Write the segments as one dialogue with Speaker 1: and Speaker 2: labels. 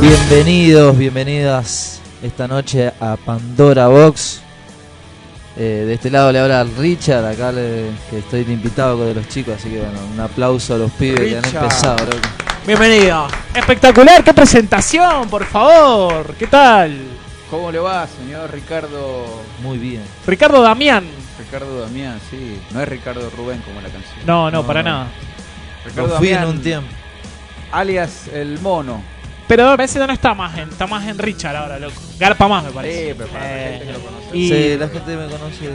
Speaker 1: Bienvenidos, bienvenidas esta noche a Pandora Box. Eh, de este lado le habla Richard, acá le- que estoy de invitado con de los chicos, así que bueno, un aplauso a los pibes que han
Speaker 2: Richard.
Speaker 1: empezado. loco.
Speaker 2: Bienvenido. Espectacular, qué presentación, por favor. ¿Qué tal?
Speaker 3: ¿Cómo le va, señor Ricardo?
Speaker 1: Muy bien.
Speaker 2: Ricardo Damián.
Speaker 3: Ricardo Damián, sí. No es Ricardo Rubén como la canción.
Speaker 2: No, no,
Speaker 1: No.
Speaker 2: para nada.
Speaker 3: Ricardo
Speaker 1: Lo fui en
Speaker 3: Damián,
Speaker 1: un tiempo.
Speaker 3: Alias el mono.
Speaker 2: Pero me parece que no está más en, está más en Richard ahora, loco. Garpa más, me parece. Eh,
Speaker 3: Sí, pero para la gente que lo conoce
Speaker 2: y-
Speaker 1: Sí, la gente me conoce,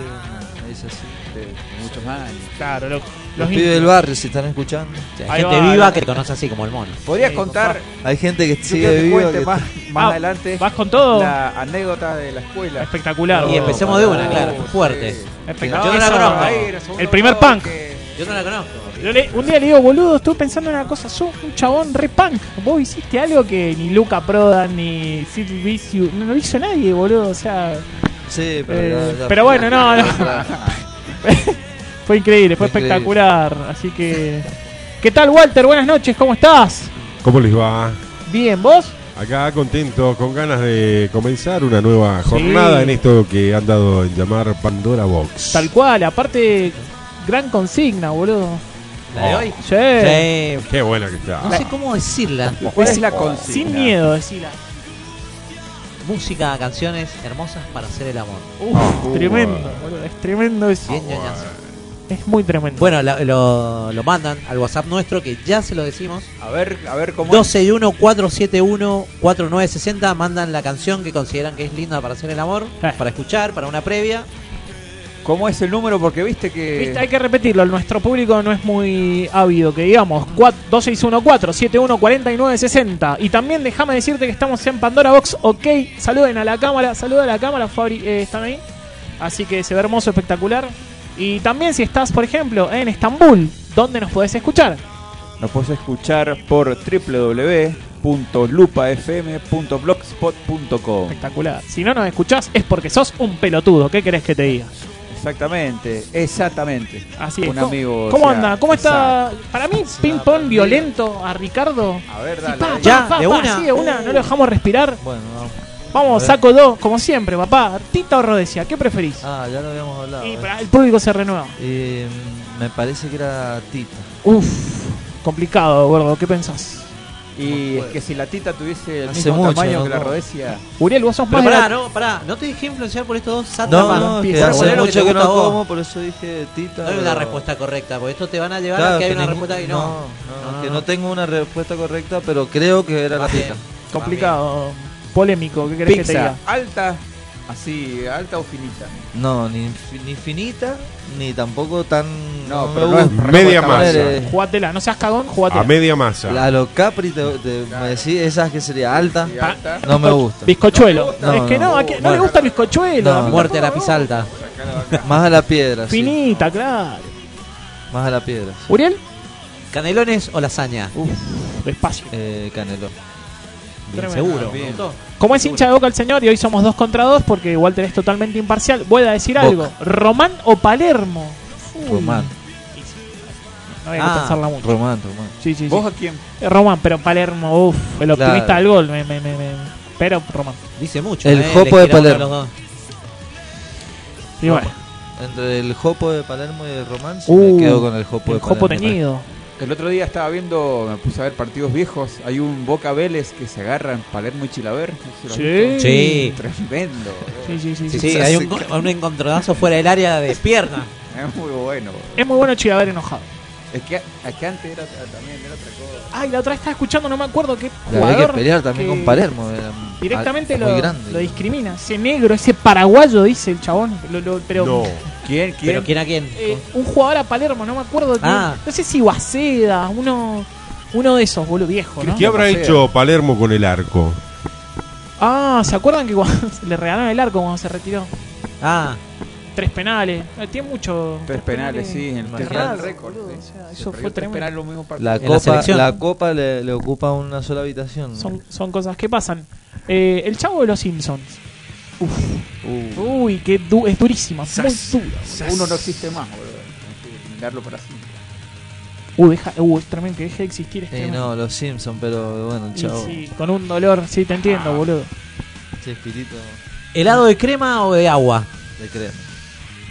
Speaker 1: me dice así.
Speaker 3: de muchos años.
Speaker 2: Claro, loco.
Speaker 1: Los,
Speaker 2: Los
Speaker 1: pibes del
Speaker 2: indios.
Speaker 1: barrio, si están escuchando.
Speaker 2: Ahí
Speaker 4: Hay gente
Speaker 2: va,
Speaker 4: viva
Speaker 2: la-
Speaker 4: que te conoce así como el mono.
Speaker 3: ¿Podrías
Speaker 2: Sí,
Speaker 3: contar,
Speaker 2: papá.
Speaker 1: Hay gente que
Speaker 3: yo quiero
Speaker 1: sigue
Speaker 3: que
Speaker 1: viva.
Speaker 3: cuente
Speaker 1: que-
Speaker 3: más, más
Speaker 2: Ah,
Speaker 3: adelante
Speaker 2: ¿Vas con todo?
Speaker 3: la anécdota de la escuela?
Speaker 2: Espectacular.
Speaker 4: Y
Speaker 2: boludo.
Speaker 4: empecemos de una, claro, fuerte.
Speaker 2: Espectacular.
Speaker 4: Yo no la
Speaker 2: Eso,
Speaker 4: conozco.
Speaker 2: El primer punk.
Speaker 3: pan
Speaker 4: Yo no la conozco.
Speaker 2: Yo le- un día le digo, boludo, estuve pensando en una cosa, sos un chabón re punk. Vos hiciste algo que ni Luca Prodan, ni Sid Vicious, no lo hizo nadie, boludo. O sea,
Speaker 1: Sí, pero,
Speaker 2: Eh,
Speaker 1: ya- ya
Speaker 2: pero
Speaker 1: fue.
Speaker 2: bueno, no, no. fue increíble, fue
Speaker 1: Fue increíble.
Speaker 2: espectacular. Así que. ¿Qué tal, Walter? Buenas noches, ¿cómo estás?
Speaker 5: ¿Cómo les va?
Speaker 2: Bien, ¿vos?
Speaker 5: Acá contento, con ganas de comenzar una nueva jornada en esto que han dado en llamar Pandora Box.
Speaker 2: Tal cual, aparte, gran consigna, boludo.
Speaker 4: ¿La de hoy?
Speaker 2: Sí.
Speaker 4: Sí.
Speaker 5: Oh. Qué buena que está.
Speaker 4: No sé cómo decirla.
Speaker 3: ¿Cuál es la
Speaker 2: Sin
Speaker 3: consigna?
Speaker 2: miedo, decila.
Speaker 4: Música, canciones hermosas para hacer el amor.
Speaker 2: Uf,
Speaker 5: Ah,
Speaker 2: tremendo,
Speaker 5: bueno.
Speaker 2: boludo. Es tremendo eso.
Speaker 4: Bien ñoñazo.
Speaker 2: Es muy tremendo.
Speaker 4: Bueno, la- lo, lo mandan al WhatsApp nuestro que ya se lo decimos.
Speaker 3: A ver, a ver cómo
Speaker 4: 261-471-4960 mandan la canción que consideran que es linda para hacer el amor,
Speaker 2: Ah.
Speaker 4: para escuchar, para una previa.
Speaker 3: ¿Cómo es el número? Porque viste que.
Speaker 2: Viste, Hay que repetirlo, nuestro público no es muy ávido, que digamos, 2614-714960. Y también déjame decirte que estamos en Pandora Box, ok, saluden a la cámara, saluda a la cámara, Fabri, eh, están ahí. Así que se ve hermoso, espectacular. Y también si estás, por ejemplo, en Estambul, ¿dónde nos podés escuchar?
Speaker 3: Nos puedes escuchar por www.lupafm.blogspot.com.
Speaker 2: Espectacular. Si no nos escuchás es porque sos un pelotudo, ¿qué querés que te diga?
Speaker 3: Exactamente, exactamente.
Speaker 2: Así es.
Speaker 3: Un
Speaker 2: ¿Cómo-
Speaker 3: amigo. o
Speaker 2: ¿Cómo
Speaker 3: sea,
Speaker 2: anda? ¿Cómo está? Para mí, ping pong violento a Ricardo.
Speaker 3: A ver,
Speaker 2: Sí,
Speaker 3: dale.
Speaker 2: pa,
Speaker 3: dale.
Speaker 4: Ya,
Speaker 2: pa, pa,
Speaker 4: de
Speaker 2: pa,
Speaker 4: una.
Speaker 2: sí, de una, no lo dejamos respirar.
Speaker 1: Bueno, vamos.
Speaker 2: Vamos,
Speaker 1: A ver.
Speaker 2: saco dos, como siempre, papá. Tita o Rodesia, ¿qué preferís?
Speaker 1: Ah, ya lo habíamos hablado.
Speaker 2: Y
Speaker 1: eh.
Speaker 2: para- el público se renueva.
Speaker 1: Eh, me parece que era Tita.
Speaker 2: Uf, complicado, gordo, ¿qué pensás?
Speaker 3: Y es que si la tita tuviese el
Speaker 1: Hace
Speaker 3: mismo
Speaker 1: mucho,
Speaker 3: tamaño
Speaker 1: ¿no?
Speaker 3: que la Rodesia.
Speaker 2: Uriel, vos sos
Speaker 4: Pero
Speaker 2: más de la-
Speaker 4: pará, no, pará, no te dejé influenciar por estos dos santas
Speaker 1: No,
Speaker 4: más.
Speaker 1: no, que
Speaker 2: empieza.
Speaker 1: hace
Speaker 4: Bueno, que te
Speaker 1: mucho que
Speaker 4: gusta a
Speaker 1: no
Speaker 4: vos.
Speaker 1: como, por eso dije Tita.
Speaker 4: No hay una
Speaker 1: pero-
Speaker 4: respuesta correcta, porque esto te van a llevar
Speaker 1: Claro,
Speaker 4: a que hay una
Speaker 1: ningún-
Speaker 4: respuesta y
Speaker 1: no,
Speaker 4: no.
Speaker 1: no,
Speaker 4: No,
Speaker 1: que
Speaker 4: no,
Speaker 1: no
Speaker 4: no.
Speaker 1: tengo una respuesta correcta, pero creo que era la
Speaker 4: Más
Speaker 1: Tita.
Speaker 4: bien,
Speaker 2: complicado, polémico, ¿qué querés que te
Speaker 3: Pizza,
Speaker 2: diga?
Speaker 3: alta, así, alta o finita.
Speaker 1: No, ni, fi- ni finita, ni tampoco tan.
Speaker 3: No,
Speaker 1: me
Speaker 3: pero no
Speaker 1: gusta.
Speaker 3: es
Speaker 5: Media
Speaker 1: Poner,
Speaker 5: masa.
Speaker 1: eh,
Speaker 2: Jugátela, no seas cagón,
Speaker 5: A
Speaker 2: jugátela.
Speaker 5: media masa.
Speaker 1: la- a los Capri, te, te- me decís, esas que sería alta,
Speaker 3: Y alta.
Speaker 1: no me gusta.
Speaker 2: Bizcochuelo.
Speaker 1: No,
Speaker 2: es que no,
Speaker 1: no.
Speaker 2: ¿a qué- no, le gusta el bizcochuelo.
Speaker 1: No.
Speaker 2: a mí
Speaker 4: Muerte a la
Speaker 2: tampoco me gusta.
Speaker 4: pisalta.
Speaker 1: Más a la piedra, sí.
Speaker 2: Finita, claro.
Speaker 1: Más a la piedra. sí.
Speaker 2: Uriel,
Speaker 4: ¿Canelones o lasaña?
Speaker 2: despacio.
Speaker 1: Eh, Canelo.
Speaker 2: Tremendo.
Speaker 4: Seguro.
Speaker 3: Bien.
Speaker 4: ¿no?
Speaker 2: Como es hincha de boca el señor, y hoy somos dos contra dos porque Walter es totalmente imparcial, voy a decir
Speaker 1: Boca.
Speaker 2: algo. ¿Román o Palermo? Uy.
Speaker 1: Román.
Speaker 2: Y sí. No había que
Speaker 4: Ah,
Speaker 2: pensarla mucho.
Speaker 1: Román, Román.
Speaker 2: Sí, sí, sí.
Speaker 3: ¿Vos a quién?
Speaker 2: Eh, Román, pero Palermo, uff, el optimista
Speaker 1: Claro.
Speaker 2: del gol. me- me- me- me- Pero Román.
Speaker 4: Dice mucho.
Speaker 1: El
Speaker 4: ¿eh?
Speaker 1: jopo
Speaker 4: Le
Speaker 1: de
Speaker 4: gira uno a
Speaker 1: Palermo.
Speaker 4: los dos.
Speaker 2: Y
Speaker 1: No,
Speaker 2: bueno,
Speaker 1: Entre el Jopo de Palermo y el Román, sí
Speaker 2: Uh,
Speaker 1: me quedo con el Jopo de
Speaker 2: el
Speaker 1: Palermo.
Speaker 2: copo teñido.
Speaker 3: El otro día estaba viendo, me puse a ver partidos viejos. Hay un Boca Vélez que se agarra en Palermo y Chilaver. no sé si lo has visto.
Speaker 2: Sí.
Speaker 4: Sí.
Speaker 3: Tremendo. boludo.
Speaker 2: Sí, sí, sí,
Speaker 4: Sí,
Speaker 2: sí.
Speaker 4: sí, hay un, go- un encontronazo fuera del área de pierna.
Speaker 3: Es muy bueno. boludo.
Speaker 2: Es muy bueno Chilaver enojado.
Speaker 3: Es que, es que antes era también era otra cosa.
Speaker 2: Ay, la otra vez estaba escuchando, no me acuerdo qué
Speaker 1: La había que
Speaker 2: jugador
Speaker 1: pelear también
Speaker 2: que
Speaker 1: con Palermo. era
Speaker 2: Directamente
Speaker 1: al- ah, muy
Speaker 2: lo,
Speaker 1: grande.
Speaker 2: lo discrimina. Ese negro, ese paraguayo, dice el chabón. Lo- lo- pero
Speaker 5: No.
Speaker 3: ¿Quién?
Speaker 4: ¿Pero
Speaker 3: ¿Quién?
Speaker 4: quién a quién?
Speaker 2: Eh, un jugador a Palermo, no me acuerdo quién.
Speaker 4: Ah.
Speaker 2: No sé si Baceda, uno, uno de esos, boludo, viejo, ¿no?
Speaker 5: ¿Qué habrá
Speaker 3: Pasea.
Speaker 5: hecho Palermo con el arco?
Speaker 2: Ah, ¿se acuerdan que cuando se le regalaron el arco cuando se retiró?
Speaker 4: Ah,
Speaker 2: Tres penales. Eh, Tiene mucho.
Speaker 3: Tres penales, sí. El
Speaker 1: Imagínate.
Speaker 3: penal
Speaker 2: Claro,
Speaker 3: récord.
Speaker 2: boludo,
Speaker 3: sí.
Speaker 2: o sea,
Speaker 3: Se
Speaker 2: eso
Speaker 3: perdió
Speaker 2: fue
Speaker 3: tres
Speaker 2: tremendo.
Speaker 3: penales los mismos partidos.
Speaker 1: La
Speaker 4: la
Speaker 1: copa,
Speaker 4: selección.
Speaker 1: la copa le, le ocupa una sola habitación. Eh,
Speaker 2: Son, son cosas que pasan. Eh, el chavo de los Simpsons.
Speaker 1: Uh,
Speaker 2: Uy, que du- es durísima, muy dura.
Speaker 3: Uno no existe más, boludo. Hay que Mirarlo para siempre.
Speaker 2: Uh, deja, uh, es tremendo que deje de existir este.
Speaker 1: Eh, no, los Simpsons, pero bueno, chao.
Speaker 2: con un dolor, sí, te entiendo, boludo.
Speaker 1: Che, espirito
Speaker 4: Ah. ¿Helado de crema o de agua?
Speaker 1: de crema.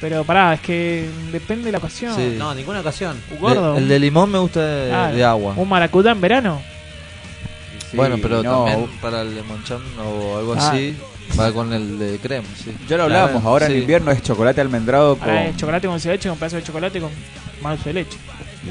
Speaker 2: Pero pará, es que depende de la ocasión.
Speaker 1: Sí.
Speaker 4: No, ninguna ocasión.
Speaker 2: Uh, Gordo.
Speaker 1: De- el de limón me gusta de,
Speaker 2: Ah,
Speaker 1: de agua.
Speaker 2: ¿Un maracutá en verano?
Speaker 3: Sí,
Speaker 1: bueno, pero
Speaker 3: no,
Speaker 1: también para el limonchón o algo
Speaker 2: Ah.
Speaker 1: así, va con el de crema, sí.
Speaker 3: Ya lo hablábamos,
Speaker 1: Claro,
Speaker 3: ahora
Speaker 1: sí.
Speaker 3: en invierno es chocolate almendrado con,
Speaker 2: Ahora es chocolate con dulce de leche, con pedazo de chocolate con más de leche.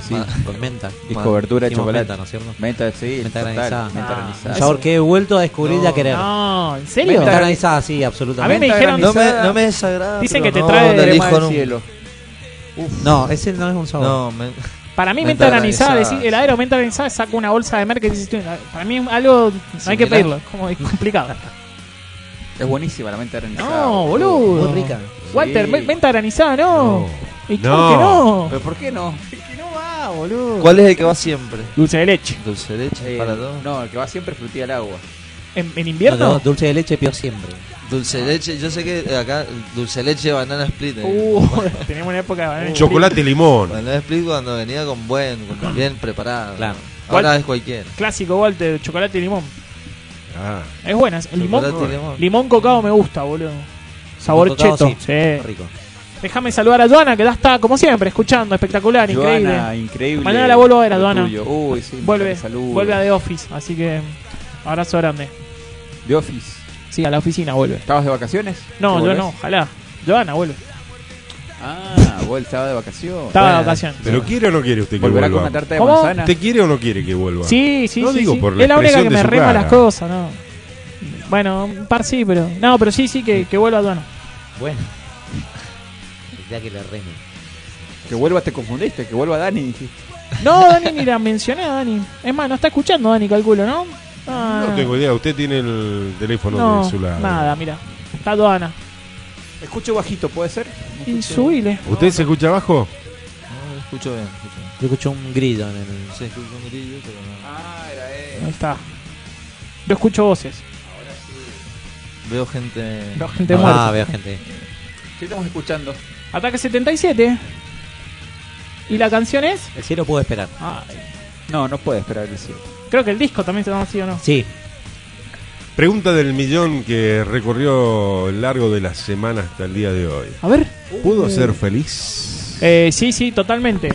Speaker 3: sí,
Speaker 1: Ah.
Speaker 4: Con menta.
Speaker 3: y
Speaker 1: Ma-
Speaker 3: cobertura de
Speaker 4: Dijimos
Speaker 3: chocolate.
Speaker 4: menta, ¿no es cierto?
Speaker 3: Menta, sí,
Speaker 4: Menta
Speaker 3: total,
Speaker 4: granizada.
Speaker 3: menta
Speaker 2: Ah.
Speaker 4: Un
Speaker 3: granizada.
Speaker 2: Eso-
Speaker 4: sabor que he vuelto a descubrir
Speaker 1: No,
Speaker 4: y a querer.
Speaker 2: No, ¿en serio?
Speaker 4: Menta
Speaker 3: Menta-
Speaker 4: granizada, sí, absolutamente.
Speaker 2: A mí me
Speaker 3: Menta
Speaker 2: dijeron-
Speaker 1: No me,
Speaker 3: granizada,
Speaker 1: no me desagrada.
Speaker 2: Dicen
Speaker 1: pero
Speaker 2: que te
Speaker 1: no,
Speaker 2: trae
Speaker 1: le
Speaker 2: crema
Speaker 1: elijo
Speaker 3: crema del
Speaker 1: en-
Speaker 3: cielo.
Speaker 4: No, ese no es un sabor.
Speaker 1: No, me-
Speaker 2: Para mí,
Speaker 1: Menta
Speaker 2: menta granizada,
Speaker 1: granizada,
Speaker 2: decir heladero menta granizada, saca una bolsa de merca y decís, "Tú, Para mí, algo no hay que
Speaker 1: Similar.
Speaker 2: pedirlo, es como es complicado.
Speaker 3: Es buenísima la menta granizada.
Speaker 2: eh. No, boludo.
Speaker 4: Muy rica.
Speaker 2: Walter,
Speaker 3: Sí.
Speaker 2: me- menta granizada, no. ¿Y cómo
Speaker 5: No.
Speaker 2: que no?
Speaker 3: ¿Pero por qué no?
Speaker 2: Es que no va, boludo.
Speaker 1: ¿Cuál es el que va siempre?
Speaker 2: Dulce de leche.
Speaker 1: Dulce de leche
Speaker 3: Eh,
Speaker 1: para dos.
Speaker 3: No, el que va siempre es frutilla al agua.
Speaker 2: ¿En, en
Speaker 4: No,
Speaker 2: invierno?
Speaker 4: no, dulce de leche pido siempre.
Speaker 1: Dulce de leche, yo sé que acá dulce de leche banana split. eh.
Speaker 2: Uh, tenemos una época de banana split.
Speaker 5: Chocolate limón.
Speaker 1: Banana split cuando venía con buen, con bien preparado.
Speaker 4: Claro.
Speaker 1: Ahora es cualquiera.
Speaker 2: Clásico, Walter, chocolate y limón.
Speaker 5: Ah,
Speaker 2: Es buena, es- el limón,
Speaker 1: Chocolate y limón.
Speaker 2: limón cocado me gusta, boludo. Sabor
Speaker 4: Con tocado,
Speaker 2: cheto.
Speaker 4: sí,
Speaker 2: Sí.
Speaker 4: Rico.
Speaker 2: Déjame saludar a Joana, que ya está, como siempre, escuchando, espectacular, increíble.
Speaker 3: Joana, increíble.
Speaker 2: Mañana la vuelvo a ver a
Speaker 3: Lo
Speaker 2: Duana.
Speaker 3: tuyo. Uy, sí,
Speaker 2: Vuelve,
Speaker 3: mandale saludos.
Speaker 2: vuelve a The Office, así que abrazo grande.
Speaker 3: The Office.
Speaker 2: Sí, a la oficina vuelve.
Speaker 3: ¿Estabas de vacaciones?
Speaker 2: No, yo
Speaker 3: ¿Te volvés?
Speaker 2: no, ojalá. Joana vuelve.
Speaker 3: Ah, vos estaba de vacaciones.
Speaker 2: Estaba de
Speaker 1: Bueno,
Speaker 2: vacaciones.
Speaker 5: ¿Pero quiere o no quiere usted que
Speaker 3: ¿Volverá con
Speaker 5: vuelva?
Speaker 3: una tarta de
Speaker 2: ¿Cómo?
Speaker 3: manzana?
Speaker 5: ¿Usted quiere o no quiere que vuelva?
Speaker 2: Sí, sí,
Speaker 5: No
Speaker 2: sí.
Speaker 5: digo
Speaker 2: sí.
Speaker 5: por la
Speaker 2: es la única que
Speaker 5: expresión de
Speaker 2: me
Speaker 5: su
Speaker 2: rema
Speaker 5: cara.
Speaker 2: las cosas, ¿no? Bueno, un par sí, pero. No, pero sí, sí, que, que vuelva Joana.
Speaker 4: Bueno. Ya que le reme.
Speaker 3: Que vuelva, te confundiste, que vuelva Dani. dijiste.
Speaker 2: No, Dani, ni la mencioné a Dani. Es más, no está escuchando Dani, calculo, ¿no? Ah,
Speaker 5: No tengo idea, usted tiene el teléfono
Speaker 2: no,
Speaker 5: de su lado.
Speaker 2: nada, mira. Está Joana.
Speaker 3: Escucho bajito, ¿puede ser?
Speaker 2: Insubible.
Speaker 5: ¿Usted se escucha abajo?
Speaker 1: No, escucho bien. Escucho bien.
Speaker 4: Yo escuché un grillo en el.
Speaker 1: Sí, escucho un grillo, pero no.
Speaker 3: Ah, era él.
Speaker 2: Ahí está. Yo escucho voces.
Speaker 1: Veo gente.
Speaker 2: No, gente
Speaker 4: ah,
Speaker 2: muerta.
Speaker 4: veo gente.
Speaker 3: ¿Qué estamos escuchando?
Speaker 2: Ataque 77. ¿Y la canción es?
Speaker 4: El cielo pudo esperar.
Speaker 2: Ay,
Speaker 3: No, no puede esperar el cielo.
Speaker 2: creo que el disco también se llama así o no.
Speaker 4: Sí,
Speaker 5: Pregunta del millón que recorrió el largo de la semana hasta el día de hoy.
Speaker 2: A ver.
Speaker 5: ¿Pudo ser feliz?
Speaker 2: Eh, sí, sí, totalmente.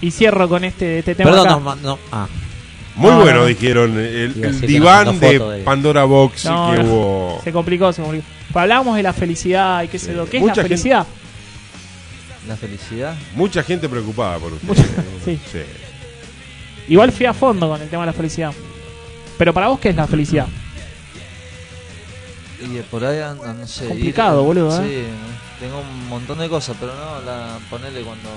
Speaker 2: Y cierro con este, este tema.
Speaker 4: Perdón,
Speaker 2: acá.
Speaker 4: no, ma- no. Ah,
Speaker 5: Muy
Speaker 2: no,
Speaker 5: bueno,
Speaker 2: no.
Speaker 5: dijeron. El,
Speaker 4: Iba a
Speaker 5: el
Speaker 4: decir que nos
Speaker 5: diván
Speaker 4: mandó foto
Speaker 5: de
Speaker 4: de-
Speaker 5: Pandora Box
Speaker 2: No,
Speaker 5: que
Speaker 2: no.
Speaker 5: hubo.
Speaker 2: Se complicó, se complicó. Pero hablábamos de la felicidad y qué sé
Speaker 5: Sí.
Speaker 2: yo. ¿Qué
Speaker 5: Mucha
Speaker 2: es la
Speaker 5: gente-
Speaker 2: felicidad?
Speaker 1: La felicidad.
Speaker 5: Mucha gente preocupada por usted.
Speaker 2: Mucha- sí.
Speaker 5: Sí.
Speaker 2: Igual fui a fondo con el tema de la felicidad. Pero para vos, ¿qué es la felicidad?
Speaker 1: Y eh, por ahí anda, no sé. ir-
Speaker 2: Complicado, boludo, ¿eh?
Speaker 1: Sí, tengo un montón de cosas, pero no, la, ponele cuando.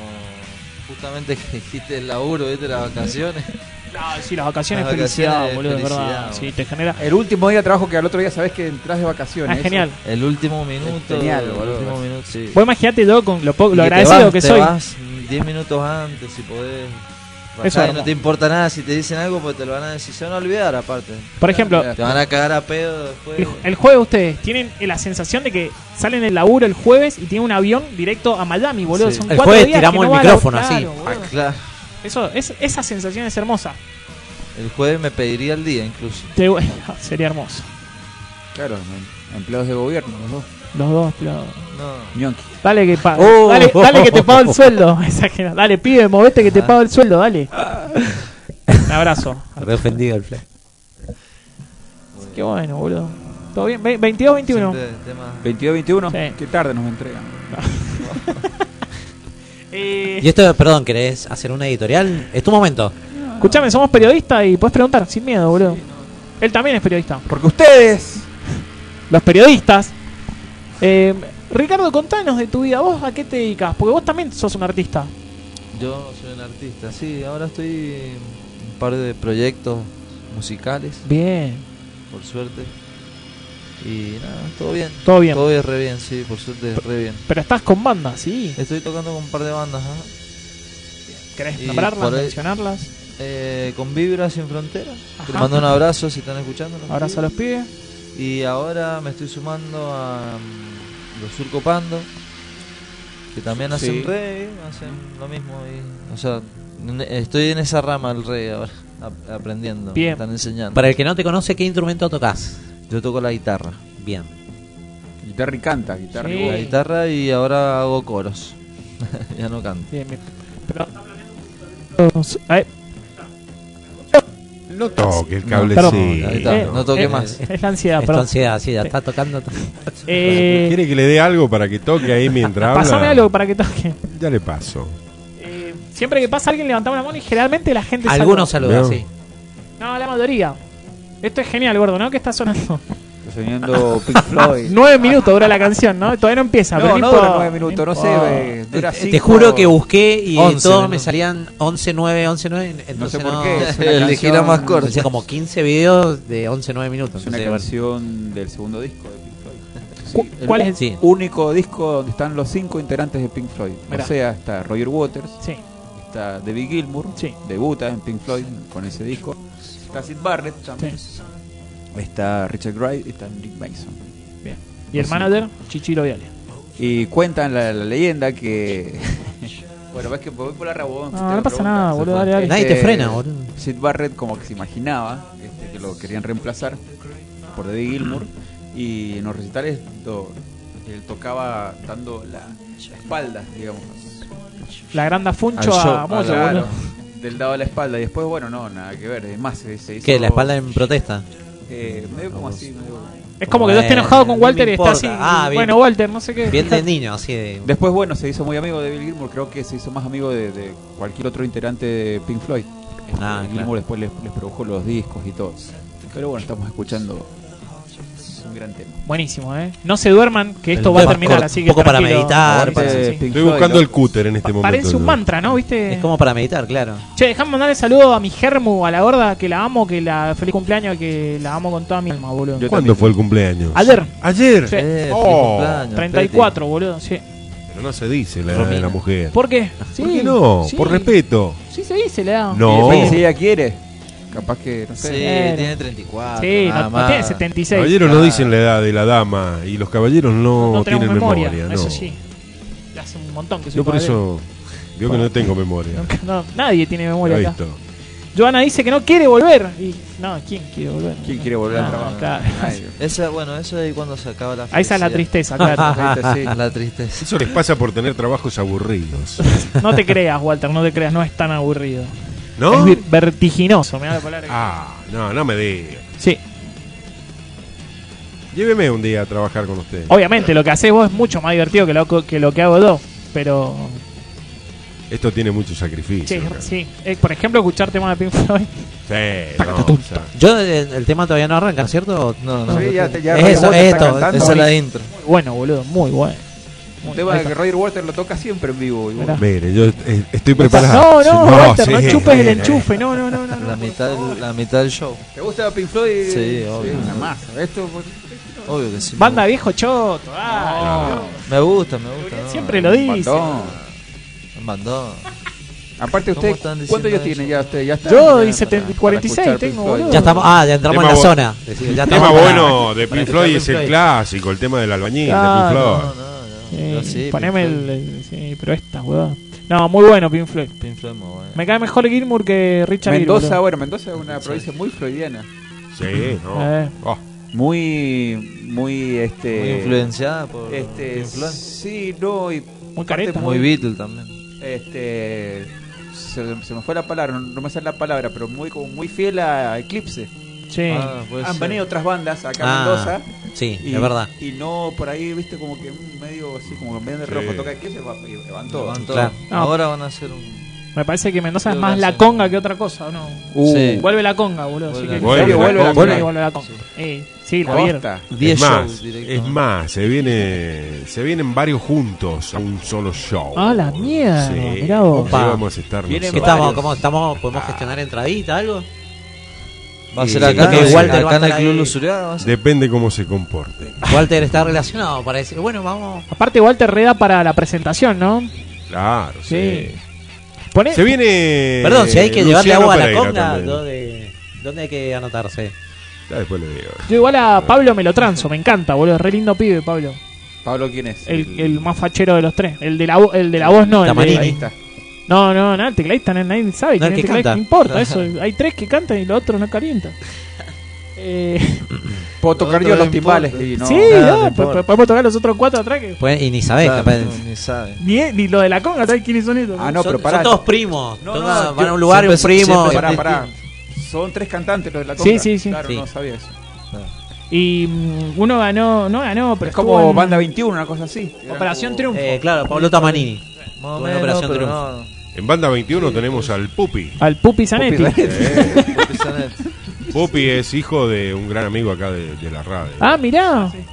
Speaker 1: Justamente que dijiste el laburo, viste las vacaciones.
Speaker 2: No, sí, las vacaciones,
Speaker 1: Las
Speaker 2: felicidad,
Speaker 1: vacaciones,
Speaker 2: boludo, de
Speaker 1: felicidad,
Speaker 2: verdad.
Speaker 1: boludo.
Speaker 2: Sí, te genera.
Speaker 3: El último día de trabajo que al otro día sabes que entras de
Speaker 2: Ah,
Speaker 3: vacaciones.
Speaker 2: es genial.
Speaker 1: El último minuto.
Speaker 3: genial,
Speaker 1: El
Speaker 3: boludo.
Speaker 1: último minuto, sí.
Speaker 2: Vos imaginate yo con lo, poco-
Speaker 1: Y
Speaker 2: lo
Speaker 1: te
Speaker 2: agradecido
Speaker 1: vas-
Speaker 2: que
Speaker 1: te
Speaker 2: soy.
Speaker 1: vas 10 minutos antes, si podés.
Speaker 2: Eso
Speaker 1: Bajá
Speaker 2: es
Speaker 1: y no
Speaker 2: hermoso.
Speaker 1: te importa nada si te dicen algo, porque te lo van a decir. Se van a olvidar, aparte.
Speaker 2: Por ejemplo,
Speaker 1: Te van a cagar a pedo después.
Speaker 2: el, el jueves ustedes tienen la sensación de que salen del laburo el jueves y tienen un avión directo a Miami, boludo.
Speaker 1: Sí.
Speaker 2: Son
Speaker 4: El
Speaker 2: cuatro
Speaker 4: jueves
Speaker 2: días
Speaker 4: tiramos
Speaker 2: que no
Speaker 4: el
Speaker 2: va a
Speaker 4: micrófono,
Speaker 2: laburar,
Speaker 4: así.
Speaker 2: boludo.
Speaker 1: Ah, claro.
Speaker 2: Eso, es, esa sensación es hermosa.
Speaker 1: El jueves me pediría el día, incluso.
Speaker 2: Te- sería hermoso.
Speaker 3: Claro, em- empleados de gobierno, los dos.
Speaker 2: Los dos, pero...
Speaker 1: No.
Speaker 3: Ñonqui.
Speaker 2: Dale que, pa-
Speaker 4: Oh.
Speaker 2: dale, dale que te pago el sueldo. Exagero. Dale, pibe, movete que te pago el sueldo, dale.
Speaker 1: Ah.
Speaker 2: Un abrazo.
Speaker 4: re ofendido el flash.
Speaker 2: Qué bueno, boludo. ¿Todo bien? Ve- 22, 21.
Speaker 1: Siempre temas-
Speaker 3: 22-21,
Speaker 2: Sí.
Speaker 3: qué tarde nos entregan.
Speaker 2: Eh,
Speaker 4: Y esto, perdón, ¿querés hacer una editorial? Es tu momento.
Speaker 2: escuchame, somos periodistas y podés preguntar sin miedo, boludo. Él también es periodista.
Speaker 3: Porque ustedes.
Speaker 2: Los periodistas. Eh, Ricardo, contanos de tu vida. ¿Vos a qué te dedicas? Porque vos también sos un artista.
Speaker 1: Yo soy un artista, sí. Ahora estoy en un par de proyectos musicales,
Speaker 2: Bien.
Speaker 1: por suerte. Y nada, todo bien.
Speaker 2: Todo bien.
Speaker 1: Todo es re bien, sí, por suerte es re bien.
Speaker 2: Pero estás con banda, sí.
Speaker 1: Estoy tocando con un par de bandas, ajá.
Speaker 2: ¿Querés
Speaker 1: Y
Speaker 2: nombrarlas,
Speaker 1: por ahí-
Speaker 2: mencionarlas?
Speaker 1: Eh, con Vibra Sin Fronteras. Te
Speaker 2: Ajá.
Speaker 1: mando un abrazo si están escuchando.
Speaker 2: Abrazo a los pibes.
Speaker 1: Y ahora me estoy sumando a mm, los Surcopando, que también hacen
Speaker 3: Sí.
Speaker 1: reggae, hacen lo mismo. Y, o sea, Estoy en esa rama del rey ahora, ap- aprendiendo.
Speaker 2: Bien.
Speaker 1: Me están enseñando.
Speaker 4: Para el que no te conoce, ¿qué instrumento tocas?
Speaker 1: Yo toco la guitarra.
Speaker 4: Bien.
Speaker 3: Guitarra y canta, guitarra
Speaker 2: Sí.
Speaker 3: y voz.
Speaker 1: La guitarra y ahora hago coros. ya no canto.
Speaker 2: Bien, bien. Pero. Ay,
Speaker 5: No toque el cable,
Speaker 2: perdón.
Speaker 5: sí.
Speaker 1: Ahí está,
Speaker 2: Eh,
Speaker 1: no toque
Speaker 2: eh,
Speaker 1: más.
Speaker 2: Es la ansiedad,
Speaker 4: Esta
Speaker 2: perdón.
Speaker 4: ansiedad, sí, ya está tocando.
Speaker 2: Eh,
Speaker 5: ¿Quiere que le dé algo para que toque ahí mientras habla?
Speaker 2: pasame algo para que toque.
Speaker 5: Ya le paso.
Speaker 2: Eh, siempre que pasa alguien levantaba la mano y generalmente la gente saluda.
Speaker 4: Algunos saludan,
Speaker 5: Bien.
Speaker 4: sí.
Speaker 2: No, la mayoría. Esto es genial, gordo, ¿no? ¿Qué está sonando?
Speaker 3: Está Soniendo Pink Floyd.
Speaker 2: Nueve minutos dura la canción, ¿no? Todavía no empieza. pero
Speaker 3: No, no
Speaker 2: importa.
Speaker 3: dura nueve minutos, no sé,
Speaker 2: importa.
Speaker 3: eh, dura
Speaker 4: Te-
Speaker 3: cinco.
Speaker 4: Te juro que busqué y
Speaker 1: 11,
Speaker 4: todos
Speaker 1: ¿no?
Speaker 4: me salían 11, 9, 11, 9.
Speaker 3: No sé
Speaker 4: Entonces
Speaker 3: por qué. es una
Speaker 1: Elegí la
Speaker 3: canción-
Speaker 1: más corta.
Speaker 4: O sea, como 15 videos de 11, 9 minutos.
Speaker 3: Es una
Speaker 4: Entonces,
Speaker 3: canción del segundo disco de Pink Floyd.
Speaker 2: ¿Cu-
Speaker 3: Sí,
Speaker 2: cuál
Speaker 3: el
Speaker 2: es
Speaker 4: el- sí.
Speaker 3: único disco donde están los cinco integrantes de Pink Floyd.
Speaker 2: Mirá.
Speaker 3: O sea, está Roger Waters,
Speaker 2: Sí.
Speaker 3: está David Gilmour,
Speaker 2: Sí.
Speaker 3: debuta en Pink Floyd con ese disco. Está Sid Barrett también.
Speaker 2: Sí.
Speaker 3: Está Richard Wright y está Nick Mason.
Speaker 2: Bien. Y el manager, Chichiro Viale.
Speaker 3: Y cuentan la, la leyenda que. bueno, ves que voy por la rabón.
Speaker 2: No, no pasa nada, boludo, dale, dale.
Speaker 4: Nadie te frena, boludo.
Speaker 3: Este, Sid Barrett, como que se imaginaba este, que lo querían reemplazar por David Gilmour. Y en los recitales do- él tocaba dando la, la espalda, digamos.
Speaker 2: La granda Funcho
Speaker 1: Al show,
Speaker 2: a Moyo,
Speaker 3: Claro,
Speaker 2: boludo.
Speaker 3: Del lado de la espalda. Y después, bueno, no, nada que ver. Es más, se, se hizo.
Speaker 4: ¿Qué? ¿La espalda en protesta?
Speaker 3: eh, medio como así. medio-
Speaker 2: Es como que yo esté
Speaker 4: Bueno,
Speaker 2: enojado con
Speaker 4: no
Speaker 2: Walter
Speaker 4: me
Speaker 2: y está así.
Speaker 4: importa. Ah, bien.
Speaker 2: Bueno, Walter, no sé qué.
Speaker 4: Bien de niño, así de.
Speaker 3: Después, bueno, se hizo muy amigo de David Gilmour. Creo que se hizo más amigo de, de cualquier otro integrante de Pink Floyd. Este,
Speaker 4: Ah, claro.
Speaker 3: Gilmour después les, les produjo los discos y todo. Pero bueno, estamos escuchando un gran tema.
Speaker 2: Buenísimo, ¿eh? No se duerman, que esto
Speaker 4: El
Speaker 2: va a
Speaker 4: tema
Speaker 2: terminar
Speaker 4: cor-
Speaker 2: así
Speaker 4: un
Speaker 2: que
Speaker 4: poco para
Speaker 2: tranquilo.
Speaker 4: meditar,
Speaker 2: Sí,
Speaker 4: para-
Speaker 2: sí, sí.
Speaker 3: Pink
Speaker 5: Estoy
Speaker 3: Floyd,
Speaker 5: buscando
Speaker 3: ¿no?
Speaker 5: el cúter en este
Speaker 2: Pa-
Speaker 5: momento.
Speaker 2: Parece un mantra, ¿no? ¿Viste?
Speaker 4: Es como para meditar, claro.
Speaker 2: Che, dejame mandarle saludo a mi Germu, a la gorda, que la amo, que la feliz cumpleaños, que la amo con toda mi alma, boludo.
Speaker 3: Yo
Speaker 5: ¿Cuándo fue el cumpleaños?
Speaker 2: Ayer,
Speaker 5: Ayer.
Speaker 2: Sí.
Speaker 1: Eh, feliz
Speaker 5: Oh.
Speaker 1: cumpleaños,
Speaker 2: 34, boludo, sí.
Speaker 5: Pero no se dice la edad de la mujer.
Speaker 2: ¿Por qué? Sí,
Speaker 5: ¿Por qué no?
Speaker 2: sí.
Speaker 5: Por respeto.
Speaker 2: Sí, se dice, le da.
Speaker 5: No.
Speaker 3: Y depende si ella quiere. Capaz que, no
Speaker 1: Sí,
Speaker 3: sé.
Speaker 2: Bueno.
Speaker 1: tiene 34.
Speaker 2: Sí,
Speaker 1: nada
Speaker 2: no, no
Speaker 1: más.
Speaker 2: tiene 76.
Speaker 5: Caballeros no dicen la edad de la dama y los caballeros no,
Speaker 2: no tenemos
Speaker 5: tienen
Speaker 2: memoria,
Speaker 5: memoria. no.
Speaker 2: eso sí. Ya Hace un montón que soy
Speaker 5: Yo por
Speaker 2: caballero.
Speaker 5: eso digo que no tengo memoria.
Speaker 2: No, nadie tiene memoria
Speaker 5: Ahí
Speaker 2: acá.
Speaker 5: está.
Speaker 2: Joana dice que no quiere volver. Y, no, ¿quién quiere volver?
Speaker 3: ¿Quién quiere volver
Speaker 2: No,
Speaker 3: a trabajar?
Speaker 2: claro.
Speaker 3: Ay,
Speaker 1: Esa, bueno, eso es cuando se acaba la
Speaker 2: Ahí esa es la
Speaker 1: felicidad.
Speaker 2: tristeza, claro.
Speaker 3: ahorita sí.
Speaker 1: La tristeza.
Speaker 5: Eso les pasa por tener trabajos aburridos.
Speaker 2: No te creas, Walter, no te creas, no es tan aburrido. Es
Speaker 5: ¿No?
Speaker 2: ver- vertiginoso, me da la palabra.
Speaker 5: Ah, no, no me diga.
Speaker 2: Sí,
Speaker 5: Lléveme un día a trabajar con usted.
Speaker 2: obviamente lo que haces vos es mucho más divertido que lo que, lo que hago yo, pero
Speaker 5: Esto tiene mucho sacrificio.
Speaker 2: che,
Speaker 5: acá.
Speaker 2: sí, Eh, por ejemplo, escuchar temas de Pink Floyd.
Speaker 5: Sí, no, o sea,
Speaker 4: Yo, el, el tema todavía no arranca, ¿cierto?
Speaker 1: No, no.
Speaker 3: Sí, ya, ya
Speaker 4: Es eso, es
Speaker 3: Roger Waters está
Speaker 4: esto,
Speaker 3: cantando.
Speaker 1: Esa es la intro.
Speaker 2: Muy bueno, boludo, muy bueno. Muy-
Speaker 3: Un tema
Speaker 2: ahí
Speaker 3: que
Speaker 2: está.
Speaker 3: Roger Waters lo toca siempre en vivo. y bueno,
Speaker 2: Mirá.
Speaker 5: Mire, yo eh, estoy
Speaker 2: No,
Speaker 5: preparado.
Speaker 2: no, Walter, no
Speaker 5: sí,
Speaker 2: chupes el
Speaker 5: eh,
Speaker 2: enchufe, no, no, no, no. no.
Speaker 1: La mitad, del- la mitad del show.
Speaker 3: ¿Te gusta Pink Floyd?
Speaker 1: Sí, obvio.
Speaker 3: Nada más. Esto, pues,
Speaker 1: Obvio que sí. me
Speaker 2: Banda
Speaker 1: gusta.
Speaker 2: viejo choto, dale.
Speaker 1: Me gusta, me gusta. no.
Speaker 2: Siempre lo dice.
Speaker 3: bandón.
Speaker 1: Bandón.
Speaker 3: Aparte
Speaker 1: ¿Cómo
Speaker 3: usted,
Speaker 1: están diciendo
Speaker 3: ¿cuántos años
Speaker 1: eso?
Speaker 3: tiene ya usted? Ya está,
Speaker 2: Yo
Speaker 3: ya
Speaker 2: y 70 y
Speaker 3: para-
Speaker 2: 46
Speaker 3: para escuchar
Speaker 2: tengo,
Speaker 3: Pink Floyd.
Speaker 2: boludo.
Speaker 4: Ya estamos, ah, ya entramos
Speaker 5: Tema
Speaker 4: en la
Speaker 5: bu-
Speaker 4: zona. Es decir, ya
Speaker 5: El
Speaker 4: estamos
Speaker 5: tema
Speaker 4: para-
Speaker 5: bueno de Pink Floyd es el
Speaker 4: Floyd.
Speaker 5: clásico, el tema del albañil
Speaker 1: Ah,
Speaker 5: de Pink Floyd.
Speaker 1: no, no, no.
Speaker 2: Sí,
Speaker 1: Pero sí,
Speaker 2: Eh, poneme
Speaker 1: Pink
Speaker 2: el, el- Sí, pero esta, huevada. No, muy bueno Pink Floyd.
Speaker 1: Floyd- Pink Floyd muy bueno.
Speaker 2: Me cae mejor Gilmour que Richard
Speaker 3: Mendoza,
Speaker 2: Gere,
Speaker 3: bueno, Mendoza es una provincia muy freudiana.
Speaker 5: Sí, no.
Speaker 2: Eh.
Speaker 5: Oh,
Speaker 3: Muy, muy, este...
Speaker 1: Muy influenciada por
Speaker 3: Este,
Speaker 1: Pink Floyd.
Speaker 3: sí, no, y
Speaker 2: boludo. Muy careta.
Speaker 1: Muy Beatle también.
Speaker 3: este... Se, se me fue la palabra, no, no me sale la palabra, pero muy como muy fiel a Eclipse.
Speaker 2: Sí.
Speaker 1: Ah, puede
Speaker 3: Han
Speaker 1: ser.
Speaker 3: venido otras bandas acá a
Speaker 4: Ah,
Speaker 3: Mendoza
Speaker 4: sí,
Speaker 3: Y,
Speaker 4: es verdad.
Speaker 3: Y no por ahí, viste, como que mm, medio así, como medio de
Speaker 5: Sí.
Speaker 3: rojo. Toca aquí se va, y van
Speaker 1: Todo,
Speaker 3: todos.
Speaker 1: todo.
Speaker 4: Claro.
Speaker 2: Ah.
Speaker 1: Ahora van a hacer un.
Speaker 2: Me parece que Mendoza es
Speaker 1: Creo
Speaker 2: más
Speaker 1: que
Speaker 2: la
Speaker 1: sí.
Speaker 2: conga que otra cosa, ¿o ¿no?
Speaker 3: Uh,
Speaker 1: Sí.
Speaker 2: Vuelve la conga, boludo. así que-
Speaker 1: Vuelve la-
Speaker 5: Vuelve
Speaker 2: Sí,
Speaker 5: la
Speaker 2: vuelve la
Speaker 5: conga.
Speaker 2: conga. Vuelve la conga. Eh, sí, lo vieron.
Speaker 3: Costa.
Speaker 1: 10
Speaker 5: es más,
Speaker 1: shows
Speaker 5: es
Speaker 1: directamente.
Speaker 5: más, se viene, se vienen varios juntos a un solo show.
Speaker 2: Ah, la mierda,
Speaker 5: Sí,
Speaker 2: mirá vos.
Speaker 5: ahí
Speaker 4: Pa.
Speaker 5: vamos a estar
Speaker 3: Vienen
Speaker 4: ¿Qué
Speaker 5: nosotros.
Speaker 4: estamos?
Speaker 3: varios.
Speaker 4: ¿Cómo estamos? ¿Podemos gestionar entradita, algo?
Speaker 1: Va a ser
Speaker 5: Sí,
Speaker 1: acá,
Speaker 5: que
Speaker 1: no sé,
Speaker 5: Walter
Speaker 1: acá
Speaker 4: va a
Speaker 1: en el
Speaker 4: estar
Speaker 1: Club
Speaker 4: ahí.
Speaker 1: Lusuriaga. va a ser.
Speaker 5: Depende cómo se comporte.
Speaker 4: Walter está relacionado para decir, bueno, vamos.
Speaker 2: Aparte, Walter Reda para la presentación, ¿no?
Speaker 5: Claro, sí.
Speaker 2: Sí. Poné,
Speaker 5: Se viene.
Speaker 4: Perdón, si hay que
Speaker 5: Luciano
Speaker 4: llevarle agua a la
Speaker 5: Pereira
Speaker 4: conga,
Speaker 5: también.
Speaker 4: ¿dónde, dónde hay que anotarse?
Speaker 5: Ya después le digo.
Speaker 2: Yo igual a Pablo me lo transo, me encanta, boludo. es Re lindo pibe, Pablo.
Speaker 3: Pablo, ¿quién es?
Speaker 2: El, el más fachero de los tres. El de la, vo- el de la voz no, el de,
Speaker 4: Tamarini.
Speaker 3: Ahí está.
Speaker 2: No, no, no, el tecladista no- nadie sabe
Speaker 4: No,
Speaker 2: quién
Speaker 4: el
Speaker 2: es
Speaker 4: que
Speaker 2: el tecladista,
Speaker 4: canta.
Speaker 2: no importa eso. Hay tres que cantan y los otros no calientan. Eh,
Speaker 3: Puedo tocar
Speaker 1: Otro
Speaker 3: yo
Speaker 1: no
Speaker 3: los timbales.
Speaker 1: importa.
Speaker 3: y no.
Speaker 2: sí,
Speaker 4: Ah,
Speaker 1: nada,
Speaker 2: ya,
Speaker 1: no
Speaker 2: po-
Speaker 1: importa.
Speaker 2: po- podemos tocar los otros cuatro atrás que...
Speaker 4: Pues, y ni sabés,
Speaker 1: Claro,
Speaker 4: capaz.
Speaker 1: no, ni sabe.
Speaker 2: Ni, ni lo de la conga, ¿sabes quiénes son ellos?
Speaker 3: Ah, no,
Speaker 4: son,
Speaker 3: pero pará.
Speaker 4: son todos primos.
Speaker 3: No,
Speaker 4: Toca-
Speaker 3: no,
Speaker 4: van
Speaker 3: yo-
Speaker 4: a un lugar y un
Speaker 1: siempre-
Speaker 4: primo.
Speaker 1: siempre-
Speaker 3: Pará,
Speaker 4: y-
Speaker 3: pará. Son tres cantantes los de la
Speaker 2: Sí,
Speaker 3: conga.
Speaker 2: sí, sí.
Speaker 3: Claro,
Speaker 4: Sí.
Speaker 3: no sabía eso.
Speaker 2: Y mm, uno ganó, no ganó, pero
Speaker 3: es como
Speaker 2: estuvo en
Speaker 3: Banda 21, una cosa así. Eran
Speaker 2: Operación
Speaker 3: como-
Speaker 2: Triunfo.
Speaker 4: Eh, claro, Pablo Tamanini.
Speaker 1: Más o
Speaker 4: Tuvo una
Speaker 1: menos,
Speaker 4: operación
Speaker 1: pero
Speaker 4: triunfo.
Speaker 1: no.
Speaker 5: En banda 21 tenemos al Pupi.
Speaker 2: Al Pupi Zanetti.
Speaker 5: Pupi es hijo de un gran amigo acá de, de la radio.
Speaker 2: Ah, mirá.
Speaker 5: Eh,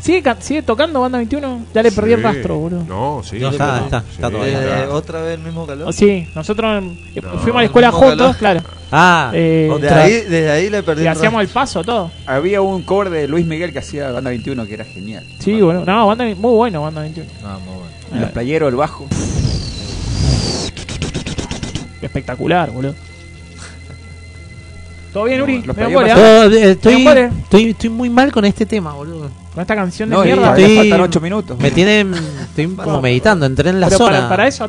Speaker 2: ¿Sigue, ca- sigue tocando Banda 21? Ya le perdí el
Speaker 5: sí.
Speaker 2: rastro, boludo.
Speaker 5: No, sí.
Speaker 4: No, está- está- está todo bien.
Speaker 5: está.
Speaker 1: Eh, Otra vez el mismo
Speaker 2: Oh,
Speaker 1: calor.
Speaker 2: Sí, nosotros eh,
Speaker 5: No.
Speaker 2: fuimos a la escuela
Speaker 1: No, ojalá.
Speaker 2: juntos, claro.
Speaker 4: Ah,
Speaker 2: Eh,
Speaker 1: De ahí, desde ahí le perdí
Speaker 2: y
Speaker 1: el
Speaker 2: hacíamos el paso todo.
Speaker 3: Había un cover de Luis Miguel que hacía Banda 21 que era genial.
Speaker 2: Sí, bueno. No, banda, muy bueno Banda 21.
Speaker 1: rastro. No, muy bueno.
Speaker 2: Ah.
Speaker 3: En los playeros, el bajo.
Speaker 2: Espectacular, boludo. ¿Todo bien, Uri?
Speaker 3: Los
Speaker 2: Me acuerdo,
Speaker 3: players
Speaker 2: ¿eh?
Speaker 4: todo- eh, estoy,
Speaker 2: Bien, vale.
Speaker 4: estoy, estoy muy mal con este tema, boludo.
Speaker 2: Con esta canción de
Speaker 3: No, y
Speaker 2: mierda.
Speaker 3: todavía
Speaker 4: Estoy-
Speaker 3: faltan 8 minutos.
Speaker 4: Me tienen. Estoy como meditando, entré en la
Speaker 2: Pero
Speaker 4: zona.
Speaker 2: para, para eso.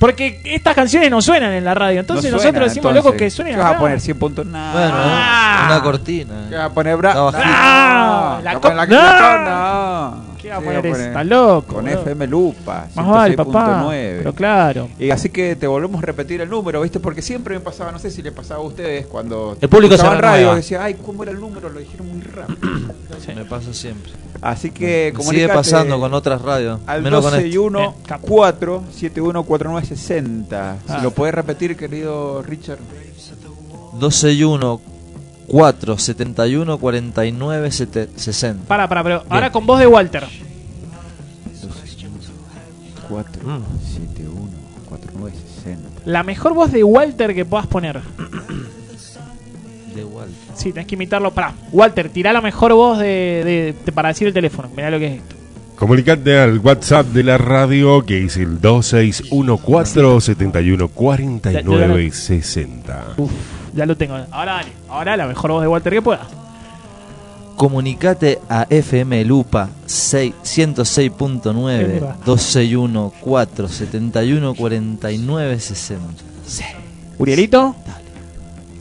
Speaker 2: Porque estas canciones no suenan en la radio.
Speaker 3: No
Speaker 2: Entonces
Speaker 3: suena,
Speaker 2: nosotros decimos,
Speaker 3: entonces.
Speaker 2: loco, que suenen
Speaker 3: ¿Qué vas a
Speaker 2: acá.
Speaker 3: poner 100 puntos? Nah.
Speaker 1: Bueno,
Speaker 2: Ah.
Speaker 1: una
Speaker 3: ¿Qué
Speaker 1: cortina.
Speaker 3: vas a poner, bra?
Speaker 1: Está bajito.
Speaker 2: Ah, la
Speaker 3: ¿Qué vas a poner
Speaker 2: co-
Speaker 3: la- no.
Speaker 2: ¿Qué va a
Speaker 3: Sí,
Speaker 2: poner
Speaker 3: vas
Speaker 2: eso? Está loco.
Speaker 3: Con
Speaker 2: boludo.
Speaker 3: FM Lupa.
Speaker 2: Más vale, papá.
Speaker 3: 106.9.
Speaker 2: Pero claro.
Speaker 3: Y así que te volvemos a repetir el número, ¿viste? Porque siempre me pasaba, no sé si le pasaba a ustedes cuando.
Speaker 4: El público se
Speaker 3: escuchaban
Speaker 4: renueva.
Speaker 3: radio, decía, ay, ¿cómo era el número? Lo dijeron muy rápido.
Speaker 1: Me pasa siempre.
Speaker 3: Así que,
Speaker 1: Me
Speaker 3: como
Speaker 1: Sigue pasando con otras radios.
Speaker 3: Al
Speaker 1: Menos con este.
Speaker 4: este.
Speaker 3: 12
Speaker 1: esto.
Speaker 3: y 1 4 71 4960.
Speaker 2: Ah.
Speaker 3: Si lo puedes repetir, querido Richard.
Speaker 1: 12 Eh, y 1, 4, 71, 49, 70, 60.
Speaker 2: Para, para, pero ahora con voz de Walter.
Speaker 3: 4
Speaker 4: Mm.
Speaker 3: 71 4960.
Speaker 2: La mejor voz de Walter que puedas poner.
Speaker 1: De igual.
Speaker 2: Sí, tenés que imitarlo. Pará, Walter, tirá la mejor voz de, de- de- para decir el teléfono. Mirá lo que es esto.
Speaker 5: Comunicate al WhatsApp de la radio que es el
Speaker 3: Ah.
Speaker 5: 2614-71-4960.
Speaker 2: Uf, ya lo tengo. Ahora dale, ahora la mejor voz de Walter que puedas.
Speaker 1: Comunicate a FM Lupa 6,
Speaker 2: Es verdad.
Speaker 1: 106.9 12 y 1, 4, 71, 49, 60.
Speaker 2: Urielito.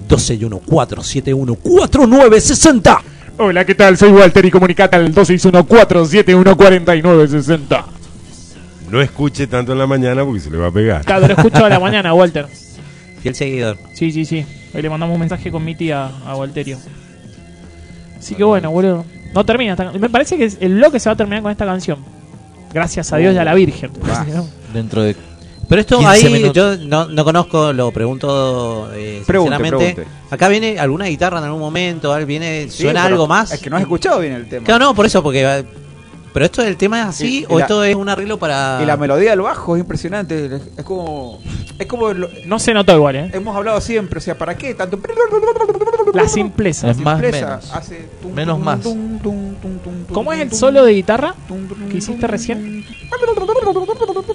Speaker 4: 12 y 1 4 7 1 4 9 60.
Speaker 2: Hola, ¿qué tal? Soy Walter y comunicate al 261-471-4960.
Speaker 5: No escuche tanto en la mañana porque se le va a pegar.
Speaker 2: Claro, lo escucho a la mañana, Walter.
Speaker 4: Fiel seguidor.
Speaker 2: Sí, sí, sí. Hoy le mandamos un mensaje con mi tía a Walterio. Así que bueno, boludo. No termina esta can- Me parece que es- el bloque se va a terminar con esta canción. Gracias a Dios y a la
Speaker 1: Uh,
Speaker 2: Virgen.
Speaker 3: Ah.
Speaker 1: Dentro de
Speaker 4: Pero esto
Speaker 1: 15
Speaker 4: ahí
Speaker 1: minutos.
Speaker 4: yo no, no conozco, lo pregunto eh,
Speaker 3: Pregunte,
Speaker 4: sinceramente.
Speaker 3: pregunte.
Speaker 4: Acá viene alguna guitarra en algún momento, al- viene
Speaker 3: Sí,
Speaker 4: suena
Speaker 3: pero
Speaker 4: algo más.
Speaker 3: Es que no has escuchado bien el tema.
Speaker 4: Claro, no, por eso porque eh, pero esto del tema es así
Speaker 3: Y- y
Speaker 4: Ah, o
Speaker 3: la-
Speaker 4: esto es un arreglo para
Speaker 3: Y la melodía del bajo es impresionante. Es como. Es como. lo-
Speaker 2: No se notó igual, ¿eh?
Speaker 3: hemos hablado siempre. O sea, ¿para qué tanto.?
Speaker 2: La simpleza.
Speaker 1: Es más,
Speaker 3: Simpleza,
Speaker 1: menos.
Speaker 3: hace tum,
Speaker 1: Menos
Speaker 3: tum,
Speaker 1: más.
Speaker 3: tum, tum, tum, tum, tum,
Speaker 2: ¿Cómo es el
Speaker 3: tum,
Speaker 2: solo de guitarra?
Speaker 3: tum, tum,
Speaker 2: que hiciste
Speaker 3: tum,
Speaker 2: recién?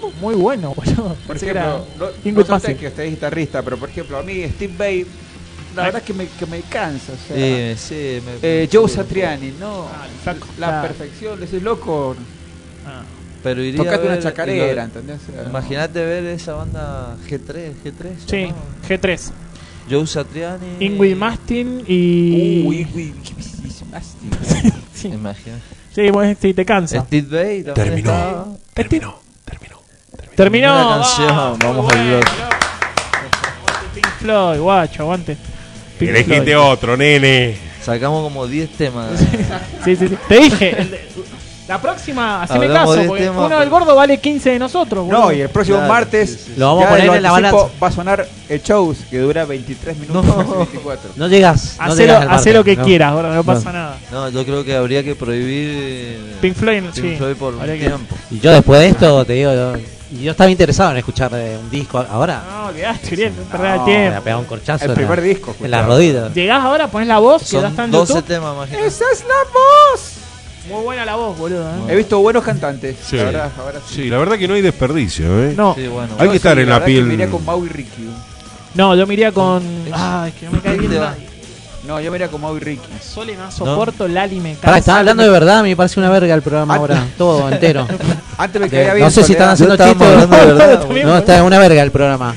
Speaker 3: tum.
Speaker 2: Muy bueno, boludo.
Speaker 3: Por
Speaker 2: Pensé
Speaker 3: ejemplo,
Speaker 2: que
Speaker 3: no,
Speaker 2: era
Speaker 3: no
Speaker 2: Ingrid
Speaker 3: sé usted
Speaker 2: Pase.
Speaker 3: que usted es guitarrista, pero por ejemplo, a mí Steve Babe, la verdad es que me, que me cansa. O sea,
Speaker 1: Eh, sí, me-
Speaker 3: eh, Joe Satriani, no.
Speaker 2: Ah, el flaco.
Speaker 3: la
Speaker 2: Claro.
Speaker 3: perfección, decís loco.
Speaker 2: Ah.
Speaker 1: Pero iría a
Speaker 3: Tocate
Speaker 1: ver-
Speaker 3: una chacarera,
Speaker 1: lo-
Speaker 3: ¿entendés? O sea,
Speaker 1: Imagínate ver esa banda G3, G3.
Speaker 2: Sí,
Speaker 1: ¿no?
Speaker 2: G3.
Speaker 1: Joe Satriani.
Speaker 2: Ingrid Mastin y.
Speaker 1: Uh,
Speaker 3: Uy, uy, qué bisnasty.
Speaker 2: Sí,
Speaker 1: Imagina-
Speaker 2: sí, bueno, sí, te cansa.
Speaker 1: Steve Bay también
Speaker 5: Terminó.
Speaker 1: estaba.
Speaker 5: Terminó, terminó.
Speaker 2: Terminó.
Speaker 1: Una canción, vamos
Speaker 2: muy
Speaker 1: al
Speaker 2: bueno,
Speaker 1: bloque.
Speaker 2: loco. Aguante Pink Floyd, guacho, aguante. Pink
Speaker 5: Elegiste
Speaker 2: Floyd.
Speaker 5: otro, nene.
Speaker 1: Sacamos como 10 temas.
Speaker 2: Sí, sí, sí. Te dije. el de- La próxima, haceme
Speaker 1: Hablamos
Speaker 2: caso,
Speaker 1: de este
Speaker 2: porque
Speaker 1: tema,
Speaker 2: uno del
Speaker 1: pero-
Speaker 2: gordo vale 15 de nosotros, boludo.
Speaker 3: No, y el próximo
Speaker 1: Claro,
Speaker 3: martes
Speaker 1: sí, sí, sí.
Speaker 4: Lo vamos a
Speaker 3: ya
Speaker 4: poner
Speaker 3: lo
Speaker 4: en la
Speaker 3: anticipo,
Speaker 4: balanza.
Speaker 3: Va a sonar el shows que dura 23 minutos,
Speaker 1: No.
Speaker 3: casi 24.
Speaker 4: No llegas, no
Speaker 2: Hacé,
Speaker 4: llegas
Speaker 2: lo, hacé
Speaker 4: al martes,
Speaker 2: lo que
Speaker 4: no.
Speaker 2: quieras, gordo, no pasa nada.
Speaker 1: No, yo creo que habría que prohibir. eh,
Speaker 2: Pink Floyd,
Speaker 1: Pink
Speaker 2: sí.
Speaker 1: Floyd por un
Speaker 2: habría que-
Speaker 1: tiempo.
Speaker 4: Y yo después de esto te digo, yo, y yo estaba interesado en escuchar eh, un disco ahora.
Speaker 2: No, olvidaste, Uriel, no perdás
Speaker 3: No,
Speaker 4: Me
Speaker 2: tiempo.
Speaker 4: Ah, ha pegado un corchazo.
Speaker 3: El
Speaker 4: en la-
Speaker 3: primer disco,
Speaker 4: En la
Speaker 3: escuchaba.
Speaker 4: rodilla.
Speaker 2: Llegás ahora, pones la voz, que ya está
Speaker 1: Son
Speaker 2: en
Speaker 1: 12
Speaker 2: YouTube.
Speaker 1: temas, imagínate.
Speaker 3: ¡Esa es la voz!
Speaker 2: Muy buena la voz, boludo. ¿eh?
Speaker 3: He visto buenos cantantes,
Speaker 5: Sí.
Speaker 3: la verdad, ahora sí.
Speaker 5: Sí, la verdad que no hay desperdicio, ¿eh?
Speaker 2: No,
Speaker 1: Sí, bueno.
Speaker 5: Hay que estar en la
Speaker 3: verdad que
Speaker 5: piel.
Speaker 3: me iría con Mau y Ricky.
Speaker 2: no, yo me iría con. Ah, es que no me cae bien
Speaker 1: Te Este va.
Speaker 2: nadie.
Speaker 3: No, yo me iría como Hoy Ricky.
Speaker 2: Sole no soporto el anime.
Speaker 4: Pará, estaba hablando de verdad, me parece una verga el programa
Speaker 3: Ah.
Speaker 4: ahora, todo entero.
Speaker 3: Antes me
Speaker 4: De-
Speaker 3: caía bien.
Speaker 4: no sé si están
Speaker 3: Soledad.
Speaker 4: haciendo
Speaker 1: Yo estaba
Speaker 4: chistes.
Speaker 1: hablando de verdad,
Speaker 2: También,
Speaker 4: No, está una verga el programa.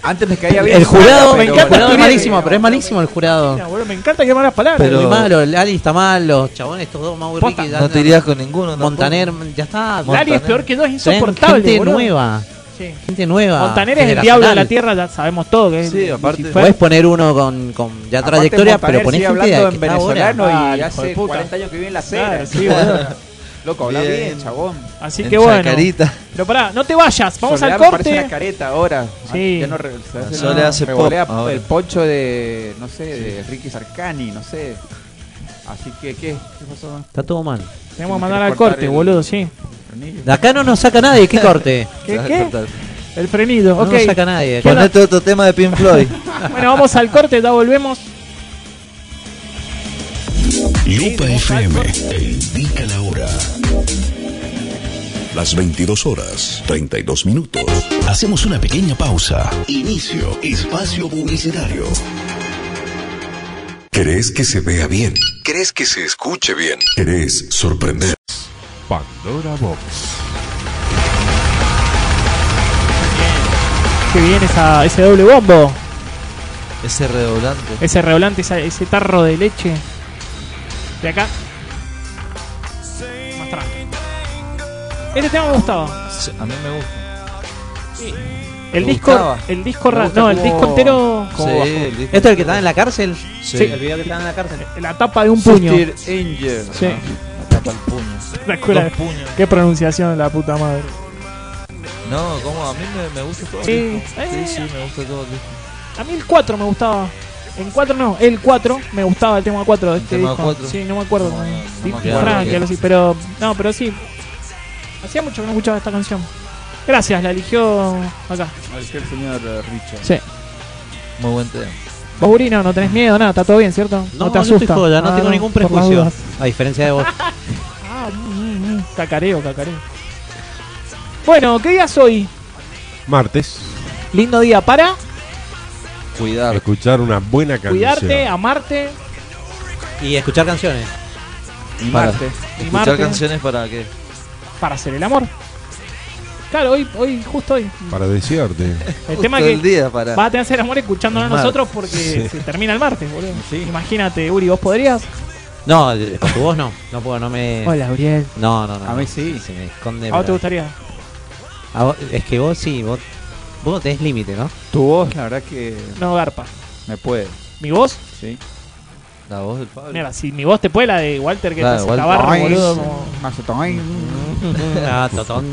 Speaker 3: Antes me caía bien.
Speaker 4: El jurado,
Speaker 3: Soledad,
Speaker 4: el
Speaker 3: pero-
Speaker 4: jurado es
Speaker 2: bien,
Speaker 4: malísimo, pero es malísimo el jurado.
Speaker 2: me encanta que malas palabras.
Speaker 1: Pero-
Speaker 4: Muy malo, el Ali está mal, los chabones, estos dos, Mau y
Speaker 2: Posta,
Speaker 4: Ricky,
Speaker 1: No te irías con ninguno. tampoco.
Speaker 4: Montaner, ya
Speaker 2: Lali
Speaker 4: está.
Speaker 2: es
Speaker 1: Montaner.
Speaker 2: peor que dos, es
Speaker 4: Traen
Speaker 2: insoportable.
Speaker 4: gente
Speaker 2: boludo.
Speaker 4: nueva,
Speaker 2: Sí.
Speaker 4: gente nueva.
Speaker 2: Montaner es el
Speaker 4: generacional.
Speaker 2: diablo de la tierra, ya sabemos todo. Que es-
Speaker 1: Sí, aparte-
Speaker 2: fue-
Speaker 4: Podés poner uno con, con ya
Speaker 3: Aparte,
Speaker 4: trayectoria,
Speaker 3: Montaner
Speaker 4: pero ponés
Speaker 3: sigue
Speaker 4: gente de
Speaker 3: hablando
Speaker 4: que
Speaker 3: en
Speaker 4: está ahora.
Speaker 3: venezolano
Speaker 2: Ah, hijo
Speaker 3: y
Speaker 2: de
Speaker 3: hace
Speaker 2: puta.
Speaker 3: 40 años que vive en la
Speaker 2: Claro,
Speaker 3: cera.
Speaker 2: sí, boludo.
Speaker 3: Loco, habla bien,
Speaker 1: Bien.
Speaker 3: chabón.
Speaker 2: Así
Speaker 1: En
Speaker 2: que bueno.
Speaker 1: Chacarita.
Speaker 2: Pero pará, no te vayas, vamos
Speaker 3: Soledad
Speaker 2: al
Speaker 3: me parece una
Speaker 2: corte.
Speaker 3: careta ahora.
Speaker 2: Sí.
Speaker 3: Ya no re- se hace
Speaker 1: Soledad
Speaker 3: la-
Speaker 1: hace
Speaker 3: revolea
Speaker 1: pop ahora.
Speaker 3: el poncho de, no sé, de Ricky Sarcani, no sé. Así que, ¿qué? ¿Qué pasó?
Speaker 4: Está todo mal.
Speaker 2: Tenemos que mandar al corte,
Speaker 3: el-
Speaker 2: boludo, sí.
Speaker 3: Fernillo.
Speaker 4: De acá no nos saca nadie, ¿qué corte?
Speaker 2: ¿Qué?
Speaker 1: Vas a
Speaker 2: qué?
Speaker 1: cortar.
Speaker 2: El frenillo,
Speaker 4: No
Speaker 2: ok.
Speaker 4: nos saca nadie.
Speaker 2: ¿Qué onda?
Speaker 1: Ponete otro tema de Pink Floyd.
Speaker 2: Bueno, vamos al corte, ya volvemos.
Speaker 6: Lupa FM te indica la hora. Las 22 horas, 32 minutos. Hacemos una pequeña pausa. Inicio, espacio publicitario. ¿Crees que se vea bien? ¿Crees que se escuche bien? ¿Querés sorprender?
Speaker 5: Pandora Box.
Speaker 2: Que viene esa, ese doble bombo,
Speaker 1: Ese redoblante.
Speaker 2: ese redoblante, esa- ese tarro de leche. De acá. Más tranqui. Este tema me gustaba.
Speaker 1: Sí, A mí me gusta.
Speaker 2: El
Speaker 1: Me
Speaker 2: disco,
Speaker 1: gustaba.
Speaker 2: el disco,
Speaker 3: Me
Speaker 2: ra-
Speaker 3: gusta
Speaker 2: no, el
Speaker 3: cómo-
Speaker 2: disco entero,
Speaker 1: Sí,
Speaker 3: ¿Cómo bajó?
Speaker 1: el disco-
Speaker 4: ¿Esto es el que está en la cárcel?
Speaker 1: Sí,
Speaker 2: Sí. Eh,
Speaker 1: el
Speaker 4: video que está en la cárcel.
Speaker 2: la tapa de un puño.
Speaker 3: Sister Angel.
Speaker 2: Sí.
Speaker 1: tapa el puño.
Speaker 2: ¿Te acuerdas?
Speaker 1: Dos puños.
Speaker 2: Qué pronunciación, la puta madre.
Speaker 1: No, como a mí me, me gusta todo. el
Speaker 2: Sí.
Speaker 1: disco.
Speaker 2: Eh.
Speaker 1: sí, sí, me gusta todo. el disco.
Speaker 2: A mí el 4 me gustaba. En 4 no, el 4 me gustaba el tema 4 de este
Speaker 1: tema
Speaker 2: disco.
Speaker 1: 4.
Speaker 2: Sí, no me acuerdo.
Speaker 1: No,
Speaker 2: también.
Speaker 1: no me
Speaker 2: Deep
Speaker 1: acuerdo.
Speaker 2: Frank,
Speaker 1: Claro.
Speaker 2: algo así, pero no, pero sí. Hacía mucho que no escuchaba esta canción. Gracias, la eligió acá.
Speaker 3: Al ser el señor eh, Richard.
Speaker 2: Sí.
Speaker 1: Muy buen tema.
Speaker 2: Vos, Burino, no tenés miedo, nada, está todo bien, ¿cierto?
Speaker 4: No,
Speaker 2: te asusta.
Speaker 4: No, estoy joda, no
Speaker 2: Ah,
Speaker 4: tengo ningún
Speaker 2: por las
Speaker 4: prejuicio.
Speaker 2: dudas.
Speaker 4: A diferencia de vos.
Speaker 2: Ah, mm, mm, mm. Cacareo, cacareo. Bueno, ¿qué día es hoy?
Speaker 5: Martes.
Speaker 2: Lindo día para
Speaker 1: Cuidar.
Speaker 5: Escuchar una buena canción.
Speaker 2: cuidarte, amarte
Speaker 4: Y escuchar canciones.
Speaker 1: Para.
Speaker 3: Marte.
Speaker 2: y
Speaker 1: Escuchar
Speaker 2: Marte.
Speaker 1: canciones para que
Speaker 2: para hacer el amor. Claro, hoy, hoy, justo hoy.
Speaker 5: Para desearte.
Speaker 2: El
Speaker 1: justo
Speaker 2: tema que
Speaker 1: el día para.
Speaker 2: vas a tener que hacer amor escuchándonos
Speaker 1: El martes.
Speaker 2: nosotros porque
Speaker 5: Sí.
Speaker 2: se termina el martes, boludo.
Speaker 3: Sí.
Speaker 2: Imagínate, Uri, vos podrías.
Speaker 4: No, de- con tu voz no. No puedo, no me.
Speaker 2: Hola, Uriel.
Speaker 4: No, no, no.
Speaker 3: A mí
Speaker 4: no.
Speaker 3: sí.
Speaker 4: Se me esconde.
Speaker 2: ¿A vos te
Speaker 4: pero-
Speaker 2: gustaría?
Speaker 4: a vos- es que vos sí, vos, vos no tenés límite, ¿no?
Speaker 3: Tu voz, la verdad que
Speaker 2: No, Garpa.
Speaker 3: me puede.
Speaker 2: ¿Mi voz?
Speaker 3: Sí.
Speaker 1: La voz del Pablo.
Speaker 2: Mira, si mi voz te puede la de Walter que
Speaker 1: Claro,
Speaker 2: te hace
Speaker 1: Walter.
Speaker 2: tabarro,
Speaker 3: Ay,
Speaker 2: boludo. como-
Speaker 3: Más o menos.
Speaker 4: ah, totón.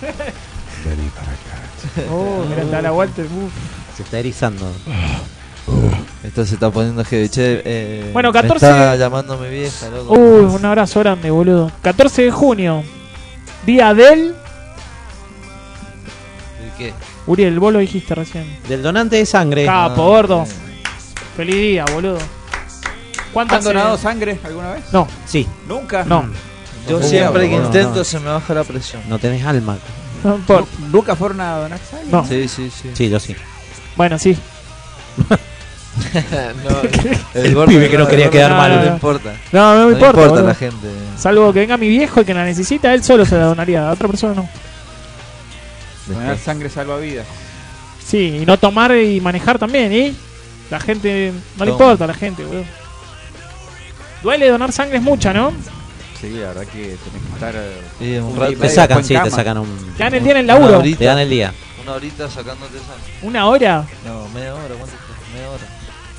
Speaker 5: Vení para acá.
Speaker 2: Oh, mira, está la Walter. uf.
Speaker 4: Se está erizando.
Speaker 1: Esto se está poniendo heavy. Che, eh,
Speaker 2: Bueno, Uh, 14.
Speaker 1: Me está llamando mi vieja, loco.
Speaker 2: Uy, un abrazo grande, boludo. 14 de junio. Día del.
Speaker 1: ¿De qué?
Speaker 2: Uriel, vos lo dijiste recién.
Speaker 4: Del donante de sangre.
Speaker 2: Capo,
Speaker 1: Ah,
Speaker 2: gordo.
Speaker 1: eh.
Speaker 2: Feliz día, boludo.
Speaker 3: ¿Han
Speaker 2: ¿Cuántas
Speaker 3: donado sangre alguna vez?
Speaker 2: No,
Speaker 4: Sí,
Speaker 3: Nunca.
Speaker 2: no.
Speaker 1: Yo
Speaker 4: Uh,
Speaker 1: siempre que
Speaker 4: no, no,
Speaker 1: intento
Speaker 4: no.
Speaker 1: se me baja la presión.
Speaker 4: no tenés alma.
Speaker 2: No importa.
Speaker 3: Nunca fueron a donar sangre.
Speaker 2: No.
Speaker 1: Sí, sí, sí.
Speaker 4: Sí, yo sí.
Speaker 2: Bueno, sí.
Speaker 1: No,
Speaker 4: El pibe que no
Speaker 1: el
Speaker 4: quería
Speaker 1: gordo
Speaker 4: quedar
Speaker 1: no,
Speaker 2: mal.
Speaker 1: No importa.
Speaker 2: No, no
Speaker 1: No
Speaker 2: me importa.
Speaker 1: importa
Speaker 2: boludo.
Speaker 1: la gente.
Speaker 2: Salvo que venga mi viejo y que la necesita, él solo se la donaría, a otra persona no.
Speaker 3: Donar sangre salva vidas.
Speaker 2: Sí, y no tomar y manejar también, ¿y? La gente, no le
Speaker 1: Toma.
Speaker 2: importa a la gente, boludo. Duele donar sangre es mucha, ¿no?
Speaker 3: Sí, la verdad que tenés que estar. eh,
Speaker 1: Sí, un
Speaker 3: un
Speaker 1: rato.
Speaker 3: día y
Speaker 4: Te
Speaker 3: medio
Speaker 4: sacan,
Speaker 3: en
Speaker 4: sí, te
Speaker 3: cama.
Speaker 4: sacan un.
Speaker 2: Te dan el día en el
Speaker 1: Una
Speaker 2: laburo.
Speaker 1: horita,
Speaker 4: Te dan el día.
Speaker 1: Una horita sacándote sangre.
Speaker 2: Una hora.
Speaker 1: No, media hora. ¿Cuánto fue? Media hora.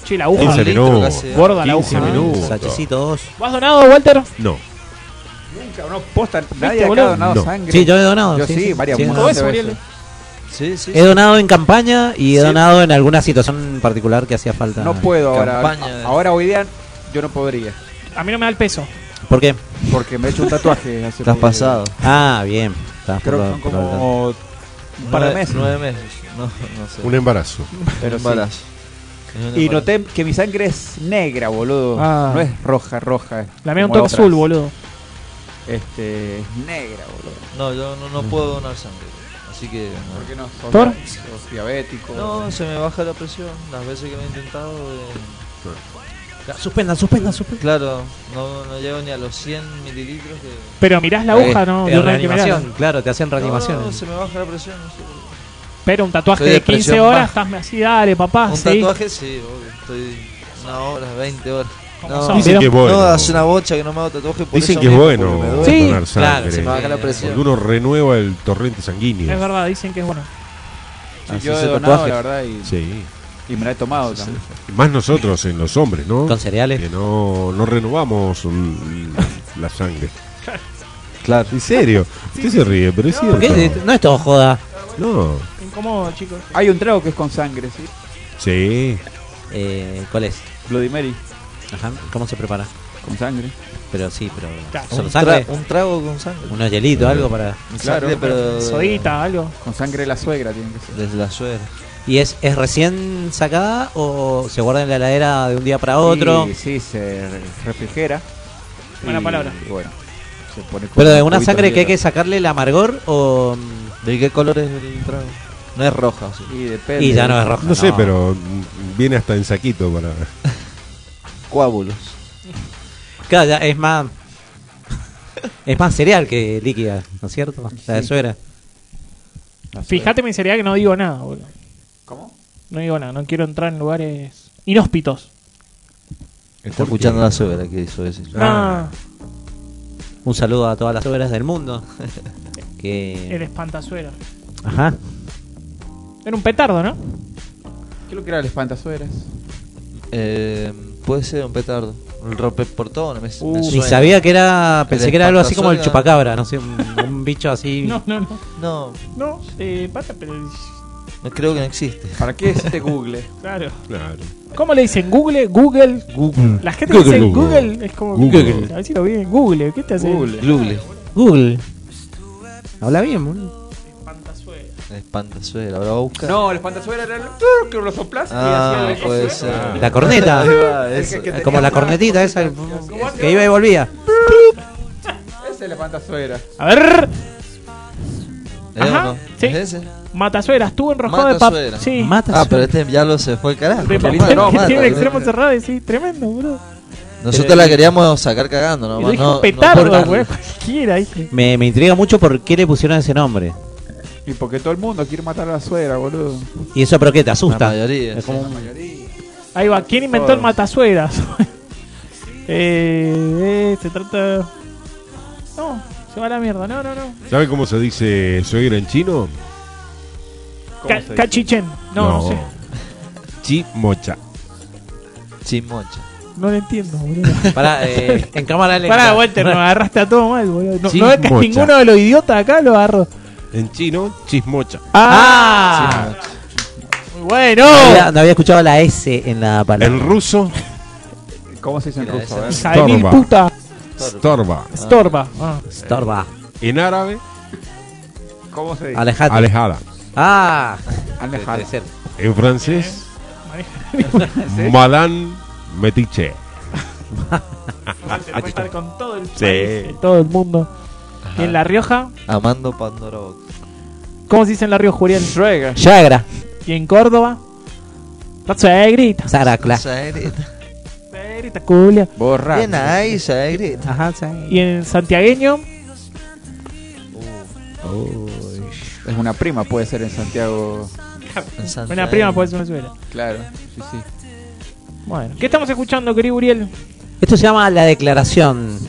Speaker 2: Che, la aguja.
Speaker 5: 15
Speaker 1: litro
Speaker 5: minutos.
Speaker 1: casi.
Speaker 2: Gorda la
Speaker 5: 15
Speaker 2: aguja.
Speaker 5: minutos.
Speaker 4: Sachecito dos.
Speaker 2: ¿Vos has donado, Walter?
Speaker 5: No.
Speaker 3: Nunca, no, posta. Nadie acá
Speaker 2: boludo?
Speaker 3: ha donado
Speaker 5: No.
Speaker 3: sangre.
Speaker 4: Sí, yo he donado.
Speaker 3: Yo sí, varias
Speaker 4: he
Speaker 3: veces.
Speaker 4: donado.
Speaker 2: eso, Uriel?
Speaker 1: Sí, sí.
Speaker 4: He donado en campaña y he
Speaker 1: Sí.
Speaker 4: donado en alguna situación particular que hacía falta.
Speaker 3: No puedo ahora.
Speaker 1: Campaña de-
Speaker 3: Ahora hoy día yo no podría.
Speaker 2: A mí no me da el peso.
Speaker 4: ¿Por qué?
Speaker 3: Porque me he hecho un tatuaje. hace
Speaker 1: Estás
Speaker 3: poco.
Speaker 1: pasado.
Speaker 4: Ah, bien. Está
Speaker 3: Creo
Speaker 4: por-
Speaker 3: que son
Speaker 4: por- por-
Speaker 3: como un par de
Speaker 1: Nueve-
Speaker 3: meses.
Speaker 1: Nueve meses. No, no sé.
Speaker 5: Un embarazo.
Speaker 3: pero
Speaker 1: Un
Speaker 3: sí.
Speaker 1: embarazo. Es un
Speaker 3: Y
Speaker 1: embarazo.
Speaker 3: noté que mi sangre es negra, boludo.
Speaker 2: Ah.
Speaker 3: No es roja, roja.
Speaker 2: La mía es un
Speaker 3: como
Speaker 2: toque
Speaker 3: otras.
Speaker 2: azul, boludo.
Speaker 3: Este, es negra, boludo.
Speaker 1: No, yo no, no puedo donar sangre. O Así que. no.
Speaker 3: ¿Por qué no? ¿Sos,
Speaker 2: ¿Por?
Speaker 3: sos diabético?
Speaker 1: No, se me baja la presión. Las veces que me he intentado. eh,
Speaker 4: Suspendan, suspendan, suspendan.
Speaker 1: claro, no, no llego ni a los 100 mililitros. Que...
Speaker 2: Pero mirás la aguja, ¿no? De
Speaker 4: Eh,
Speaker 2: una vez que mirás.
Speaker 4: reanimación, claro, te hacen reanimación.
Speaker 1: No, no, se me baja la presión. no sé por qué.
Speaker 2: Pero un tatuaje
Speaker 1: Soy
Speaker 2: de
Speaker 1: de
Speaker 2: 15
Speaker 1: presión
Speaker 2: horas,
Speaker 1: baja.
Speaker 2: estás así, dale, papá.
Speaker 1: Un
Speaker 2: sí.
Speaker 1: tatuaje, sí, obvio. Estoy una hora, 20 horas.
Speaker 2: Como
Speaker 1: No,
Speaker 2: zombie,
Speaker 5: Dicen que es bueno.
Speaker 1: no, hace una bocha que no me hago tatuaje. Por
Speaker 5: Dicen
Speaker 1: eso
Speaker 5: que es
Speaker 1: mismo,
Speaker 5: bueno
Speaker 1: porque me duele.
Speaker 2: Sí,
Speaker 5: donar
Speaker 4: claro,
Speaker 5: sangre.
Speaker 1: Se me baja la presión.
Speaker 5: porque uno renueva el torrente sanguíneo.
Speaker 2: Es verdad, dicen que es bueno.
Speaker 4: Ah,
Speaker 3: Sí,
Speaker 1: Haces
Speaker 3: yo he
Speaker 1: ese
Speaker 3: donado,
Speaker 1: tatuaje.
Speaker 3: la verdad, y,
Speaker 5: Sí.
Speaker 3: y me la he tomado también.
Speaker 5: Más nosotros en los hombres, ¿no?
Speaker 4: Con cereales.
Speaker 5: Que no, no renovamos mm, la sangre.
Speaker 1: Claro.
Speaker 5: En serio. Usted se ríe, pero es
Speaker 4: ¿Por qué?
Speaker 5: cierto.
Speaker 4: No es todo joda.
Speaker 5: No.
Speaker 2: Incómodo, chicos.
Speaker 3: Hay un trago que es con sangre, ¿sí?
Speaker 5: Sí.
Speaker 4: Eh, ¿Cuál es?
Speaker 3: Bloody Mary,
Speaker 4: Ajá. ¿Cómo se prepara?
Speaker 3: con sangre.
Speaker 4: Pero sí, pero.
Speaker 2: Claro.
Speaker 1: Un,
Speaker 4: ¿Solo sangre?
Speaker 1: tra- un trago con sangre.
Speaker 4: Unos hielitos, algo para.
Speaker 3: Claro,
Speaker 1: Sangre, pero.
Speaker 2: Sodita, algo.
Speaker 3: Con sangre de la suegra tiene que ser.
Speaker 1: Desde la suegra.
Speaker 4: ¿Y es, es recién sacada o se guarda en la heladera de un día para otro?
Speaker 3: Y sí, se re- refrigera.
Speaker 2: Buena
Speaker 3: Y,
Speaker 2: palabra.
Speaker 3: Bueno, se pone con
Speaker 4: Pero de
Speaker 3: un
Speaker 4: una
Speaker 3: cubito
Speaker 4: sangre que hay que
Speaker 3: hielo.
Speaker 4: sacarle el amargor o. mm,
Speaker 1: ¿De qué color es el trago? No es roja. sí.
Speaker 3: Y depende.
Speaker 4: Y ya no es roja.
Speaker 5: No sé, pero mm, viene hasta en saquito para.
Speaker 1: Coágulos.
Speaker 4: Claro, ya es más. Es más cereal que líquida, ¿no es cierto? La de suegra.
Speaker 2: Fíjate mi seriedad que no digo nada, boludo.
Speaker 3: ¿Cómo?
Speaker 2: No digo nada, no quiero entrar en lugares inhóspitos.
Speaker 1: Está escuchando la suegra que hizo eso.
Speaker 2: Ah,
Speaker 4: Un saludo a todas las suegras del mundo.
Speaker 2: el
Speaker 4: que.
Speaker 2: espantazuero.
Speaker 4: Ajá.
Speaker 2: Era un petardo, ¿no?
Speaker 3: Creo que era el espantasuegras.
Speaker 1: Eh, puede ser un petardo. Un rompeportón. Me, me
Speaker 2: Uh,
Speaker 4: Ni
Speaker 1: suena.
Speaker 4: sabía que era. Pensé
Speaker 1: El
Speaker 4: que era algo así como el
Speaker 1: espantazoides.
Speaker 4: chupacabra, no sé, un, un bicho así.
Speaker 2: No, no, no.
Speaker 1: No,
Speaker 2: No, eh, pata, pero.
Speaker 1: no creo que no existe.
Speaker 3: ¿Para qué este Google?
Speaker 2: Claro.
Speaker 5: Claro.
Speaker 2: ¿Cómo le dicen? Google, Google.
Speaker 5: Google.
Speaker 2: La gente dice Google, es como.
Speaker 5: Google.
Speaker 2: A ver si lo vi. Google, ¿qué te hace?
Speaker 3: Google.
Speaker 1: Lugle.
Speaker 4: Google. Habla bien, boludo.
Speaker 2: Espantazuero.
Speaker 1: Espanta suegra. Ahora voy a buscar.
Speaker 3: No, el espantazuegra era el que lo soplas
Speaker 1: Ah,
Speaker 3: y hacía
Speaker 1: puede
Speaker 3: eso.
Speaker 1: ser.
Speaker 4: La corneta.
Speaker 1: Ah, eso.
Speaker 3: que-
Speaker 4: Como la cornetita esa que iba y volvía.
Speaker 3: Ese es el espantazuegra.
Speaker 2: A ver.
Speaker 1: ¿Eh o
Speaker 2: Ajá,
Speaker 1: no?
Speaker 2: sí.
Speaker 1: ¿Es ese?
Speaker 2: Matasuegra, estuvo enrojado de papel.
Speaker 1: Matasuegra.
Speaker 2: Sí.
Speaker 4: Mata
Speaker 1: Ah,
Speaker 4: su-
Speaker 1: pero este ya lo se fue el carajo.
Speaker 2: de papel
Speaker 1: Bueno,
Speaker 2: que
Speaker 1: no, mata,
Speaker 2: tiene
Speaker 1: eh.
Speaker 2: extremo cerrado y sí, tremendo, boludo.
Speaker 1: Nosotros la queríamos sacar cagando,
Speaker 2: Y
Speaker 1: ¿no?
Speaker 2: yo dije
Speaker 1: no,
Speaker 2: petardo,
Speaker 1: no por-
Speaker 2: güey. Cualquiera, dije.
Speaker 4: Me, me intriga mucho por qué le pusieron ese nombre.
Speaker 3: Y porque todo el mundo quiere matar a la suegra, boludo.
Speaker 4: Y eso, pero qué te asusta.
Speaker 1: La mayoría,
Speaker 4: Es como
Speaker 1: sí.
Speaker 4: un- Oh.
Speaker 2: Ahí va, ¿quién inventó el matasuegra? eh, eh, se trata. No, se va a la mierda, no, no, no.
Speaker 5: ¿Sabe cómo se dice suegra en chino?
Speaker 2: Ca- Cachichen. No, no, sé.
Speaker 5: Chimocha.
Speaker 1: Chimocha.
Speaker 2: No lo entiendo, boludo.
Speaker 4: Pará, eh, en cámara lenta.
Speaker 2: Pará, Walter, nos agarraste a todo mal, boludo. No,
Speaker 5: Sí,
Speaker 2: no ves que
Speaker 5: mocha.
Speaker 2: ninguno de los idiotas acá lo agarro.
Speaker 5: En chino, chismocha.
Speaker 2: ¡Ah! Muy bueno.
Speaker 4: No había, no había escuchado la S en la
Speaker 5: En
Speaker 4: palabra.
Speaker 5: ruso,
Speaker 3: ¿Cómo se dice en
Speaker 1: Mira,
Speaker 3: ruso?
Speaker 1: ese-
Speaker 3: A ver.
Speaker 2: Hija de mil
Speaker 5: Torba.
Speaker 2: puta.
Speaker 5: storba.
Speaker 2: Estorba. Ah.
Speaker 4: Estorba.
Speaker 5: En árabe,
Speaker 3: ¿Cómo se dice?
Speaker 4: Alejandro.
Speaker 5: alejada.
Speaker 4: ah,
Speaker 3: Alejandro.
Speaker 4: debe ser.
Speaker 5: En francés,
Speaker 4: ¿Eh?
Speaker 5: madame metiche.
Speaker 2: Walter puede estar con todo el
Speaker 5: Sí.
Speaker 2: país, eh, todo el mundo. Y en La Rioja,
Speaker 1: Amando Pandora Box.
Speaker 2: ¿cómo se dice en La Rioja, Julián?
Speaker 3: Suegra.
Speaker 4: Yagra.
Speaker 2: Y en Córdoba, la suegrita.
Speaker 4: Saracla.
Speaker 1: Saegrita.
Speaker 2: Suegrita, culia.
Speaker 3: Borracho.
Speaker 1: Bien ahí, Saegrita.
Speaker 4: Ajá,
Speaker 2: Y en Santiagueño,
Speaker 3: Es una prima, puede ser en Santiago.
Speaker 1: En Santa
Speaker 2: una prima pues,
Speaker 1: Ana.
Speaker 2: puede ser una suegra.
Speaker 3: Claro, sí, sí.
Speaker 2: Bueno, ¿qué estamos escuchando, querido Uriel?
Speaker 4: Esto se llama La Declaración.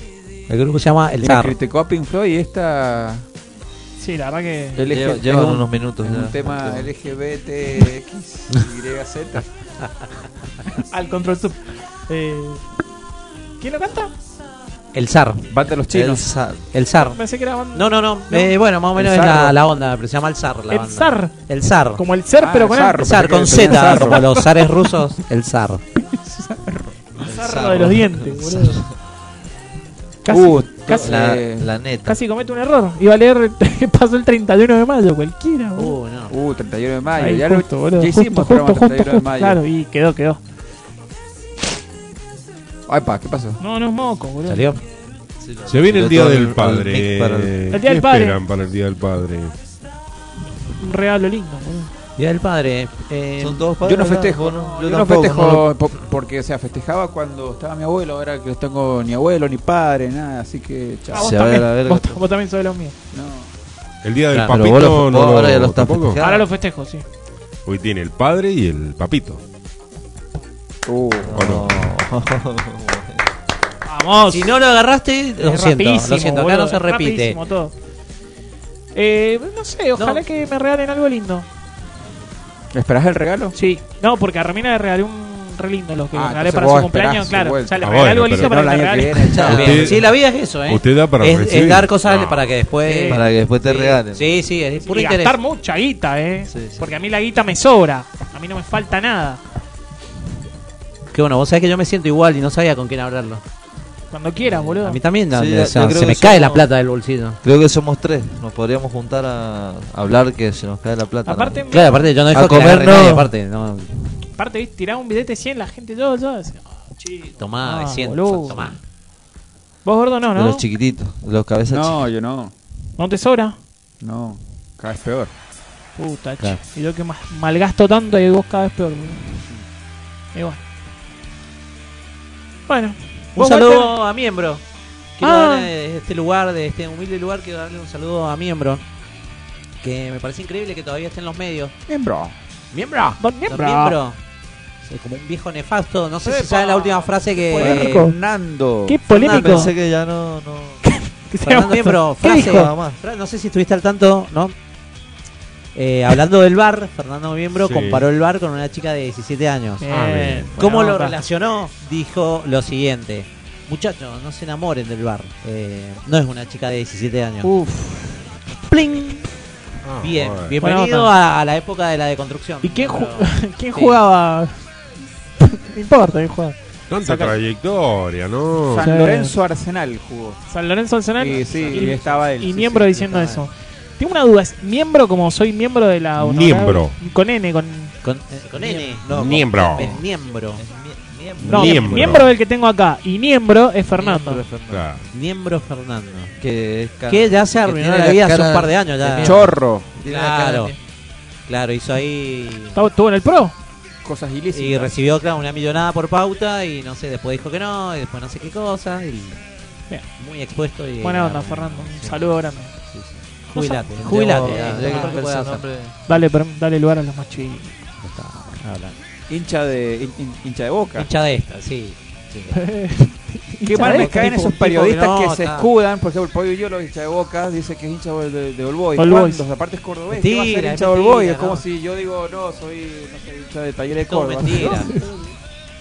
Speaker 4: El grupo se llama El
Speaker 3: Quien
Speaker 4: Zar.
Speaker 3: criticó a Pink Floyd y esta.
Speaker 2: Sí, la verdad que.
Speaker 3: LG
Speaker 1: Lleva-
Speaker 3: es
Speaker 1: llevan
Speaker 3: un-
Speaker 1: unos minutos
Speaker 3: Es
Speaker 1: ya.
Speaker 3: un tema LGBTXYZ.
Speaker 2: Al control sub. Eh, ¿Quién lo canta?
Speaker 4: El Zar.
Speaker 3: Van de los
Speaker 1: El
Speaker 3: chinos.
Speaker 1: Sar.
Speaker 4: El Zar.
Speaker 2: Pensé que era banda-
Speaker 4: No, no, no. Eh, bueno, más o menos
Speaker 3: El
Speaker 4: es la,
Speaker 3: Zarro.
Speaker 4: la onda, pero se llama El Zar. La
Speaker 2: El
Speaker 4: banda.
Speaker 2: Zar.
Speaker 4: El Zar.
Speaker 2: Como el ser,
Speaker 3: Ah,
Speaker 2: pero con
Speaker 3: el
Speaker 2: el
Speaker 3: zarro.
Speaker 4: El Zar con
Speaker 3: Pensé que tenía
Speaker 4: Z,
Speaker 3: zarro.
Speaker 4: como los zares rusos. El Zar.
Speaker 2: zarro de los dientes, boludo. Casi,
Speaker 3: Uh,
Speaker 2: casi,
Speaker 1: La,
Speaker 3: Eh,
Speaker 1: la neta.
Speaker 2: casi comete un error. Iba a leer, pasó el 31 de mayo, cualquiera. boludo.
Speaker 4: Uh, no.
Speaker 3: Uh, 31 de mayo.
Speaker 2: Ahí,
Speaker 3: ya lo-
Speaker 2: justo, boludo,
Speaker 3: ya
Speaker 2: justo,
Speaker 3: hicimos
Speaker 2: justo,
Speaker 3: programa
Speaker 2: justo,
Speaker 3: 31 de
Speaker 2: justo,
Speaker 3: mayo.
Speaker 2: Claro, y quedó, quedó.
Speaker 3: Ay, pa, ¿qué pasó?
Speaker 2: No, no es moco, boludo.
Speaker 4: Salió.
Speaker 5: Se viene el
Speaker 1: Yo
Speaker 5: Día
Speaker 1: todo
Speaker 5: del
Speaker 1: el-
Speaker 5: Padre.
Speaker 1: el mic para el-
Speaker 2: El Día del
Speaker 5: ¿Qué
Speaker 2: Padre.
Speaker 5: esperan para el Día del Padre?
Speaker 2: un regalo lindo, boludo.
Speaker 4: Día del padre. eh,
Speaker 1: Son todos
Speaker 3: Yo
Speaker 1: padres,
Speaker 3: no
Speaker 1: ¿verdad?
Speaker 3: festejo,
Speaker 1: Vos
Speaker 3: ¿no?
Speaker 1: Yo,
Speaker 3: Yo, no
Speaker 1: tampoco,
Speaker 3: festejo
Speaker 1: no.
Speaker 3: po- porque, o sea, festejaba cuando estaba mi abuelo, ahora que no tengo ni abuelo, ni padre, nada, así que
Speaker 2: Ah,
Speaker 3: chao.
Speaker 2: vos,
Speaker 1: Se va a
Speaker 2: también,
Speaker 1: la verga.
Speaker 2: vos, ta- vos también sos de los míos.
Speaker 3: No.
Speaker 5: El día del
Speaker 4: Claro,
Speaker 1: pero
Speaker 5: papito
Speaker 1: vos lo-
Speaker 5: no
Speaker 1: vos
Speaker 5: lo-
Speaker 1: ahora ya lo estás
Speaker 5: tampoco.
Speaker 1: festejando. Claro.
Speaker 2: Ahora lo festejo, sí.
Speaker 5: Hoy tiene el padre y el papito. ¿O
Speaker 3: Uh,
Speaker 5: no?
Speaker 2: Vamos.
Speaker 4: Si no lo agarraste,
Speaker 2: Es
Speaker 4: lo siento, lo
Speaker 2: rapidísimo,
Speaker 4: siento, acá
Speaker 2: boludo,
Speaker 4: no se
Speaker 2: es
Speaker 4: repite.
Speaker 2: rapidísimo todo. Eh, no sé, ojalá
Speaker 4: No.
Speaker 2: que me regalen algo lindo.
Speaker 3: ¿Esperás el regalo?
Speaker 2: Sí. No no, porque a Romina le regalé un re lindo lo que
Speaker 3: Ah,
Speaker 2: le regalé
Speaker 3: entonces
Speaker 2: para
Speaker 3: vos
Speaker 2: su
Speaker 3: esperás,
Speaker 2: cumpleaños, claro.
Speaker 3: bueno.
Speaker 2: O sea, le
Speaker 5: Ah,
Speaker 2: regalé algo
Speaker 5: bueno,
Speaker 2: listo
Speaker 5: pero
Speaker 2: para
Speaker 3: no,
Speaker 2: que
Speaker 3: el
Speaker 2: me
Speaker 3: año que
Speaker 2: regalen.
Speaker 3: viene, chao.
Speaker 4: Está bien.
Speaker 5: Usted-
Speaker 4: Sí, la vida es eso, ¿eh?
Speaker 5: usted da para
Speaker 4: es,
Speaker 5: recibir.
Speaker 4: es dar cosas
Speaker 2: Ah.
Speaker 5: No.
Speaker 4: para que después.
Speaker 1: Para que después te
Speaker 4: Sí.
Speaker 1: regalen.
Speaker 4: Sí, sí, es puro
Speaker 2: y
Speaker 4: interés.
Speaker 2: gastar mucha guita, eh.
Speaker 1: Sí, sí.
Speaker 2: Porque a mí la guita me sobra. A mí no me falta nada.
Speaker 4: Que bueno, vos sabés que yo me siento igual y no sabía con quién hablarlo.
Speaker 2: Cuando quieras, boludo.
Speaker 4: A mí también
Speaker 1: Sí,
Speaker 4: donde,
Speaker 1: yo-
Speaker 4: o sea,
Speaker 1: yo creo que
Speaker 4: se me cae
Speaker 1: somos-
Speaker 4: la plata del bolsillo.
Speaker 1: Creo que somos tres. Nos podríamos juntar a hablar que se nos cae la plata. ¿no?
Speaker 2: Aparte,
Speaker 4: Claro, aparte yo no dejo
Speaker 1: A
Speaker 4: que la
Speaker 1: comer
Speaker 4: agarre
Speaker 1: no.
Speaker 4: nadie, aparte, no.
Speaker 2: aparte ¿viste? tiraba un billete 100 la gente todo, todo. decía, "Ah, chi". Ah,
Speaker 4: Tomá, de 100,
Speaker 2: boludo.
Speaker 4: tomá.
Speaker 2: Vos gordo no,
Speaker 1: de
Speaker 2: ¿no?
Speaker 1: los chiquititos, de los cabezas chicas.
Speaker 3: No, yo no.
Speaker 2: ¿No te sobra?
Speaker 3: No. Cada vez peor.
Speaker 2: Puta, che.
Speaker 4: Claro.
Speaker 2: Y yo que más malgasto tanto y vos cada vez peor. boludo. Y bueno. Bueno.
Speaker 4: Un
Speaker 2: ¿Vos,
Speaker 4: saludo
Speaker 2: Walter?
Speaker 4: a Miembro. Quiero
Speaker 2: Ah.
Speaker 4: darle de este lugar, de este humilde lugar, quiero darle un saludo a Miembro. Que me parece increíble que todavía esté en los medios.
Speaker 3: Miembro.
Speaker 4: ¡Miembro!
Speaker 2: Don
Speaker 4: Don
Speaker 2: Niembro.
Speaker 4: Miembro. Sí, como un viejo nefasto. No sé si
Speaker 2: Epa.
Speaker 4: sabe la última frase
Speaker 2: Polémico.
Speaker 4: que.
Speaker 3: Fernando.
Speaker 2: Qué
Speaker 1: Ah,
Speaker 2: polémico.
Speaker 1: pensé que ya no. no...
Speaker 2: Que sea
Speaker 4: Fernando
Speaker 2: Walter.
Speaker 4: Miembro,
Speaker 2: ¿Qué
Speaker 4: frase.
Speaker 2: dijo?
Speaker 1: Nada más.
Speaker 4: Fra- No sé si estuviste al tanto, ¿no? Eh, hablando del bar, Fernando Miembro
Speaker 5: Sí.
Speaker 4: comparó el bar con una chica de 17 años.
Speaker 2: Bien,
Speaker 5: Ah, bien.
Speaker 2: buena
Speaker 4: Eh, ¿Cómo lo
Speaker 2: onda.
Speaker 4: relacionó? Dijo lo siguiente. Muchachos, no se enamoren del bar. Eh, no es una chica de 17 años.
Speaker 2: Uf.
Speaker 4: Pling.
Speaker 5: Ah,
Speaker 4: Bien,
Speaker 5: bueno.
Speaker 4: bienvenido a, a la época de la deconstrucción.
Speaker 2: ¿Y quién, ju-
Speaker 4: Pero-
Speaker 2: ¿quién
Speaker 4: Sí.
Speaker 2: jugaba? no importa quién jugaba.
Speaker 5: Tanta
Speaker 2: Saca-
Speaker 5: trayectoria, ¿no?
Speaker 2: Sí.
Speaker 3: San Lorenzo Arsenal jugó.
Speaker 2: San Lorenzo Arsenal.
Speaker 3: Y sí,
Speaker 2: y,
Speaker 3: y estaba él.
Speaker 2: y
Speaker 3: sí,
Speaker 2: miembro
Speaker 3: sí.
Speaker 2: diciendo
Speaker 4: estaba
Speaker 2: eso. Tengo una duda. ¿Es miembro como soy miembro de la honorable-
Speaker 5: Miembro.
Speaker 2: Con N, con.
Speaker 4: Con, eh, con N. No, con-
Speaker 5: Miembro.
Speaker 4: con miembro.
Speaker 2: No,
Speaker 5: Miembro.
Speaker 2: miembro es el que tengo acá. Y miembro es Fernando.
Speaker 1: Pero Fernando,
Speaker 5: Claro.
Speaker 4: Miembro Fernando.
Speaker 1: Que es cara-
Speaker 4: Que ya se arruinó
Speaker 1: tiene
Speaker 4: la,
Speaker 1: la
Speaker 4: vida hace
Speaker 1: cara-
Speaker 4: un par de años. Ya.
Speaker 3: Chorro.
Speaker 1: tiene la cara
Speaker 4: Claro.
Speaker 1: de-
Speaker 4: Claro, hizo ahí.
Speaker 2: ¿Estaba- ¿Estuvo en el pro?
Speaker 3: Cosas
Speaker 4: Y
Speaker 3: ilícitas.
Speaker 4: recibió, claro, una millonada por pauta y no sé, después dijo que no, y después no sé qué cosa. Y
Speaker 2: Bien.
Speaker 4: muy expuesto. Y
Speaker 2: Buena onda,
Speaker 4: era-
Speaker 2: Fernando. Un
Speaker 4: sí.
Speaker 2: saludo grande.
Speaker 4: Jubilate,
Speaker 1: Tendríamos-
Speaker 4: jubilate.
Speaker 1: tendría
Speaker 4: eh,
Speaker 1: que
Speaker 4: lo mejor que
Speaker 1: cambiarse
Speaker 4: puedas
Speaker 1: el
Speaker 4: hacer.
Speaker 1: nombre.
Speaker 2: Dale, per- dale lugar a los más chicos.
Speaker 4: No está hablando.
Speaker 3: hincha de hin- hin- hincha de boca.
Speaker 4: Hincha de esta, sí.
Speaker 3: Qué mal
Speaker 4: de
Speaker 3: les
Speaker 4: Boca,
Speaker 3: caen
Speaker 4: tipo, tipo
Speaker 3: esos
Speaker 4: que
Speaker 3: periodistas
Speaker 4: no,
Speaker 3: que se
Speaker 4: está.
Speaker 3: escudan. Por ejemplo, Pollo y yo, los hincha de boca, dice que es hincha de, de, de All Boys.
Speaker 2: All
Speaker 3: ¿Cuándo?
Speaker 2: Boys.
Speaker 3: Aparte es cordobés. ¿qué va a ser
Speaker 4: Mentira,
Speaker 3: hincha
Speaker 4: es
Speaker 3: de All
Speaker 4: mentira,
Speaker 3: Boys? Es como
Speaker 4: no.
Speaker 3: si yo digo, no, soy no sé, hincha de Taller de
Speaker 4: Todo
Speaker 3: Córdoba.
Speaker 4: mentira.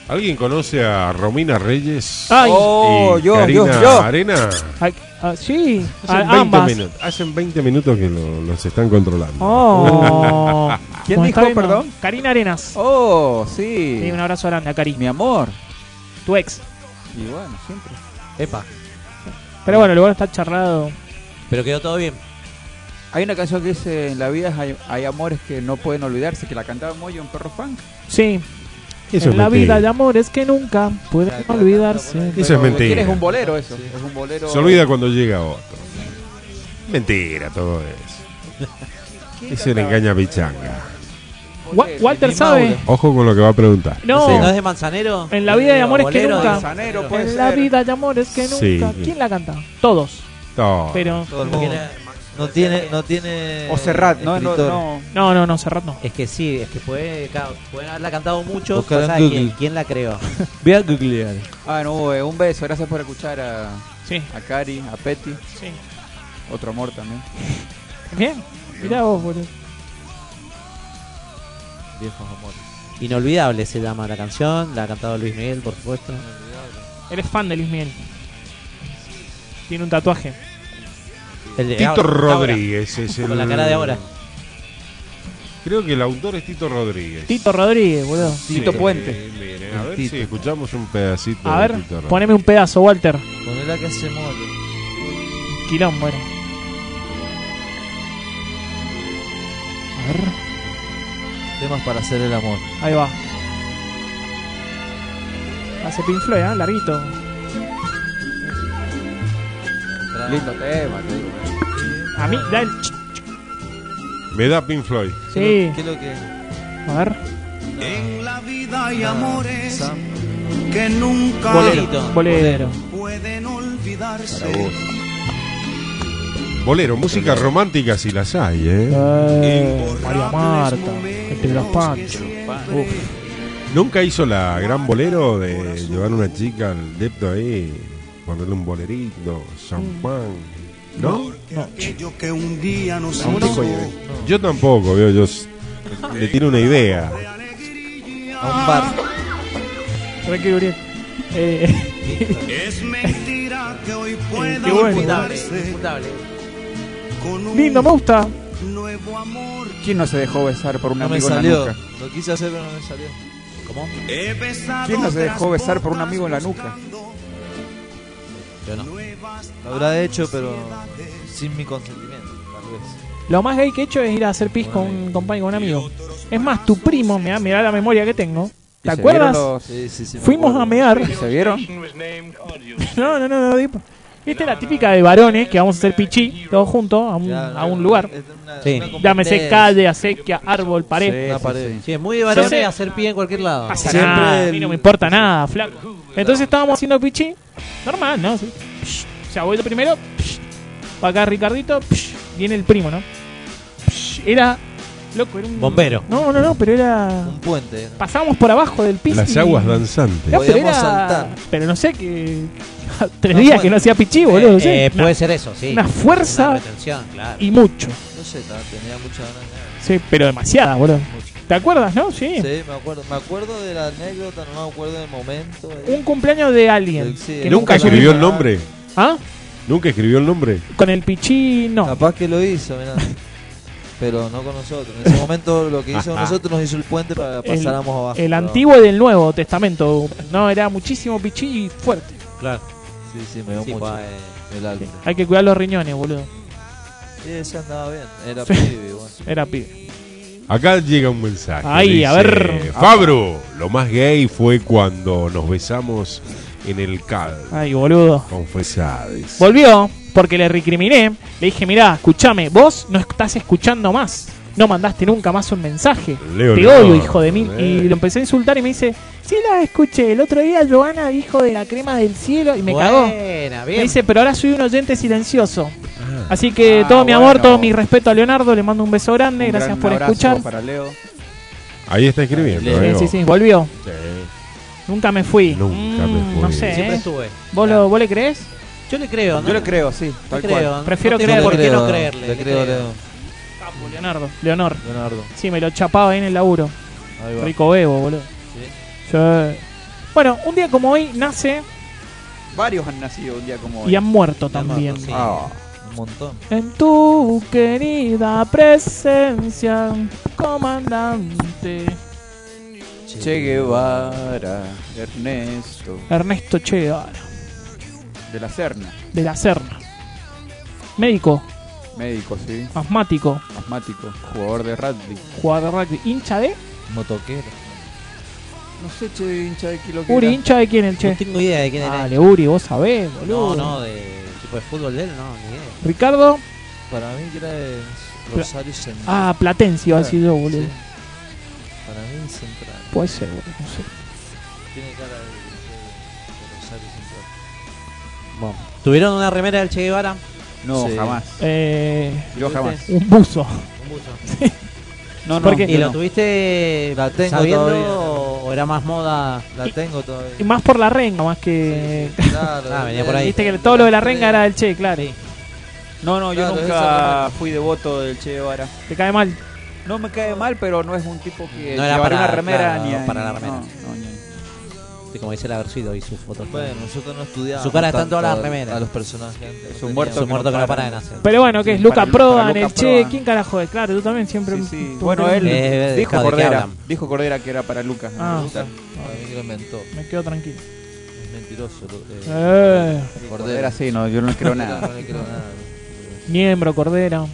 Speaker 5: ¿Alguien conoce a Romina Reyes?
Speaker 2: Ay.
Speaker 3: Oh,
Speaker 5: y
Speaker 3: yo,
Speaker 5: Karina
Speaker 3: yo, yo.
Speaker 5: Arena.
Speaker 2: Ay, ah, sí,
Speaker 5: Hacen,
Speaker 2: a-
Speaker 5: 20
Speaker 2: ambas.
Speaker 5: minutos, hacen 20 minutos que lo- los están controlando.
Speaker 2: Oh.
Speaker 3: ¿Quién
Speaker 2: Nos
Speaker 3: dijo,
Speaker 2: está viendo.
Speaker 3: perdón?
Speaker 2: Karina Arenas.
Speaker 3: Oh,
Speaker 2: Sí,
Speaker 3: sí.
Speaker 2: un abrazo grande a Cari,
Speaker 3: Mi amor.
Speaker 2: tu ex.
Speaker 3: Y bueno, siempre.
Speaker 4: Epa,
Speaker 2: Pero bueno, luego está charlado.
Speaker 4: pero quedó todo bien.
Speaker 3: Hay una canción que dice, en la vida hay, hay amores que no pueden olvidarse, que la cantaba Moyo en Perro Funk.
Speaker 2: Sí,
Speaker 5: Eso es
Speaker 2: en la
Speaker 5: mentira.
Speaker 2: vida de amores que nunca pueden
Speaker 1: Claro, claro,
Speaker 2: olvidarse.
Speaker 1: claro,
Speaker 5: Eso es
Speaker 3: Pero,
Speaker 5: mentira.
Speaker 3: ¿quién Es un bolero eso. Es un bolero.
Speaker 5: Se olvida cuando llega otro. Mentira todo eso. Es el engaña pichanga.
Speaker 2: Wa- Walter
Speaker 3: Ni
Speaker 2: sabe.
Speaker 3: Mauro.
Speaker 5: Ojo con lo que va a preguntar.
Speaker 2: No.
Speaker 4: Sí, ¿No es de Manzanero?
Speaker 2: En la vida de amores que
Speaker 4: Bolero,
Speaker 2: nunca.
Speaker 3: Manzanero, puede
Speaker 2: En la
Speaker 3: ser.
Speaker 2: vida de amores que nunca.
Speaker 5: Sí.
Speaker 2: ¿Quién la canta? Todos.
Speaker 5: No.
Speaker 2: Pero.
Speaker 1: Todo el
Speaker 4: Porque
Speaker 1: mundo.
Speaker 4: era-
Speaker 1: No tiene, no tiene.
Speaker 3: Ah. O Serrat, no, no,
Speaker 1: escritor.
Speaker 3: no.
Speaker 2: No, no, no, Serrat no.
Speaker 4: Es que sí, es que puede, claro, pueden haberla cantado mucho.
Speaker 1: Buscar en
Speaker 4: pasa que ¿quién,
Speaker 1: Google.
Speaker 4: quién la creó?
Speaker 1: Voy a googlear.
Speaker 3: Ah, no, eh, un beso. Gracias por escuchar a,
Speaker 2: Sí,
Speaker 3: a Cari, a Petty.
Speaker 2: sí.
Speaker 3: Otro amor también.
Speaker 2: Bien. Mirá vos, boludo.
Speaker 1: Viejos amores.
Speaker 4: Inolvidable se llama la canción, la ha cantado Luis Miguel, por supuesto.
Speaker 2: Él es fan de Luis Miguel. Tiene un tatuaje.
Speaker 4: El de
Speaker 5: Tito
Speaker 4: ahora,
Speaker 5: Rodríguez es
Speaker 4: ahora,
Speaker 5: el.
Speaker 4: Con la cara de ahora.
Speaker 5: Creo que el autor es Tito Rodríguez.
Speaker 2: Tito Rodríguez, boludo.
Speaker 3: Tito Puente.
Speaker 5: Eh, miren, a ver
Speaker 1: Tito.
Speaker 5: si escuchamos un pedacito. de
Speaker 2: A ver,
Speaker 5: Tito Rodríguez.
Speaker 2: poneme un pedazo, Walter.
Speaker 1: Ponela que se muere.
Speaker 2: Quilón, bueno. A ver,
Speaker 1: Temas para hacer el amor.
Speaker 2: ahí va. Hace Pink Floyd, ¿eh? Larguito.
Speaker 1: Tra-
Speaker 3: Lindo tema, tío.
Speaker 2: A mí, da el...
Speaker 5: Me da Pink Floyd.
Speaker 2: Sí.
Speaker 1: ¿Qué es lo que.?
Speaker 2: A ver.
Speaker 7: En la vida hay
Speaker 1: Ah,
Speaker 7: amores
Speaker 1: Sam.
Speaker 7: que nunca
Speaker 2: Bolero. Bolero.
Speaker 7: pueden olvidarse.
Speaker 5: Bolero, música romántica si las hay, ¿eh?
Speaker 2: Eh, María Marta. Entre los panchos. Uf.
Speaker 5: Nunca hizo la gran bolero de llevar una chica al depto ahí, ponerle un bolerito, champán.
Speaker 1: Mm.
Speaker 5: ¿No?
Speaker 7: Aquello que un día nos
Speaker 3: Tampoco
Speaker 7: hizo
Speaker 3: llevé.
Speaker 5: Yo tampoco, veo, yo s- le tiene una idea.
Speaker 1: A un bar.
Speaker 2: Tranqui, Gabriel. Eh,
Speaker 7: es mentira que hoy pueda
Speaker 2: qué bueno.
Speaker 7: olvidarse con un
Speaker 2: lindo, me gusta.
Speaker 7: nuevo amor.
Speaker 3: ¿Quién no se dejó besar por un
Speaker 1: No me
Speaker 3: amigo en la
Speaker 1: salió.
Speaker 3: nuca?
Speaker 1: Lo quise hacer, pero no me salió.
Speaker 4: ¿Cómo?
Speaker 7: He besado
Speaker 3: ¿Quién no se dejó
Speaker 7: otras
Speaker 3: besar por un
Speaker 7: bocas
Speaker 3: amigo en la nuca?
Speaker 4: Yo no.
Speaker 1: Lo habrá hecho, pero sin mi consentimiento, tal vez.
Speaker 2: Lo más gay que he hecho es ir a hacer pis con un compañero, con un amigo. Es más, tu primo, mirá, mirá la memoria que tengo.
Speaker 3: ¿Y
Speaker 2: ¿Te
Speaker 3: se vieron
Speaker 2: acuerdas?
Speaker 3: los-
Speaker 1: Sí, sí, sí. me
Speaker 2: Fuimos
Speaker 1: acuerdo.
Speaker 2: a mear.
Speaker 3: ¿Y se vieron?
Speaker 2: No, no, no, no. tipo. Esta es la típica de varones que vamos a hacer pichí todos juntos a un,
Speaker 1: Claro,
Speaker 2: a un lugar.
Speaker 1: es una-
Speaker 4: Sí.
Speaker 1: una
Speaker 2: Llámese
Speaker 1: competencia.
Speaker 2: calle, acequia, árbol, pared.
Speaker 1: Una
Speaker 3: Sí,
Speaker 1: pared.
Speaker 4: Sí, es muy de varones
Speaker 2: Entonces-
Speaker 4: hacer pie en cualquier lado.
Speaker 2: Pasa
Speaker 1: Siempre
Speaker 2: nada, a
Speaker 1: el-
Speaker 2: mí no me importa nada, flaco. Entonces estábamos haciendo pichí. Normal, ¿no? Sí. Psh, Se abuelo primero. psh, Va acá Ricardito. psh, Viene el primo, ¿no? Psh, Era. Loco, era un.
Speaker 4: Bombero.
Speaker 2: No, no, no, pero era.
Speaker 1: Un puente. ¿no?
Speaker 2: Pasamos por abajo del piso.
Speaker 5: Las
Speaker 2: y-
Speaker 5: aguas
Speaker 2: No,
Speaker 5: danzantes.
Speaker 2: pero,
Speaker 1: Podíamos
Speaker 2: era-
Speaker 1: saltar.
Speaker 2: pero no sé, que tres
Speaker 1: No,
Speaker 2: días
Speaker 1: bueno.
Speaker 2: que no hacía pichí,
Speaker 4: Eh,
Speaker 2: boludo. no sé.
Speaker 4: eh,
Speaker 2: Una-
Speaker 4: puede ser eso, sí.
Speaker 2: una fuerza
Speaker 4: Una retención, claro.
Speaker 2: y mucho.
Speaker 1: No sé, ta- tenía mucha ganas.
Speaker 2: Sí, pero demasiada, boludo. ¿Te acuerdas, no? Sí.
Speaker 1: de- Sí, Eh, me acuerdo. Me acuerdo de la anécdota, no me acuerdo del momento. eh.
Speaker 2: Un cumpleaños de alguien.
Speaker 1: Sí,
Speaker 2: que
Speaker 5: Nunca
Speaker 1: nunca
Speaker 2: subí.
Speaker 5: escribió
Speaker 1: subimos.
Speaker 5: el nombre.
Speaker 2: ¿Ah?
Speaker 5: Nunca escribió el nombre.
Speaker 2: Con el pichí, no.
Speaker 1: Capaz que lo hizo, mirá. Pero no con nosotros. En ese momento lo que hizo con nosotros nos hizo el puente para que
Speaker 2: El-
Speaker 1: pasáramos abajo.
Speaker 2: El
Speaker 1: pero-
Speaker 2: antiguo y el nuevo testamento. No, era muchísimo pichí y fuerte.
Speaker 4: Claro.
Speaker 1: Sí, sí, me dio
Speaker 4: Sí,
Speaker 1: mucho.
Speaker 4: pues, eh,
Speaker 1: El álbum.
Speaker 2: Hay que cuidar los riñones, boludo.
Speaker 1: Sí, ese andaba bien. Era
Speaker 2: Sí.
Speaker 1: pibe, bueno.
Speaker 2: Era pibe.
Speaker 5: Acá llega un mensaje.
Speaker 2: Ay, a ver.
Speaker 5: Fabro, lo más gay fue cuando nos besamos en el CAD.
Speaker 2: Ay, boludo.
Speaker 5: Confesades.
Speaker 2: Volvió porque le recriminé. Le dije, mirá, escúchame, vos no estás escuchando más. No mandaste nunca más un mensaje.
Speaker 5: Leo,
Speaker 2: Te
Speaker 5: Leo,
Speaker 2: odio, hijo de mí.
Speaker 5: eh.
Speaker 2: Y lo empecé a insultar y me dice, sí la escuché. El otro día Joana dijo de la crema del cielo y me cagó.
Speaker 4: Buena, bien.
Speaker 2: Me dice, pero ahora soy un oyente silencioso. Así que
Speaker 3: Ah,
Speaker 2: todo mi amor,
Speaker 3: bueno.
Speaker 2: todo mi respeto a Leonardo. Le mando un beso grande.
Speaker 3: Un
Speaker 2: gracias
Speaker 3: gran
Speaker 2: por
Speaker 3: abrazo
Speaker 2: escuchar.
Speaker 3: Para Leo.
Speaker 5: Ahí está escribiendo.
Speaker 2: Sí,
Speaker 5: eh,
Speaker 2: sí,
Speaker 5: vos.
Speaker 2: sí, volvió.
Speaker 5: Sí.
Speaker 2: Nunca me fui.
Speaker 3: Mm,
Speaker 5: Nunca me fui.
Speaker 2: No sé,
Speaker 4: Siempre
Speaker 2: ¿eh?
Speaker 4: estuve.
Speaker 2: ¿Vos, lo, ¿Vos le crees?
Speaker 4: Yo le creo, ¿no?
Speaker 3: Yo lo creo, sí,
Speaker 4: Le
Speaker 3: tal
Speaker 4: creo.
Speaker 3: cual.
Speaker 4: ¿no?
Speaker 2: Prefiero
Speaker 4: No
Speaker 1: Yo
Speaker 2: creer.
Speaker 4: tengo ¿Por qué no
Speaker 1: creo,
Speaker 4: creerle?
Speaker 1: Le creo, Leo.
Speaker 2: Capo, Leonardo. Leonor.
Speaker 1: Leonardo.
Speaker 2: Sí, me lo chapaba ahí en el laburo.
Speaker 1: Ahí va.
Speaker 2: Rico bebo, boludo.
Speaker 1: Sí.
Speaker 2: Sí. Bueno, un día como hoy nace
Speaker 3: Varios han nacido un día como hoy.
Speaker 2: y han muerto
Speaker 4: muerto,
Speaker 2: también.
Speaker 4: sí.
Speaker 3: Ah,
Speaker 1: Un montón.
Speaker 2: En tu querida presencia, comandante
Speaker 3: Che Guevara, Ernesto,
Speaker 2: Ernesto Che Guevara,
Speaker 3: de la Serna,
Speaker 2: de la Serna. Médico,
Speaker 3: médico, sí,
Speaker 2: asmático,
Speaker 3: asmático, jugador de rugby.
Speaker 2: jugador de rugby, hincha de.
Speaker 1: Motoquero.
Speaker 3: No sé, che, hincha de kilo que
Speaker 2: Uri,
Speaker 3: era.
Speaker 2: hincha de quién el
Speaker 4: No
Speaker 2: Che.
Speaker 4: tengo idea de quién era.
Speaker 2: Dale, Uri, vos sabés, boludo.
Speaker 4: no, no, de tipo de fútbol de él, no, ni idea.
Speaker 2: Ricardo,
Speaker 1: Para mí que era de Rosario Central.
Speaker 2: ah, Platense, iba a decir yo, boludo.
Speaker 1: Sí. Para mí Central.
Speaker 2: Puede ser, boludo, no sé.
Speaker 1: Tiene cara de, de- de Rosario Central.
Speaker 4: ¿Tuvieron una remera del Che Guevara?
Speaker 3: No,
Speaker 1: Sí.
Speaker 3: jamás.
Speaker 2: Eh,
Speaker 3: Yo jamás.
Speaker 2: un buzo.
Speaker 3: No, no,
Speaker 2: Porque-
Speaker 4: ¿Y
Speaker 3: yo
Speaker 4: lo
Speaker 3: no.
Speaker 4: tuviste
Speaker 1: La tengo
Speaker 4: sabiendo
Speaker 1: todavía.
Speaker 4: o era más moda?
Speaker 1: La tengo todavía.
Speaker 2: Y más por la renga, más que.
Speaker 1: Claro,
Speaker 4: Ah, venía
Speaker 1: era-
Speaker 4: por ahí.
Speaker 2: Viste que todo lo de la renga era del Che, claro.
Speaker 3: No, no, yo
Speaker 1: Claro,
Speaker 3: nunca fui devoto del Che Guevara.
Speaker 2: Te cae mal.
Speaker 3: No me cae mal, pero no es un tipo que
Speaker 4: No era
Speaker 3: llevar
Speaker 4: para-
Speaker 3: una remera
Speaker 4: claro,
Speaker 3: ni
Speaker 4: no,
Speaker 3: a-
Speaker 4: para la remera.
Speaker 3: no, no, ni-
Speaker 4: Sí, como dice el Garcido y sus fotos.
Speaker 1: Bueno, nosotros no estudiábamos.
Speaker 4: Su cara está en
Speaker 1: tanto
Speaker 4: todas las
Speaker 1: a-
Speaker 4: remeras.
Speaker 1: A los personajes. antes,
Speaker 3: Es
Speaker 1: no
Speaker 3: un muerto
Speaker 4: Su
Speaker 1: teníamos-
Speaker 4: muerto que no
Speaker 3: para.
Speaker 4: para de nacer.
Speaker 2: Pero bueno, que es
Speaker 3: Sí,
Speaker 2: Luca
Speaker 3: para Lu- para
Speaker 2: Prodan,
Speaker 3: Luca
Speaker 2: el Che,
Speaker 3: Prodan.
Speaker 2: ¿quién carajo es? Claro, tú también siempre.
Speaker 3: Sí, sí.
Speaker 2: tú-
Speaker 3: Bueno,
Speaker 2: tú-
Speaker 3: él
Speaker 4: Eh,
Speaker 3: dijo
Speaker 4: ¿de qué
Speaker 3: Cordera.
Speaker 4: hablan?
Speaker 3: Dijo Cordera que era para Lucas.
Speaker 2: Ah.
Speaker 1: Para mí que lo inventó.
Speaker 2: Me quedo tranquilo.
Speaker 1: Es mentiroso. lo- eh,
Speaker 2: Eh,
Speaker 3: Cordera sí, no, yo no creo
Speaker 1: No,
Speaker 3: nada.
Speaker 1: no le creo nada.
Speaker 2: Niembro, Cordera.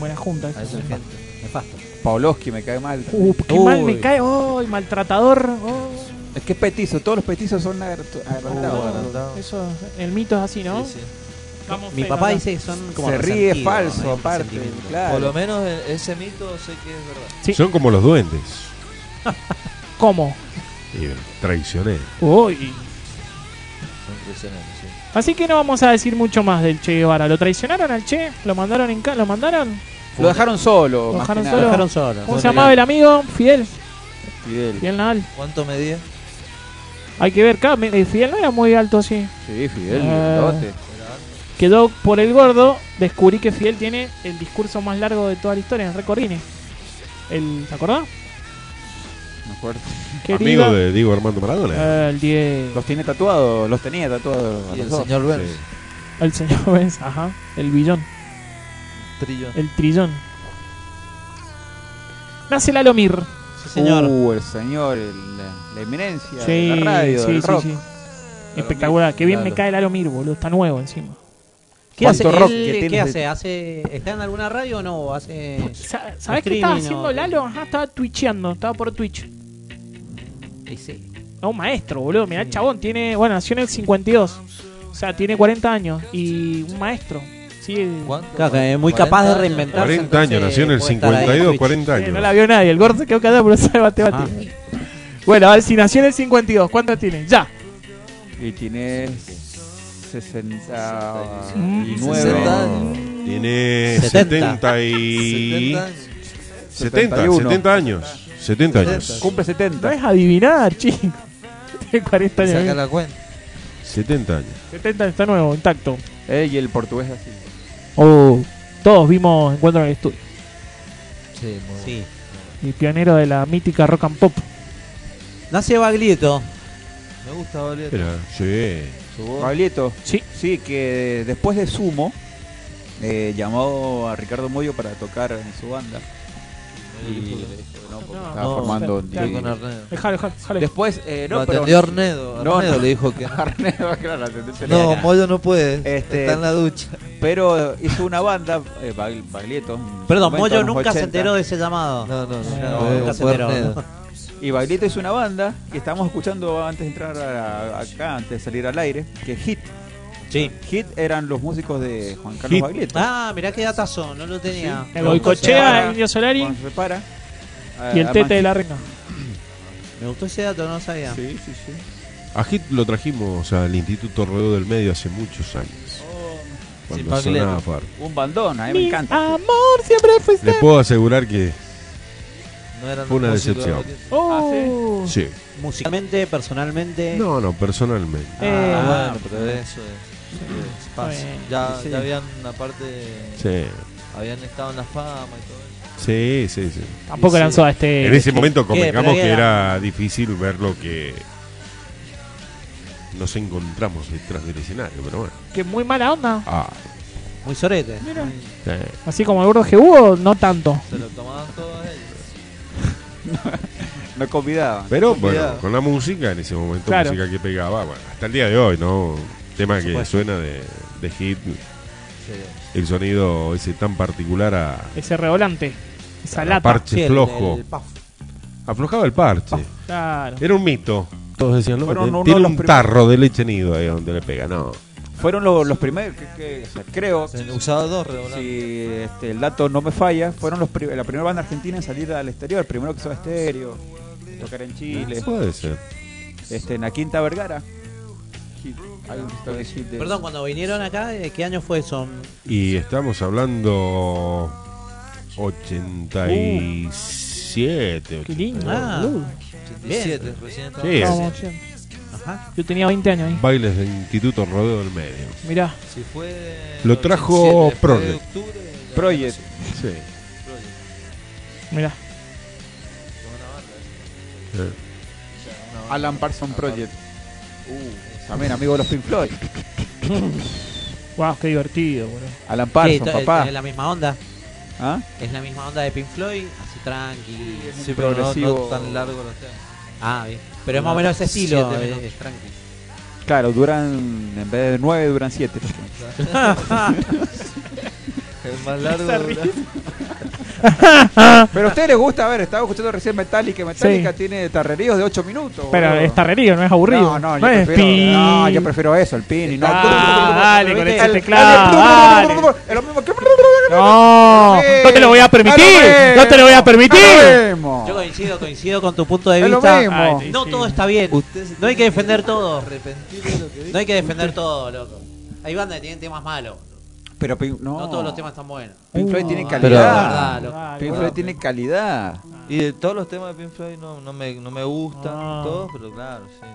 Speaker 2: Buena junta.
Speaker 1: A
Speaker 2: eso.
Speaker 1: esa gente.
Speaker 4: Nefasto.
Speaker 3: Paoloski me cae mal.
Speaker 2: Uh, qué mal
Speaker 4: Uy.
Speaker 2: me cae. ¡Oh, el maltratador! oh.
Speaker 3: Es que es petizo, todos los petizos son agar-
Speaker 1: Uh,
Speaker 3: agarrantados.
Speaker 1: agarrantado.
Speaker 2: Eso, el mito es así, ¿no?
Speaker 1: Sí, sí.
Speaker 2: Estamos
Speaker 4: Mi
Speaker 2: fe-
Speaker 4: papá
Speaker 2: no,
Speaker 4: dice que son como.
Speaker 3: Se ríe
Speaker 4: resentidos, hay
Speaker 3: falso,
Speaker 4: un
Speaker 3: aparte.
Speaker 4: resentimiento.
Speaker 1: Por lo
Speaker 3: Claro.
Speaker 1: menos e- ese mito sé que es verdad.
Speaker 2: Sí.
Speaker 5: Son como los duendes.
Speaker 2: no. ¿Cómo?
Speaker 5: Y traicioné.
Speaker 2: Uy.
Speaker 1: Son impresionantes, sí.
Speaker 2: Así que no vamos a decir mucho más del Che Guevara. ¿Lo traicionaron al Che? ¿Lo mandaron en ca- ¿Lo mandaron?
Speaker 3: Lo dejaron
Speaker 2: Lo
Speaker 3: solo. más
Speaker 2: dejaron
Speaker 3: que
Speaker 4: Lo
Speaker 2: solo.
Speaker 3: nada.
Speaker 4: dejaron solo.
Speaker 2: ¿Cómo se llamaba el amigo? Fidel.
Speaker 3: Fidel.
Speaker 2: Fidel Nadal.
Speaker 1: ¿Cuánto medía?
Speaker 2: Hay que ver, claro, me- eh, Fidel no era muy alto así.
Speaker 3: Sí, Fidel.
Speaker 2: Eh.
Speaker 3: grandote.
Speaker 2: Quedó por el gordo, descubrí que Fidel tiene el discurso más largo de toda la historia, Recordine. El, ¿Te acordás?
Speaker 3: Me acuerdo.
Speaker 5: Amigo de Diego Armando Maradona.
Speaker 2: Eh, el 10.
Speaker 3: Los tiene tatuados, los tenía tatuados. a
Speaker 1: Y
Speaker 3: los
Speaker 1: el
Speaker 3: dos.
Speaker 1: señor Burns.
Speaker 5: Sí.
Speaker 2: El señor Benz, ajá. El billón,
Speaker 1: Trillón.
Speaker 2: el trillón. Nace Lalomir.
Speaker 4: Sí, señor.
Speaker 3: Uh, el señor, el- la, la eminencia,
Speaker 2: Sí,
Speaker 3: de la radio,
Speaker 2: sí,
Speaker 3: del
Speaker 2: sí,
Speaker 3: rock.
Speaker 2: sí. Espectacular. Qué bien me
Speaker 3: Claro.
Speaker 2: cae Lalomir, boludo. Está nuevo encima.
Speaker 4: ¿Qué hace?
Speaker 3: ¿Cuánto rock
Speaker 4: él?
Speaker 3: que
Speaker 4: ¿Qué
Speaker 3: tienes
Speaker 4: hace?
Speaker 3: de-
Speaker 4: hace? ¿Está en alguna radio o no? ¿O ¿Hace.?
Speaker 2: Sa- ¿Sabés qué estaba
Speaker 4: Streaming,
Speaker 2: haciendo
Speaker 4: no.
Speaker 2: Lalo? Ajá, estaba twitcheando, estaba por Twitch.
Speaker 4: Y sí.
Speaker 2: No, un maestro, boludo. Mirá, el chabón tiene. Bueno, nació en el 52. O sea, tiene 40 años. Y un maestro. Sí,
Speaker 1: ¿Cuánto?
Speaker 4: Claro, que es muy
Speaker 1: 40
Speaker 4: capaz de
Speaker 1: años.
Speaker 4: reinventar.
Speaker 5: 40 años, nació en el
Speaker 4: Puede estar ahí en
Speaker 5: 52,
Speaker 4: Twitch.
Speaker 5: 40
Speaker 2: Eh, no la
Speaker 5: años.
Speaker 2: vio nadie. El gordo se quedó callado, pero sabe matemáticas.
Speaker 3: Ah.
Speaker 2: Bueno, a ver si nació en el 52. ¿Cuántas tiene? Ya.
Speaker 3: Y tiene 69.
Speaker 1: 60 años.
Speaker 5: Tiene
Speaker 4: 70.
Speaker 5: 70 y... 70,
Speaker 1: 70 años.
Speaker 3: 71.
Speaker 5: 70 años. 70 años.
Speaker 3: Cumple
Speaker 2: No
Speaker 3: 70.
Speaker 2: es adivinar, chico. Tiene 40 años.
Speaker 1: Saca la cuenta.
Speaker 5: 70 años.
Speaker 2: 70 está nuevo, intacto.
Speaker 3: Eh, y el portugués así.
Speaker 2: Oh, todos vimos Encuentro en el Estudio.
Speaker 1: Sí, muy bueno.
Speaker 4: Sí.
Speaker 2: El pionero de la mítica rock and pop.
Speaker 4: Nace Baglietto.
Speaker 1: Me gusta, Bolívar.
Speaker 5: Mira, sí.
Speaker 1: Su voz.
Speaker 3: Pablieto.
Speaker 2: Sí.
Speaker 3: Sí, que después de Sumo eh, llamó a Ricardo Moyo para tocar en su banda. Y le dijo que no, porque
Speaker 2: No,
Speaker 3: estaba
Speaker 1: no,
Speaker 3: formando un
Speaker 2: claro.
Speaker 1: Fue
Speaker 3: día.
Speaker 1: con Arnedo.
Speaker 2: Dejalo, dejalo, dejalo.
Speaker 3: Después, eh, no,
Speaker 1: Lo
Speaker 3: pero.
Speaker 1: atendió Arnedo.
Speaker 3: No,
Speaker 1: Arnedo
Speaker 3: no.
Speaker 1: le dijo que no.
Speaker 3: Arnedo, claro, atendió ese
Speaker 1: No,
Speaker 3: día.
Speaker 1: Moyo no puede.
Speaker 3: Este-
Speaker 1: Está en la ducha.
Speaker 3: Pero hizo una banda, eh, Bag- Baglietto. en
Speaker 4: Perdón,
Speaker 3: su momento,
Speaker 4: Moyo
Speaker 3: en los
Speaker 4: nunca se
Speaker 3: 80.
Speaker 4: enteró de ese llamado.
Speaker 1: No, no, no.
Speaker 4: No,
Speaker 1: eh,
Speaker 4: nunca se
Speaker 1: fue
Speaker 4: enteró.
Speaker 1: Arnedo.
Speaker 3: Y Baglietto es una banda que estábamos escuchando antes de entrar a- acá, antes de salir al aire, que es Hit.
Speaker 4: Sí.
Speaker 3: Hit eran los músicos de Juan Carlos
Speaker 5: Hit.
Speaker 3: Baglietto.
Speaker 4: Ah, mirá qué datazo, no lo tenía.
Speaker 2: El boicochea, el Indio Solari
Speaker 3: Cuando se para. Ah,
Speaker 2: y el tete de la reina.
Speaker 4: Me gustó ese dato, no lo sabía.
Speaker 3: Sí, sí, sí.
Speaker 5: A Hit lo trajimos al Instituto Rodeo del Medio hace muchos años. Cuando
Speaker 1: Paglietto.
Speaker 5: sonaba fuerte.
Speaker 3: Un bandón, a mí me
Speaker 2: Mi
Speaker 3: encanta.
Speaker 2: amor siempre fuiste.
Speaker 5: Les puedo asegurar que
Speaker 1: No eran
Speaker 5: Fue una
Speaker 1: músicos de
Speaker 5: decepción.
Speaker 1: Bolívar.
Speaker 3: Ah,
Speaker 2: Oh.
Speaker 5: sí.
Speaker 4: Musicalmente, personalmente.
Speaker 5: No, no, personalmente.
Speaker 2: Eh,
Speaker 1: Ah,
Speaker 3: Ah,
Speaker 1: bueno, pero eso es. es paso.
Speaker 2: Bueno,
Speaker 1: Ya,
Speaker 3: sí.
Speaker 1: ya habían, aparte,
Speaker 5: Sí,
Speaker 1: habían estado en la fama y todo eso.
Speaker 5: sí, sí. sí.
Speaker 2: Tampoco
Speaker 1: Sí.
Speaker 2: lanzó a este.
Speaker 5: En ese momento
Speaker 4: ¿qué?
Speaker 5: convengamos
Speaker 4: Pero
Speaker 5: que
Speaker 4: era-
Speaker 5: era difícil ver lo que nos encontramos detrás del escenario, pero bueno.
Speaker 2: Que muy mala onda.
Speaker 5: Ah,
Speaker 4: Muy sorete.
Speaker 2: Mira.
Speaker 5: sí.
Speaker 2: Así como el gordo que hubo, no tanto.
Speaker 1: Se lo tomaban todos ellos.
Speaker 3: no convidaban.
Speaker 5: Pero
Speaker 1: Cuidado.
Speaker 5: bueno, con la música en ese momento,
Speaker 2: Claro.
Speaker 5: música que pegaba, bueno, hasta el día de hoy, ¿no? Tema que
Speaker 4: supuesto.
Speaker 5: suena de, de hit,
Speaker 1: Sí.
Speaker 5: el sonido ese tan particular a,
Speaker 2: Ese revolante. Esa
Speaker 5: a
Speaker 2: lata.
Speaker 4: Sí,
Speaker 5: parche
Speaker 4: el-
Speaker 5: flojo.
Speaker 4: el puff.
Speaker 5: Aflojaba el parche.
Speaker 2: Claro.
Speaker 5: Era un mito. Todos decían, no,
Speaker 3: Fueron
Speaker 5: te-
Speaker 3: uno de
Speaker 5: tiene
Speaker 3: los
Speaker 5: un
Speaker 3: primeros.
Speaker 5: tarro de leche nido ahí donde le pega, no.
Speaker 3: Fueron lo- los primeros, que, que- o sea, creo,
Speaker 1: Se han usado dos revolantes.
Speaker 3: si este, el dato no me falla, fueron los pri- la primera banda argentina en salir al exterior. Primero que usaba estéreo, tocar en Chile,
Speaker 5: Puede ser.
Speaker 3: este, en la Quinta Vergara. Hit. Hay un recital de hit de-
Speaker 4: Perdón, cuando vinieron acá, ¿de ¿qué año fue eso?
Speaker 5: Y estamos hablando 87.
Speaker 2: Qué lindo.
Speaker 4: Ah.
Speaker 2: boludo.
Speaker 1: 87, recién estaba.
Speaker 5: Sí.
Speaker 2: Estábamos yendo.
Speaker 4: Ajá.
Speaker 2: Yo tenía 20 años ahí.
Speaker 5: Bailes de Instituto Rodeo del Medio.
Speaker 2: Mirá.
Speaker 1: Si fue.
Speaker 5: Lo trajo
Speaker 1: 87, fue de
Speaker 5: Project.
Speaker 1: octubre, ya
Speaker 3: Project.
Speaker 5: Sí.
Speaker 1: era Project.
Speaker 2: Mirá.
Speaker 3: Alan Parson Project.
Speaker 4: Uh.
Speaker 3: También amigo de los Pink Floyd.
Speaker 2: Wow, qué divertido, boludo.
Speaker 3: Alan
Speaker 4: Sí,
Speaker 3: Parson,
Speaker 4: to-
Speaker 3: papá.
Speaker 4: Es la misma onda.
Speaker 3: ¿Ah?
Speaker 4: Es la misma onda de Pink Floyd, así tranqui.
Speaker 1: Sí, pero no, no
Speaker 3: progresivo.
Speaker 1: tan largo los temas.
Speaker 4: Ah, bien. Pero es más o menos ese estilo.
Speaker 1: Siete
Speaker 4: eh,
Speaker 1: minutos, tranqui.
Speaker 3: Claro, duran, en vez de nueve, duran siete.
Speaker 1: El más largo.
Speaker 2: Se ríe.
Speaker 1: dura-
Speaker 3: Pero a ustedes les gusta, a ver, estaba escuchando recién Metallica. Metallica
Speaker 2: Sí.
Speaker 3: tiene tarreríos de 8 minutos.
Speaker 2: Pero
Speaker 3: boludo.
Speaker 2: es tarrerío, no es aburrido.
Speaker 3: No, no, yo,
Speaker 2: es
Speaker 3: prefiero,
Speaker 2: pi-
Speaker 3: no, yo prefiero eso, el pin y no.
Speaker 2: Ah, dale, con ese
Speaker 3: El- el-
Speaker 2: teclado, dale.
Speaker 3: el-
Speaker 2: No,
Speaker 3: Sí.
Speaker 2: no te lo voy a permitir.
Speaker 3: Es lo
Speaker 2: No te lo voy a
Speaker 3: mismo,
Speaker 2: permitir.
Speaker 3: es lo mismo.
Speaker 4: Yo coincido, coincido con tu punto de
Speaker 3: Es lo
Speaker 4: vista.
Speaker 3: mismo.
Speaker 2: Ay, sí,
Speaker 4: No
Speaker 2: sí.
Speaker 4: todo está bien.
Speaker 1: Ustedes
Speaker 4: No hay que defender todo.
Speaker 1: arrepentir de lo que dije.
Speaker 4: No hay que defender todo, loco. Hay bandas que tienen temas malos.
Speaker 3: Pero Pink- no,
Speaker 4: No, todos los temas están buenos. Ah,
Speaker 3: Pink Floyd tiene
Speaker 4: Uh, No,
Speaker 3: calidad.
Speaker 4: la verdad, loco.
Speaker 2: Ay,
Speaker 3: Pink
Speaker 2: bueno.
Speaker 3: Floyd tiene calidad.
Speaker 1: Y de todos los temas de Pink Floyd no, no, me, no me gustan
Speaker 2: Ah.
Speaker 1: todos, pero claro, sí.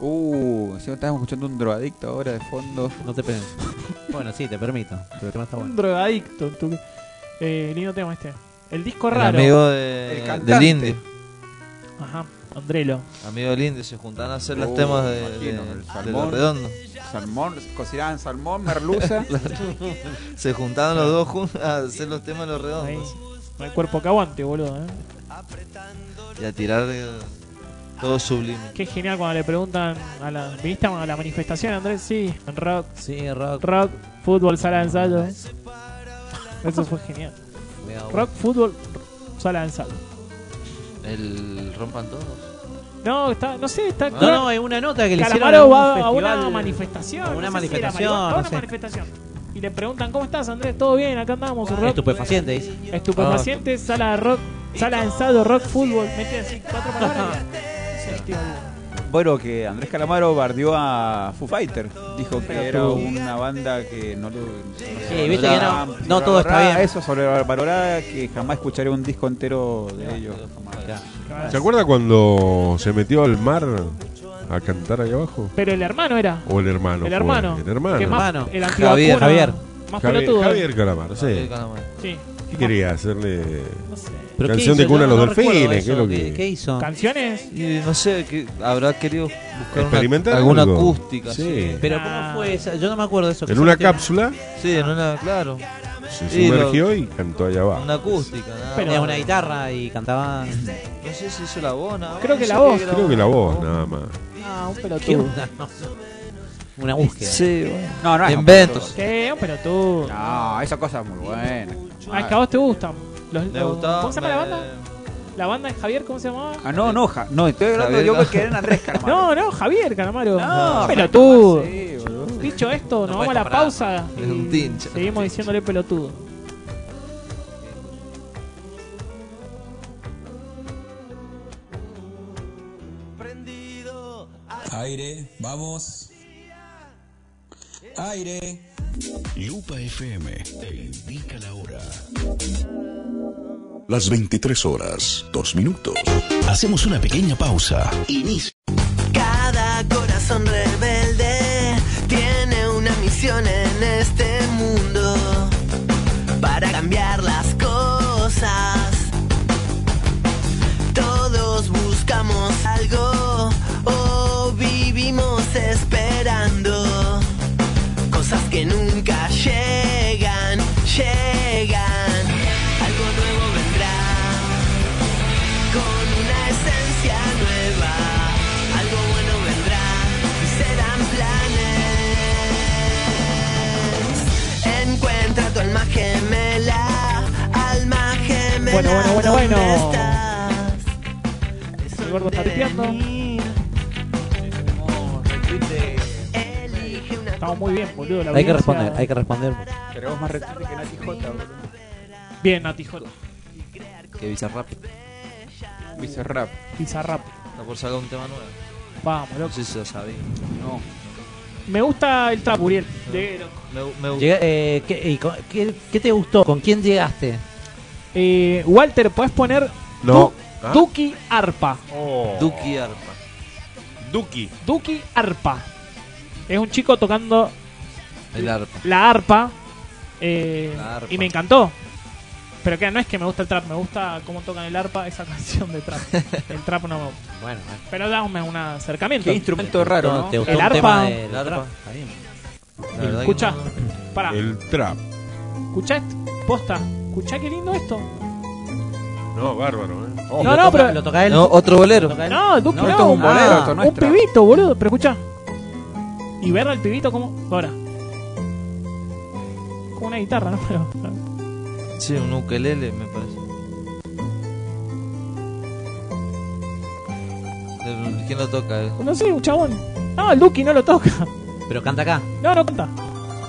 Speaker 3: Uh, si no estás escuchando un drogadicto ahora de fondo.
Speaker 4: No te penses. Bueno, sí, te permito. Pero el tema está
Speaker 2: Un
Speaker 4: bueno.
Speaker 2: drogadicto. tú- Eh, lindo tema este. El disco
Speaker 1: El
Speaker 2: raro.
Speaker 1: amigo
Speaker 3: El
Speaker 1: de,
Speaker 3: cantante.
Speaker 1: del Indio.
Speaker 2: Ajá, Andrelo.
Speaker 1: Amigo del Indio, se juntan a hacer los
Speaker 3: Oh,
Speaker 1: temas de,
Speaker 3: imagino,
Speaker 1: de-
Speaker 3: el
Speaker 1: de
Speaker 3: salmón.
Speaker 1: los redondos.
Speaker 3: Salmón, cocinaban salmón, merluza.
Speaker 1: Se juntaron los dos juntos a hacer los temas de los
Speaker 2: Ahí.
Speaker 1: redondos.
Speaker 2: No hay cuerpo que aguante, boludo. ¿eh?
Speaker 1: Y a tirar eh, todo sublime.
Speaker 2: Qué genial cuando le preguntan a la. ¿Viniste a la manifestación, Andrés? Sí, en rock.
Speaker 4: Sí, rock.
Speaker 2: Rock, fútbol, sala de ensayo. Eso fue genial. Rock, fútbol, sala de ensayo.
Speaker 1: El rompan todos.
Speaker 2: No, está, no sé, está.
Speaker 4: No, no, hay una nota que le hicieron.
Speaker 2: Calamaro
Speaker 4: un
Speaker 2: va a
Speaker 4: festival-
Speaker 2: una manifestación.
Speaker 4: a
Speaker 2: no sé si
Speaker 4: una
Speaker 2: era
Speaker 4: manifestación,
Speaker 2: marihuana, a
Speaker 4: no
Speaker 2: una
Speaker 4: sé.
Speaker 2: manifestación. Y le preguntan, ¿cómo estás, Andrés? ¿Todo bien? Acá andamos. rock,
Speaker 4: Ah, Estupefaciente, Ah. dice.
Speaker 2: Estupefacientes, sala de rock, sala de ensayo, rock, fútbol. Mete así cuatro palabras. Sí, tío.
Speaker 3: Bueno, que Andrés Calamaro bardeó a Foo Fighter. Dijo
Speaker 2: Pero
Speaker 3: que era
Speaker 2: tú-
Speaker 3: una banda que no le. no
Speaker 4: Sí,
Speaker 3: se
Speaker 4: viste que no,
Speaker 3: valoraba,
Speaker 4: no todo está bien.
Speaker 3: Eso, sobrevalorada, que jamás escucharé un disco entero de ellos.
Speaker 5: ¿Se acuerda cuando se metió al mar a cantar ahí abajo?
Speaker 2: Pero el hermano era.
Speaker 5: ¿O el hermano?
Speaker 2: El
Speaker 5: fue?
Speaker 2: hermano.
Speaker 5: El hermano.
Speaker 2: que más-
Speaker 4: Hermano.
Speaker 2: El
Speaker 1: Javier,
Speaker 2: antivacuna,
Speaker 4: Javier.
Speaker 2: Más
Speaker 5: Javier,
Speaker 2: pelotudo.
Speaker 5: Javier Calamaro, sí.
Speaker 1: El calamar.
Speaker 2: Sí.
Speaker 5: ¿Qué quería? ¿Hacerle
Speaker 2: No sé.
Speaker 4: ¿Pero qué
Speaker 5: Canción de
Speaker 4: hizo?
Speaker 5: cuna a
Speaker 4: Yo
Speaker 5: los
Speaker 4: recuerdo
Speaker 5: delfines,
Speaker 4: eso.
Speaker 5: ¿qué es lo
Speaker 4: ¿Qué,
Speaker 5: que-
Speaker 4: qué hizo?
Speaker 2: Canciones.
Speaker 1: Y no sé, que habrá querido buscar
Speaker 5: experimentar
Speaker 1: una, alguna
Speaker 5: algo?
Speaker 1: acústica.
Speaker 5: Sí.
Speaker 1: Sí.
Speaker 4: Pero ¿cómo fue esa? Yo no me acuerdo de eso.
Speaker 5: En una
Speaker 4: Quizás-
Speaker 5: cápsula
Speaker 1: Sí, en una, claro.
Speaker 5: se
Speaker 1: Sí, lo-
Speaker 5: sumergió y cantó allá abajo.
Speaker 1: Una acústica, nada
Speaker 2: Pero-
Speaker 4: Tenía
Speaker 1: más.
Speaker 4: una guitarra y cantaban.
Speaker 1: No sé si hizo la voz, nada más.
Speaker 2: Creo que
Speaker 1: No sé
Speaker 2: la voz.
Speaker 1: qué grabó.
Speaker 5: Creo que la voz, nada más.
Speaker 2: Ah, un
Speaker 4: ¿Qué
Speaker 2: pelotudo.
Speaker 4: onda? No. Una búsqueda.
Speaker 1: Sí, bueno.
Speaker 3: No, no es
Speaker 1: Inventos.
Speaker 2: ¿Qué? Un pelotudo.
Speaker 3: No, esa cosa es muy buena.
Speaker 2: Ah, es que a vos te gustan. Los,
Speaker 1: Me
Speaker 2: los-
Speaker 1: gustaba.
Speaker 2: ¿Cómo se llama la
Speaker 1: me-
Speaker 2: banda? ¿La banda de Javier? ¿Cómo se llamaba?
Speaker 3: Ah, no, no, ja- no, estoy hablando, yo me quedé en Andrés Calamaro.
Speaker 2: No, no, Javier Calamaro.
Speaker 3: No,
Speaker 2: pelotudo.
Speaker 3: Sí, boludo.
Speaker 2: Dicho esto, nos
Speaker 4: No
Speaker 2: vamos a
Speaker 4: puedes
Speaker 2: la
Speaker 4: comparar.
Speaker 2: pausa.
Speaker 1: Es un
Speaker 2: y
Speaker 1: tincho.
Speaker 2: Seguimos diciéndole pelotudo.
Speaker 8: Aire, vamos. Aire.
Speaker 6: Lupa FM te indica la hora. Las 23 horas, 2 minutos. Hacemos una pequeña pausa. Inicio.
Speaker 9: Cada corazón rebelde tiene una misión en este mundo para cambiar las cosas. Todos buscamos algo o vivimos esperando cosas que nunca llegan, llegan. Algo nuevo vendrá con una esencia nueva. Algo bueno vendrá y serán planes. Encuentra tu alma gemela, alma gemela.
Speaker 2: Bueno, bueno, bueno,
Speaker 9: ¿dónde
Speaker 2: bueno.
Speaker 9: estás? Es
Speaker 2: El gordo está
Speaker 9: hora de
Speaker 2: tipeando.
Speaker 9: venir. Elige una
Speaker 2: Estamos muy bien, boludo. la
Speaker 4: Hay que
Speaker 2: audiencia-
Speaker 4: responder, hay que responder.
Speaker 3: Queremos más retweet que Nati J, boludo.
Speaker 2: Bien, Nati J.
Speaker 1: Que Bizarrap
Speaker 3: Bizarrap.
Speaker 2: Pizarrap.
Speaker 1: está por sacar un tema nuevo.
Speaker 2: Vamos,
Speaker 1: No
Speaker 2: loco.
Speaker 1: sé si lo sabía.
Speaker 3: No.
Speaker 2: Me gusta el trap, Uriel. De loco.
Speaker 1: Me, me gustó.
Speaker 4: Llega- eh, ¿qué, y con- qué- qué te gustó? ¿Con quién llegaste?
Speaker 2: Eh, Walter, ¿podés poner
Speaker 5: No.
Speaker 2: Du-
Speaker 3: ¿Ah?
Speaker 10: ¿Ah?
Speaker 2: Duki Arpa?
Speaker 3: Oh.
Speaker 1: Duki Arpa.
Speaker 5: Duki.
Speaker 2: Duki Arpa. Es un chico tocando
Speaker 1: El arpa.
Speaker 2: la arpa, eh,
Speaker 1: La arpa.
Speaker 2: y me encantó. Pero que no es que me gusta el trap, me gusta cómo tocan el arpa esa canción de trap. el trap no me gusta.
Speaker 4: Bueno,
Speaker 2: Pero dame un acercamiento.
Speaker 3: Qué instrumento raro, ¿no?
Speaker 4: ¿Te gustó
Speaker 2: El
Speaker 4: un
Speaker 2: arpa.
Speaker 4: tema del
Speaker 1: El arpa.
Speaker 4: trap? Está bien.
Speaker 1: La verdad que
Speaker 2: Escucha,
Speaker 1: no-
Speaker 2: para,
Speaker 5: El trap.
Speaker 2: escuchá, esto, posta, escuchá qué lindo esto.
Speaker 5: No, bárbaro, ¿eh?
Speaker 4: ¿Y
Speaker 2: No,
Speaker 4: lo
Speaker 2: no,
Speaker 4: toca-
Speaker 2: pero-
Speaker 4: ¿Lo toca él?
Speaker 1: No, otro bolero.
Speaker 4: ¿Lo toca él?
Speaker 2: No, Duki, no,
Speaker 3: esto es un bolero,
Speaker 2: Ah,
Speaker 3: esto no es
Speaker 2: un
Speaker 3: trap.
Speaker 2: pibito, boludo, pero escuchá. Y ver al pibito como. Ahora. Como una guitarra, ¿no? Pero.
Speaker 1: Sí, un ukelele, me parece. El- Eh, ¿Quién lo toca?
Speaker 2: No sé, un chabón. No, el Duki no lo toca.
Speaker 4: Pero canta acá.
Speaker 2: No, no canta.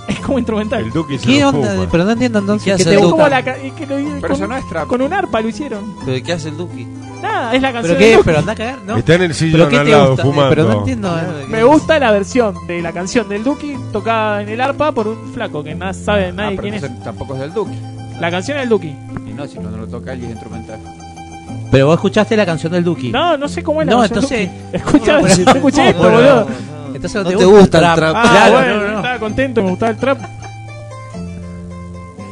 Speaker 2: Es como instrumental.
Speaker 5: El Duki se
Speaker 4: ¿Qué
Speaker 5: lo
Speaker 4: onda?
Speaker 5: fuma.
Speaker 4: Pero no entiendo entonces.
Speaker 1: ¿Qué hace
Speaker 4: te
Speaker 1: el
Speaker 2: Es
Speaker 1: Duki?
Speaker 4: gusta?
Speaker 2: como la. ca- es que lo-
Speaker 3: Pero eso no es trap.
Speaker 2: con, con un arpa lo hicieron.
Speaker 1: ¿Pero qué hace el Duki?
Speaker 2: Nada, es la canción.
Speaker 4: ¿Pero qué?
Speaker 2: de Duki.
Speaker 4: Pero anda a cagar, ¿no?
Speaker 5: Está en el
Speaker 4: ¿Pero
Speaker 5: sillón
Speaker 4: qué
Speaker 5: al
Speaker 4: te
Speaker 5: lado
Speaker 4: gusta?
Speaker 5: fumando.
Speaker 4: Pero no entiendo. eh.
Speaker 2: Me gusta la versión de la canción del Duki tocada en el arpa por un flaco que no sabe
Speaker 3: Ah,
Speaker 2: nadie
Speaker 3: pero
Speaker 2: quién es.
Speaker 3: entonces tampoco es del Duke.
Speaker 2: La canción del Duki.
Speaker 3: Y no, si no, no lo toca él y es instrumental.
Speaker 4: Pero vos escuchaste la canción del Duki.
Speaker 2: No, no sé cómo es la
Speaker 4: No,
Speaker 2: canción.
Speaker 4: entonces-
Speaker 2: Escucha,
Speaker 4: No, pero-
Speaker 2: escuché
Speaker 4: no,
Speaker 2: esto,
Speaker 4: pero-
Speaker 2: boludo.
Speaker 4: Entonces
Speaker 1: No te gusta el trap.
Speaker 2: Ah,
Speaker 4: claro,
Speaker 2: bueno,
Speaker 4: no, no.
Speaker 2: estaba contento, me gustaba el trap.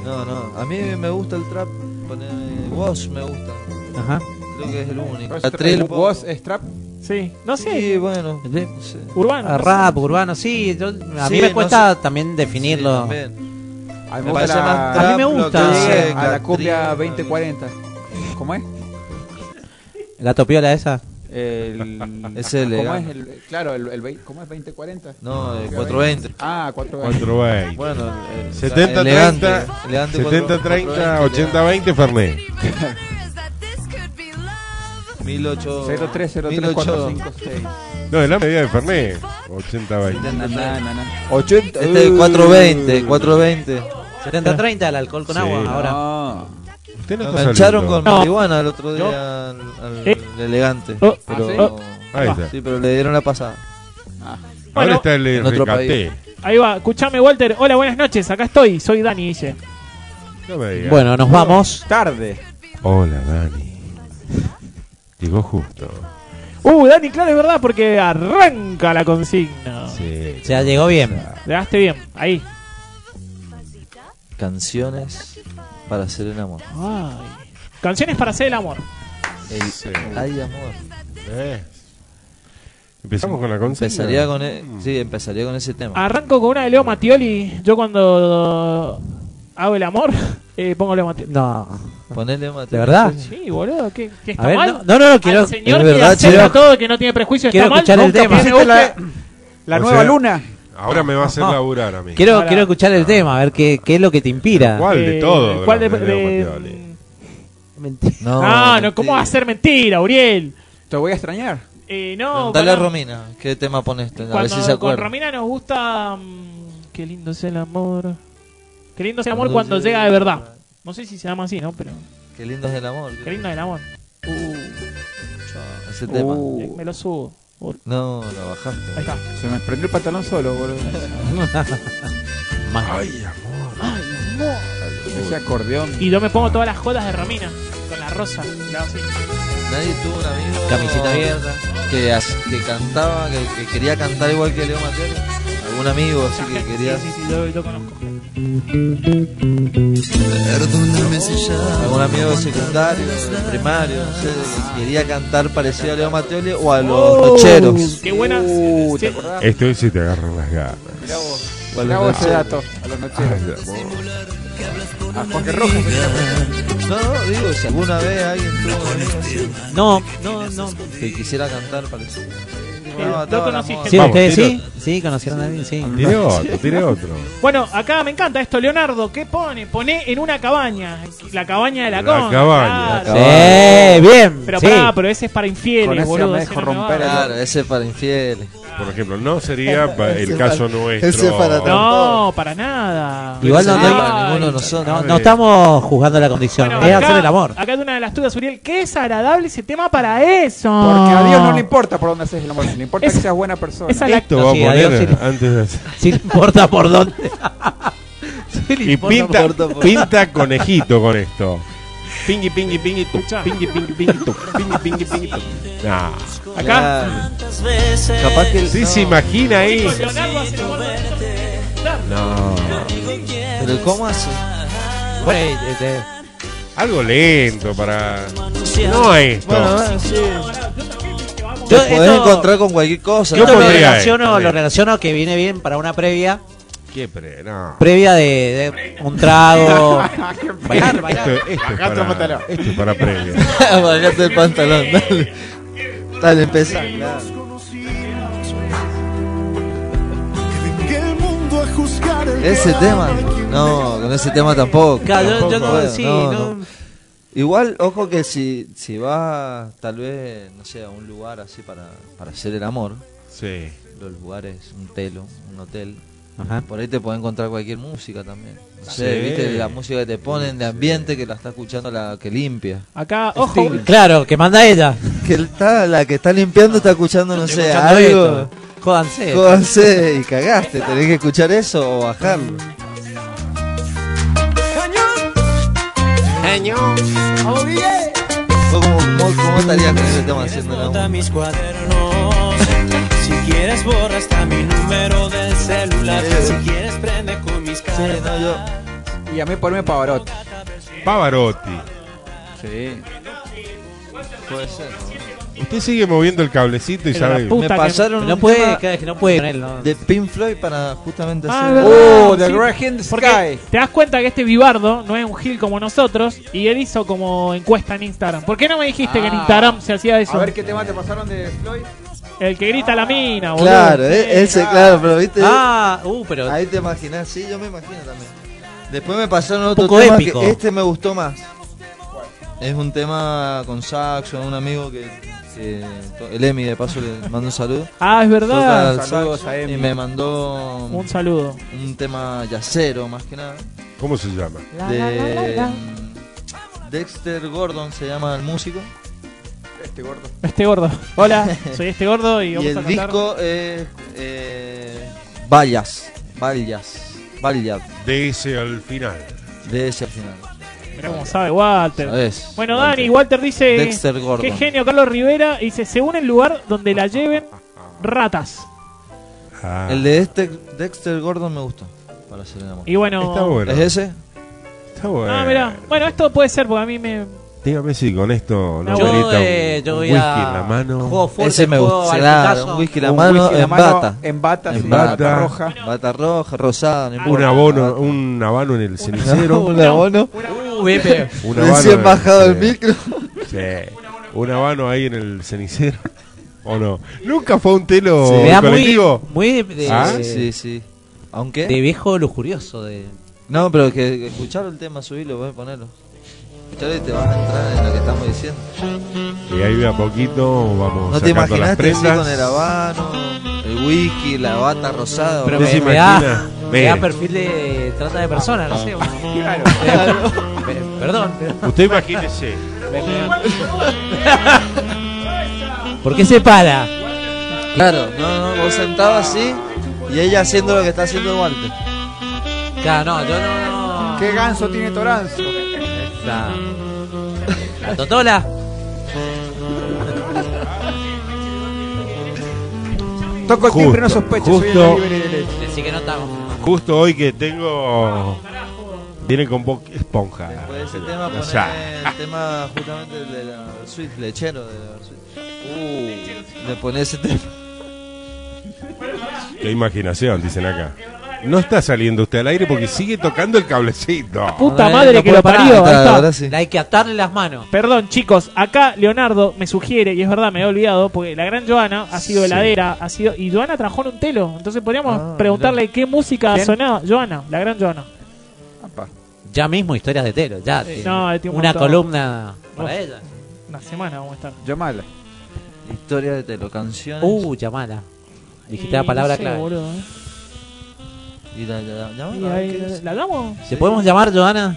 Speaker 1: No, no. A mí me gusta el trap. Poneme. Wash me gusta.
Speaker 4: Ajá.
Speaker 1: Creo que es el único.
Speaker 3: ¿El voz es trap?
Speaker 2: Sí, no
Speaker 1: Sí,
Speaker 2: sé,
Speaker 1: bueno.
Speaker 4: Sí.
Speaker 1: no sé.
Speaker 2: urbano.
Speaker 4: Ah,
Speaker 2: no sé.
Speaker 4: Rap, urbano, sí. yo- a
Speaker 1: Sí,
Speaker 4: mí me
Speaker 1: no
Speaker 4: cuesta también definirlo.
Speaker 1: Sí, también.
Speaker 3: A mí
Speaker 1: Me parece más
Speaker 4: A mí
Speaker 1: trap.
Speaker 4: me
Speaker 1: lo que
Speaker 4: gusta.
Speaker 1: dice
Speaker 3: a la copia
Speaker 1: Catrina,
Speaker 3: 2040. ¿Cómo es?
Speaker 4: Gato piola esa.
Speaker 3: El,
Speaker 1: Es el
Speaker 3: ¿Cómo
Speaker 1: legal.
Speaker 3: es el, claro, el, el vei- ¿cómo es 2040?
Speaker 1: No, eh, 420.
Speaker 3: Ah, 420.
Speaker 5: Otro baile.
Speaker 1: Bueno, eh,
Speaker 5: 70,
Speaker 1: elegante,
Speaker 5: 30,
Speaker 1: elegante
Speaker 5: 70, 30, 80, 20, Fernet.
Speaker 1: 18,
Speaker 3: 03034556.
Speaker 5: No, es la medida de Fernet. 80, 20.
Speaker 3: Na, na, na, na. 80.
Speaker 1: Este es 420, 420.
Speaker 4: 70-30, el alcohol con
Speaker 5: Sí.
Speaker 4: agua. Ahora.
Speaker 3: Mm. No.
Speaker 5: Usted no
Speaker 1: Lo
Speaker 5: está
Speaker 1: engancharon con
Speaker 5: saliendo.
Speaker 2: No.
Speaker 1: marihuana el otro día al, al
Speaker 2: Eh.
Speaker 1: elegante.
Speaker 2: Oh,
Speaker 1: Pero,
Speaker 3: ¿sí?
Speaker 2: Oh.
Speaker 5: Ahí está.
Speaker 1: sí, pero le dieron la pasada.
Speaker 5: Ahora
Speaker 2: Ah. Bueno,
Speaker 5: está el
Speaker 1: en otro país.
Speaker 5: rescate.
Speaker 2: Ahí va, escuchame Walter. Hola, buenas noches, acá estoy, soy Dani, dice.
Speaker 5: No me digas.
Speaker 4: Bueno, nos vamos.
Speaker 3: Tarde.
Speaker 5: Hola, Dani. Llegó justo.
Speaker 2: Uh, Dani, claro, es verdad, porque arranca la consigna.
Speaker 5: Sí.
Speaker 4: O sea, llegó bien.
Speaker 2: Le daste bien, ahí.
Speaker 1: Canciones para hacer el amor.
Speaker 2: Ay. Canciones para hacer el amor.
Speaker 1: El,
Speaker 5: Sí.
Speaker 1: Ay, amor.
Speaker 5: Eh. Empezamos con la consigna.
Speaker 1: Empezaría con, e-
Speaker 2: Mm.
Speaker 1: sí, empezaría con ese tema.
Speaker 2: Arranco con una de Leo Mattioli. Yo cuando hago el amor, eh, pongo Leo Mattioli.
Speaker 4: No.
Speaker 2: Ah.
Speaker 1: Ponele mate.
Speaker 4: ¿De verdad?
Speaker 2: Sí, boludo, ¿qué, qué está
Speaker 4: A ver,
Speaker 2: mal?
Speaker 4: no, no, no, no, quiero.
Speaker 2: Al señor
Speaker 1: es
Speaker 2: que
Speaker 1: verdad,
Speaker 2: acepta
Speaker 1: quiero-
Speaker 2: todo, que no tiene prejuicio,
Speaker 4: quiero
Speaker 2: está mal.
Speaker 4: escuchar el
Speaker 2: Nunca
Speaker 4: tema.
Speaker 2: puse
Speaker 4: Pusiste
Speaker 2: la-
Speaker 3: La
Speaker 5: O
Speaker 3: nueva
Speaker 5: sea-
Speaker 3: luna.
Speaker 5: Ahora me va a hacer laburar a mí.
Speaker 4: Ah. Quiero,
Speaker 2: Para-
Speaker 4: quiero escuchar el tema, a ver qué, qué es lo que te inspira.
Speaker 5: ¿Cuál de
Speaker 2: Ah. eh,
Speaker 5: todo?
Speaker 2: ¿Cuál de,
Speaker 5: Leo
Speaker 2: de- Ah,
Speaker 5: Mattioli?
Speaker 4: Mentira.
Speaker 1: No,
Speaker 2: No, no, ¿cómo
Speaker 1: mentira.
Speaker 2: va a ser mentira, Uriel?
Speaker 3: Te voy a extrañar.
Speaker 2: Eh, no,
Speaker 1: Dale a
Speaker 2: pará.
Speaker 1: Romina, ¿qué tema pones? A ver
Speaker 2: Cuando
Speaker 1: si se
Speaker 2: con
Speaker 1: acuerda.
Speaker 2: Romina nos gusta. mm, qué lindo es el amor. Qué lindo es el amor cuando llega de verdad. No sé si se llama así, ¿no? Pero.
Speaker 1: Qué lindo es el amor.
Speaker 2: Qué lindo es el amor. Uh,
Speaker 1: Ese tema.
Speaker 2: eh, me lo subo. Uh,
Speaker 1: No, lo
Speaker 2: Ahí
Speaker 1: bajaste.
Speaker 2: está.
Speaker 3: Se me prendió el pantalón solo, boludo.
Speaker 4: Más-
Speaker 5: Ay, amor.
Speaker 3: Ese acordeón.
Speaker 2: Y yo me pongo todas las jodas de Romina. Con la rosa. la así.
Speaker 1: Nadie tuvo un amigo.
Speaker 4: Camisita abierta.
Speaker 1: Que, as- que cantaba, que, que quería cantar igual que Leo Mateo. Algún amigo, así que quería.
Speaker 2: Sí, sí, sí, yo, yo conozco.
Speaker 9: Perdóname si ya
Speaker 1: Algún amigo de secundario, de primario, no sé, que quería cantar parecido a Leo Matteoli o a los
Speaker 2: Oh,
Speaker 1: nocheros.
Speaker 2: Qué buena. Eh.
Speaker 3: Uh,
Speaker 2: sí,
Speaker 3: ¿te acordás?
Speaker 5: Esto es si te agarran las ganas.
Speaker 3: Mirá vos.
Speaker 1: ¿Cuál
Speaker 3: Mirá
Speaker 1: es
Speaker 3: vos
Speaker 1: la-
Speaker 3: ese dato. A los
Speaker 5: Ay,
Speaker 3: nocheros.
Speaker 5: amor.
Speaker 1: Ah,
Speaker 3: A Jorge Rojas.
Speaker 1: No, no, digo, si alguna vez alguien tuvo un amigo así
Speaker 4: No, no, no.
Speaker 1: que quisiera cantar
Speaker 2: Eh,
Speaker 1: parecido.
Speaker 2: no
Speaker 1: estaba la
Speaker 2: conocí
Speaker 1: moda.
Speaker 2: gente.
Speaker 4: Sí,
Speaker 5: Vamos,
Speaker 4: ustedes
Speaker 5: tiro.
Speaker 4: sí, sí, conocieron a alguien, sí.
Speaker 5: Tire otro, tire otro.
Speaker 2: Bueno, acá me encanta esto, Leonardo. ¿Qué pone? Pone en una cabaña. La cabaña de la,
Speaker 5: La
Speaker 2: conga,
Speaker 5: cabaña,
Speaker 2: claro.
Speaker 1: la
Speaker 4: Sí, bien.
Speaker 2: Pero
Speaker 4: sí.
Speaker 2: pará, pero ese es para infieles,
Speaker 3: Con ese
Speaker 2: boludo.
Speaker 3: me
Speaker 2: ese
Speaker 3: dejo
Speaker 2: no me va.
Speaker 3: romper el-
Speaker 1: Claro, ese es para infieles.
Speaker 5: Por ejemplo, no sería pa- el caso nuestro.
Speaker 1: ese para tanto.
Speaker 2: No, para nada.
Speaker 4: Igual no,
Speaker 1: Ese
Speaker 4: no-
Speaker 1: es para
Speaker 2: Ay.
Speaker 1: ninguno de nosotros.
Speaker 4: no, no estamos juzgando la condición.
Speaker 2: Bueno,
Speaker 4: es
Speaker 2: acá-
Speaker 4: hacer el amor.
Speaker 2: Acá de una de las tuyas, Uriel. Qué es agradable ese tema para eso.
Speaker 3: Porque a Dios no le importa por dónde haces el amor. Le importa que seas buena persona.
Speaker 2: esa la-
Speaker 5: Esto
Speaker 4: No,
Speaker 5: va a
Speaker 4: sí, adiós,
Speaker 5: poner
Speaker 4: sí.
Speaker 5: antes de hacer.
Speaker 4: Sí le importa por dónde. Sí le
Speaker 5: Y
Speaker 4: importa
Speaker 5: pinta,
Speaker 4: por dónde.
Speaker 5: pinta conejito con esto.
Speaker 3: Pingui, pingui, pingui, tu.
Speaker 2: Escuchá.
Speaker 3: Pingui, pingui, pingui, tu. Pingui, pingui, pingui, tu.
Speaker 5: Nah.
Speaker 2: Acá.
Speaker 1: Capaz que el-
Speaker 5: Sí,
Speaker 1: no,
Speaker 5: se imagina ahí.
Speaker 2: Chicos, Leonardo hace el amor con eso.
Speaker 5: No.
Speaker 1: Pero ¿cómo hace?
Speaker 4: Bueno, eh, eh,
Speaker 5: Algo lento para. No esto.
Speaker 1: Bueno, bueno, sí. Te
Speaker 4: Yo
Speaker 1: podés
Speaker 4: esto-
Speaker 1: encontrar con cualquier cosa.
Speaker 4: yo
Speaker 5: Yo
Speaker 4: lo
Speaker 5: pondría esto,
Speaker 4: relaciono,
Speaker 5: bien.
Speaker 4: lo relaciono que viene bien para una previa.
Speaker 5: ¿Qué pre? No.
Speaker 4: Previa de, de un trago. bailar,
Speaker 5: Esto,
Speaker 4: bailar.
Speaker 5: esto es
Speaker 3: Acá toma
Speaker 5: para,
Speaker 3: talón.
Speaker 5: esto es para previa.
Speaker 1: Bajate el pantalón, dale. Dale, empezá. claro. Ese tema, no, con ese tema tampoco.
Speaker 4: Claro, yo- yo no-
Speaker 1: Bueno,
Speaker 4: sí,
Speaker 1: no,
Speaker 4: no.
Speaker 1: no. Igual, ojo que si, si vas tal vez, no sé, a un lugar así para, para hacer el amor,
Speaker 5: Sí.
Speaker 1: los lugares, un telo, un hotel,
Speaker 4: Ajá.
Speaker 1: por ahí te puede encontrar cualquier música también. No
Speaker 5: Sí.
Speaker 1: sé, viste la música que te ponen de ambiente que la está escuchando la que limpia.
Speaker 2: Acá, ojo,
Speaker 4: Claro, que manda ella.
Speaker 1: Que está, la que está limpiando está escuchando, no sé,
Speaker 4: Escuchando
Speaker 1: algo.
Speaker 4: esto. Jódanse.
Speaker 1: Jódanse, y cagaste, tenés que escuchar eso o bajarlo. Fue como, ¿cómo, cómo estarías con ese tema haciendo el amor?
Speaker 9: mis cuadernos. Si quieres borra hasta mi número del celular. Si quieres prende con mis
Speaker 1: Sí, no, yo.
Speaker 3: Y a mí ponme Pavarotti.
Speaker 5: Pavarotti.
Speaker 3: Sí.
Speaker 1: Puede ser. ¿no?
Speaker 5: Usted sigue moviendo el cablecito y
Speaker 2: Pero la
Speaker 5: sabe.
Speaker 2: puta
Speaker 1: Me
Speaker 2: que-
Speaker 1: pasaron
Speaker 4: No
Speaker 1: un
Speaker 4: puede,
Speaker 1: tema
Speaker 4: que que no puede con él, ¿no?
Speaker 1: de Pink Floyd para justamente
Speaker 2: Ah,
Speaker 1: hacer.
Speaker 2: verdad.
Speaker 3: Oh, The
Speaker 2: Sí,
Speaker 3: Great in the
Speaker 2: Porque
Speaker 3: Sky.
Speaker 2: te das cuenta que este Vivardo no es un gil como nosotros y él hizo como encuesta en Instagram. ¿Por qué no me dijiste que en
Speaker 3: Ah.
Speaker 2: Instagram se hacía eso?
Speaker 3: A ver qué tema te pasaron de Floyd.
Speaker 2: El que grita la mina, boludo.
Speaker 1: Claro, eh, ese, claro, pero viste.
Speaker 4: Ah, uh, pero
Speaker 1: Ahí te imaginas, sí, yo me imagino también.
Speaker 2: Este
Speaker 1: Después me pasaron otro
Speaker 4: Poco
Speaker 1: tema
Speaker 4: épico.
Speaker 1: que este me gustó más. Es un tema con saxo, un amigo que, que to- el Emi de paso le mando un saludo.
Speaker 2: Ah, es
Speaker 1: Toca
Speaker 2: verdad.
Speaker 1: el
Speaker 3: Saludos
Speaker 1: saxo
Speaker 3: a Emi.
Speaker 1: y me mandó
Speaker 2: Un saludo.
Speaker 1: un tema yacero más que nada.
Speaker 5: ¿Cómo se llama?
Speaker 1: De Dexter Gordon se llama el músico.
Speaker 3: Este gordo.
Speaker 2: Este gordo. Hola, soy este gordo y
Speaker 1: Y
Speaker 2: vamos a
Speaker 1: el
Speaker 2: cantar.
Speaker 1: disco es eh, Vallas. Vallas. Vallas.
Speaker 5: De ese al final.
Speaker 1: De ese al final.
Speaker 2: Mirá cómo sabe Walter.
Speaker 1: ¿Sabes?
Speaker 2: Este, Bueno,
Speaker 1: Walter.
Speaker 2: Dani, Walter dice:
Speaker 1: Dexter Gordon.
Speaker 2: Qué genio Carlos Rivera. Y dice: Según el lugar donde la lleven, ratas.
Speaker 5: Ah,
Speaker 1: El de este Dexter Gordon me gustó. Para hacer el amor.
Speaker 2: Y bueno.
Speaker 5: Está bueno.
Speaker 1: ¿Es ese?
Speaker 5: Está bueno.
Speaker 4: Eh.
Speaker 2: Ah, mirá. Bueno, esto puede ser porque a mí me.
Speaker 5: Dígame si con esto no
Speaker 2: Yo,
Speaker 5: merita un-
Speaker 4: eh,
Speaker 5: un
Speaker 4: voy
Speaker 5: whisky
Speaker 4: a-
Speaker 5: en la mano.
Speaker 4: Juego fuerte,
Speaker 1: ese me
Speaker 4: juego
Speaker 1: gusta.
Speaker 4: al
Speaker 1: Claro,
Speaker 4: putazo.
Speaker 1: un whisky en la
Speaker 3: Un
Speaker 1: mano
Speaker 3: whisky en la
Speaker 1: en
Speaker 3: mano,
Speaker 1: bata.
Speaker 3: En bata,
Speaker 1: En
Speaker 3: sí,
Speaker 1: bata.
Speaker 3: bata roja.
Speaker 1: Bata roja, rosada, no
Speaker 5: Un
Speaker 1: importa.
Speaker 5: abono, un habano en el cenicero.
Speaker 1: Un abono.
Speaker 4: Uh, bien, pero-
Speaker 5: Un habano en
Speaker 1: Recién
Speaker 5: el-
Speaker 1: bajado el
Speaker 5: sí,
Speaker 1: micro.
Speaker 5: sí. Un habano ahí en el cenicero. ¿O no? ¿Nunca fue a un telo
Speaker 4: Me da muy,
Speaker 5: colectivo?
Speaker 4: muy de,
Speaker 5: Ah,
Speaker 4: de-
Speaker 1: Sí, sí, sí. Aunque.
Speaker 4: de viejo lujurioso. De...
Speaker 1: No, pero que, que escuchar el tema, subilo, voy a ponerlo. Escuchalo y te vas a entrar en lo que estamos diciendo.
Speaker 5: Y ahí de a poquito vamos
Speaker 1: No te
Speaker 5: sacando las
Speaker 1: imaginaste así
Speaker 5: prendas.
Speaker 1: con el habano, el whisky, la bata rosada.
Speaker 4: Pero
Speaker 5: No
Speaker 1: boludo?
Speaker 5: se
Speaker 4: me, me da,
Speaker 5: imagina.
Speaker 4: me da
Speaker 5: Mire.
Speaker 4: perfil de trata de personas, no sé.
Speaker 3: Claro.
Speaker 4: Pero- Perdón, pero-
Speaker 5: Usted imagínese.
Speaker 4: ¿por qué se para?
Speaker 1: Claro, no, no, vos sentado así y ella haciendo lo que está haciendo Walter.
Speaker 4: Claro, no, yo no. no.
Speaker 3: ¿Qué ganso tiene Toranzo?
Speaker 4: La, la Totola.
Speaker 3: Toco el timbre, no
Speaker 5: Justo,
Speaker 3: sospecho, soy
Speaker 5: justo.
Speaker 3: el libre derecho.
Speaker 4: Decí que no estamos.
Speaker 5: Justo hoy que tengo. Viene con Bob esponja.
Speaker 1: Pues ese tema
Speaker 5: O
Speaker 1: poner
Speaker 5: sea,
Speaker 1: el tema justamente el de la suite, lechero de la suite. Le pones ese tema.
Speaker 5: qué imaginación, dicen acá. No está saliendo usted al aire porque sigue tocando el cablecito.
Speaker 2: Puta
Speaker 4: Dale,
Speaker 2: madre
Speaker 4: no
Speaker 2: que
Speaker 4: puedo
Speaker 2: lo
Speaker 4: parar.
Speaker 2: parió. ahí está.
Speaker 1: ahora sí.
Speaker 4: La hay que atarle las manos.
Speaker 2: Perdón, chicos, acá Leonardo me sugiere, y es verdad, me he olvidado, porque la gran Joana ha sido
Speaker 5: Sí.
Speaker 2: heladera, ha sido. Y Joana trabajó en un telo. Entonces podríamos
Speaker 1: Ah,
Speaker 2: preguntarle qué música
Speaker 3: ¿Quién?
Speaker 2: sonaba. Joana, la gran Joana.
Speaker 4: Ya mismo historias de Telo, ya. tiene
Speaker 2: no, tiene un
Speaker 4: una
Speaker 2: montón.
Speaker 4: columna para
Speaker 2: Uf.
Speaker 4: ella.
Speaker 2: Una semana vamos a estar.
Speaker 3: Llamala.
Speaker 1: Historia de Telo, canciones.
Speaker 4: Uh, llamala. Dijiste la
Speaker 2: Y
Speaker 4: palabra
Speaker 2: no sé,
Speaker 4: clave.
Speaker 2: boludo, ¿eh?
Speaker 1: Y la, la, la-
Speaker 2: Y
Speaker 1: la-
Speaker 2: ahí-
Speaker 1: ¿qué es?
Speaker 2: ¿La damos?
Speaker 4: ¿Te podemos llamar, Joana?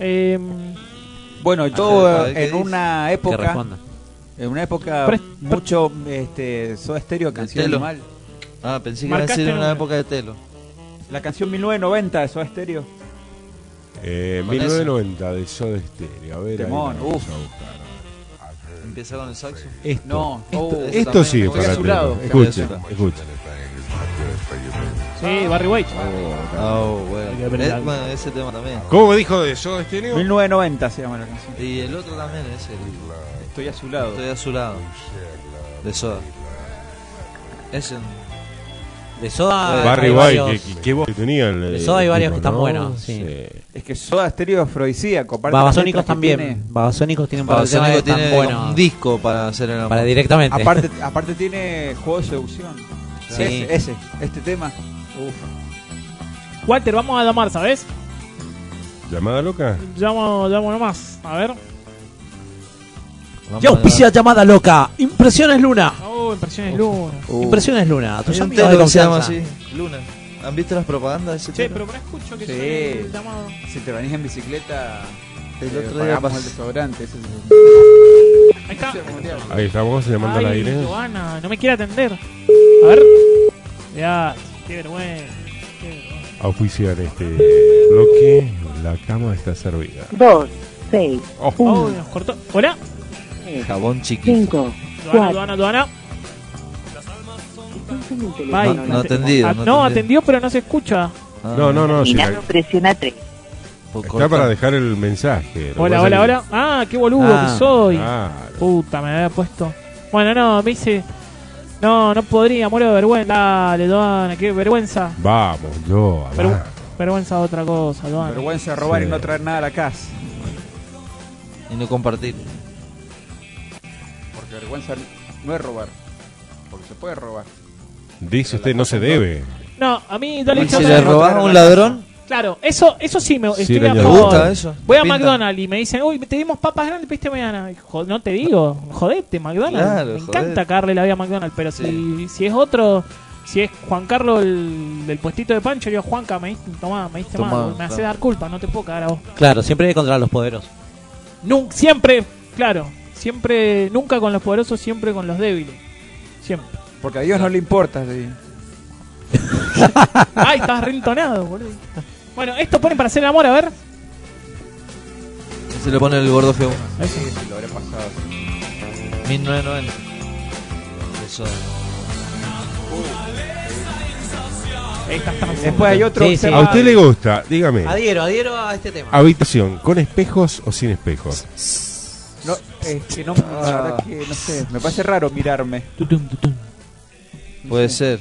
Speaker 2: Eh,
Speaker 3: Em, Bueno, y
Speaker 1: a
Speaker 3: todo
Speaker 1: ver qué
Speaker 3: en
Speaker 1: dice.
Speaker 3: una
Speaker 4: Que
Speaker 3: época.
Speaker 4: responda.
Speaker 3: En una época
Speaker 2: Pre-
Speaker 3: mucho este Soda Stereo, canción
Speaker 1: Telo.
Speaker 3: animal.
Speaker 1: Ah, pensé que iba a
Speaker 2: Marcaste
Speaker 1: decir una
Speaker 2: una.
Speaker 1: época de Telo.
Speaker 3: La canción 1990 de Soda Stereo.
Speaker 5: Eh,
Speaker 1: Con
Speaker 5: 1990 de Soda Stereo. A ver, ahí
Speaker 3: Temón,
Speaker 5: la vamos
Speaker 3: uf.
Speaker 5: a buscar.
Speaker 1: Empieza con el saxo.
Speaker 5: Esto,
Speaker 3: No, oh,
Speaker 1: Eso
Speaker 5: esto
Speaker 1: también,
Speaker 5: sí es
Speaker 1: porque
Speaker 5: para
Speaker 1: es azulado.
Speaker 5: Telo. Escucha, escucha.
Speaker 2: sí, Barry White.
Speaker 1: Oh,
Speaker 2: Hay
Speaker 1: bueno.
Speaker 2: que aprender
Speaker 1: Eh,
Speaker 2: algo.
Speaker 1: bueno, ese tema también.
Speaker 5: ¿Cómo dijo de este Soda Stereo?
Speaker 3: 1990 se llama la canción.
Speaker 1: Y el otro también, ese.
Speaker 3: Estoy a su lado.
Speaker 1: Estoy a su
Speaker 5: Oh,
Speaker 1: lado. De Soda. Ese.
Speaker 4: De Soda.
Speaker 5: Barry
Speaker 4: hay
Speaker 5: White,
Speaker 4: varios-
Speaker 5: que- que- que voz que tenía el,
Speaker 4: De Soda hay
Speaker 5: el
Speaker 4: varios
Speaker 5: tipo,
Speaker 4: que están
Speaker 5: ¿no?
Speaker 4: buenos, sí.
Speaker 3: Es que Soda Stereo es afrodisíaco. aparte las
Speaker 4: Babasónicos
Speaker 3: letras que
Speaker 4: también.
Speaker 3: tiene-
Speaker 4: Babasónicos tienen un par de temas
Speaker 1: Babasónico
Speaker 4: que están
Speaker 1: tiene
Speaker 4: buenos.
Speaker 1: un disco para hacer el amor.
Speaker 4: Para directamente.
Speaker 3: Aparte, aparte tiene juego de seducción.
Speaker 4: Sí.
Speaker 3: Ese, ese, este tema. Uf.
Speaker 2: Walter, vamos a damar, ¿sabes?
Speaker 5: ¿Llamada loca?
Speaker 2: Llamo, llamo nomás. A ver.
Speaker 1: Vamos
Speaker 4: Ya
Speaker 1: a
Speaker 4: auspicia llamada loca. Impresiones Luna.
Speaker 2: Oh, impresiones luna.
Speaker 4: Impresiones Luna. A
Speaker 1: Uh. Hay
Speaker 4: tus
Speaker 1: un
Speaker 4: amigos
Speaker 1: telo
Speaker 4: de
Speaker 1: que se llama
Speaker 4: confianza.
Speaker 1: así, Luna. ¿Han visto las propagandas de ese
Speaker 2: Che,
Speaker 1: telo?
Speaker 2: pero no escucho que
Speaker 3: Sí.
Speaker 2: suene el llamado.
Speaker 3: Si te venís en bicicleta,
Speaker 1: El
Speaker 3: eh,
Speaker 1: otro día
Speaker 3: pagamos el
Speaker 1: pas-
Speaker 3: desodorante. Ese es
Speaker 2: Ahí está.
Speaker 5: Ahí estamos llamando al
Speaker 2: Ay,
Speaker 5: aire.
Speaker 2: Joana, no me quiere atender. A ver. Ya, qué vergüenza. qué vergüenza.
Speaker 5: Auspician este bloque. La cama está servida.
Speaker 11: dos, seis,
Speaker 5: Oh.
Speaker 2: Oh, nos cortó. Hola.
Speaker 1: Jabón chiquito.
Speaker 11: cinco,
Speaker 2: Joana,
Speaker 11: cuatro.
Speaker 2: Joana, Joana. Bye.
Speaker 1: No, no atendido.
Speaker 2: Ah,
Speaker 1: no
Speaker 2: no,
Speaker 1: atendido.
Speaker 2: atendió, pero no se escucha.
Speaker 1: Ah,
Speaker 5: No, no, no. si la-
Speaker 11: Minado presiona tres.
Speaker 1: por
Speaker 5: está
Speaker 1: cortar.
Speaker 5: para dejar el mensaje. Lo
Speaker 2: Hola,
Speaker 5: que
Speaker 2: hola, hola.
Speaker 5: pasa
Speaker 2: Ah, qué boludo
Speaker 4: Ah.
Speaker 2: que soy.
Speaker 5: es que- Claro.
Speaker 2: Puta, me había puesto. Bueno, no, me dice. No, no podría, muero de vergüenza. Dale, Joana, qué vergüenza.
Speaker 5: Vamos, yo.
Speaker 2: Ver-
Speaker 5: va.
Speaker 2: vergüenza de otra cosa, Joana.
Speaker 3: Ah. Vergüenza de robar
Speaker 5: Sí.
Speaker 3: y no traer nada a la casa.
Speaker 1: Y no compartir.
Speaker 3: Porque vergüenza no es robar. Porque se puede robar.
Speaker 5: Dice usted, no se debe.
Speaker 2: No, a mí yo le
Speaker 1: Y
Speaker 2: dije
Speaker 1: si
Speaker 2: otra
Speaker 1: le
Speaker 2: cosa.
Speaker 1: robás a un ladrón,
Speaker 2: Claro, eso, eso sí me
Speaker 5: Sí,
Speaker 2: estoy
Speaker 5: le
Speaker 2: a
Speaker 5: ayuda.
Speaker 1: ¿te
Speaker 5: No.
Speaker 1: gusta
Speaker 2: favor.
Speaker 1: eso?
Speaker 2: Voy a
Speaker 1: Pinta.
Speaker 2: McDonald's y me dicen, uy, te dimos papas grandes, pediste mañana. Y jo- no te digo, jodete, McDonald's.
Speaker 1: Claro,
Speaker 2: me
Speaker 1: jodete.
Speaker 2: encanta cagarle la vida a McDonald's, pero si, si es otro, si es Juan Carlos el, del puestito de Pancho, le digo, Juanca, me diste, tomá, me diste
Speaker 1: Tomá,
Speaker 2: mal, me
Speaker 1: claro.
Speaker 2: hace dar culpa, no te puedo cagar a vos.
Speaker 4: Claro, siempre contra los poderosos.
Speaker 2: Nun- siempre, claro, siempre, nunca con los poderosos, siempre con los débiles. Siempre.
Speaker 3: Porque a Dios no le importa. sí.
Speaker 2: Ay, estás rentonado, boludo. Bueno, esto ponen para hacer el amor, a ver.
Speaker 1: se le pone el gordo feo.
Speaker 2: Eso.
Speaker 3: Sí, lo habré pasado.
Speaker 1: 1990. Eso.
Speaker 2: Esta está
Speaker 3: Después hay otro.
Speaker 4: Sí,
Speaker 3: que se
Speaker 4: sí.
Speaker 5: ¿A
Speaker 3: llama-
Speaker 5: usted le gusta? Dígame.
Speaker 4: Adhiero, adhiero a este tema.
Speaker 5: Habitación, ¿con espejos o sin espejos?
Speaker 3: No, es que no, la verdad que no sé. Me parece raro mirarme.
Speaker 2: Tutum, tutum.
Speaker 1: Puede ser.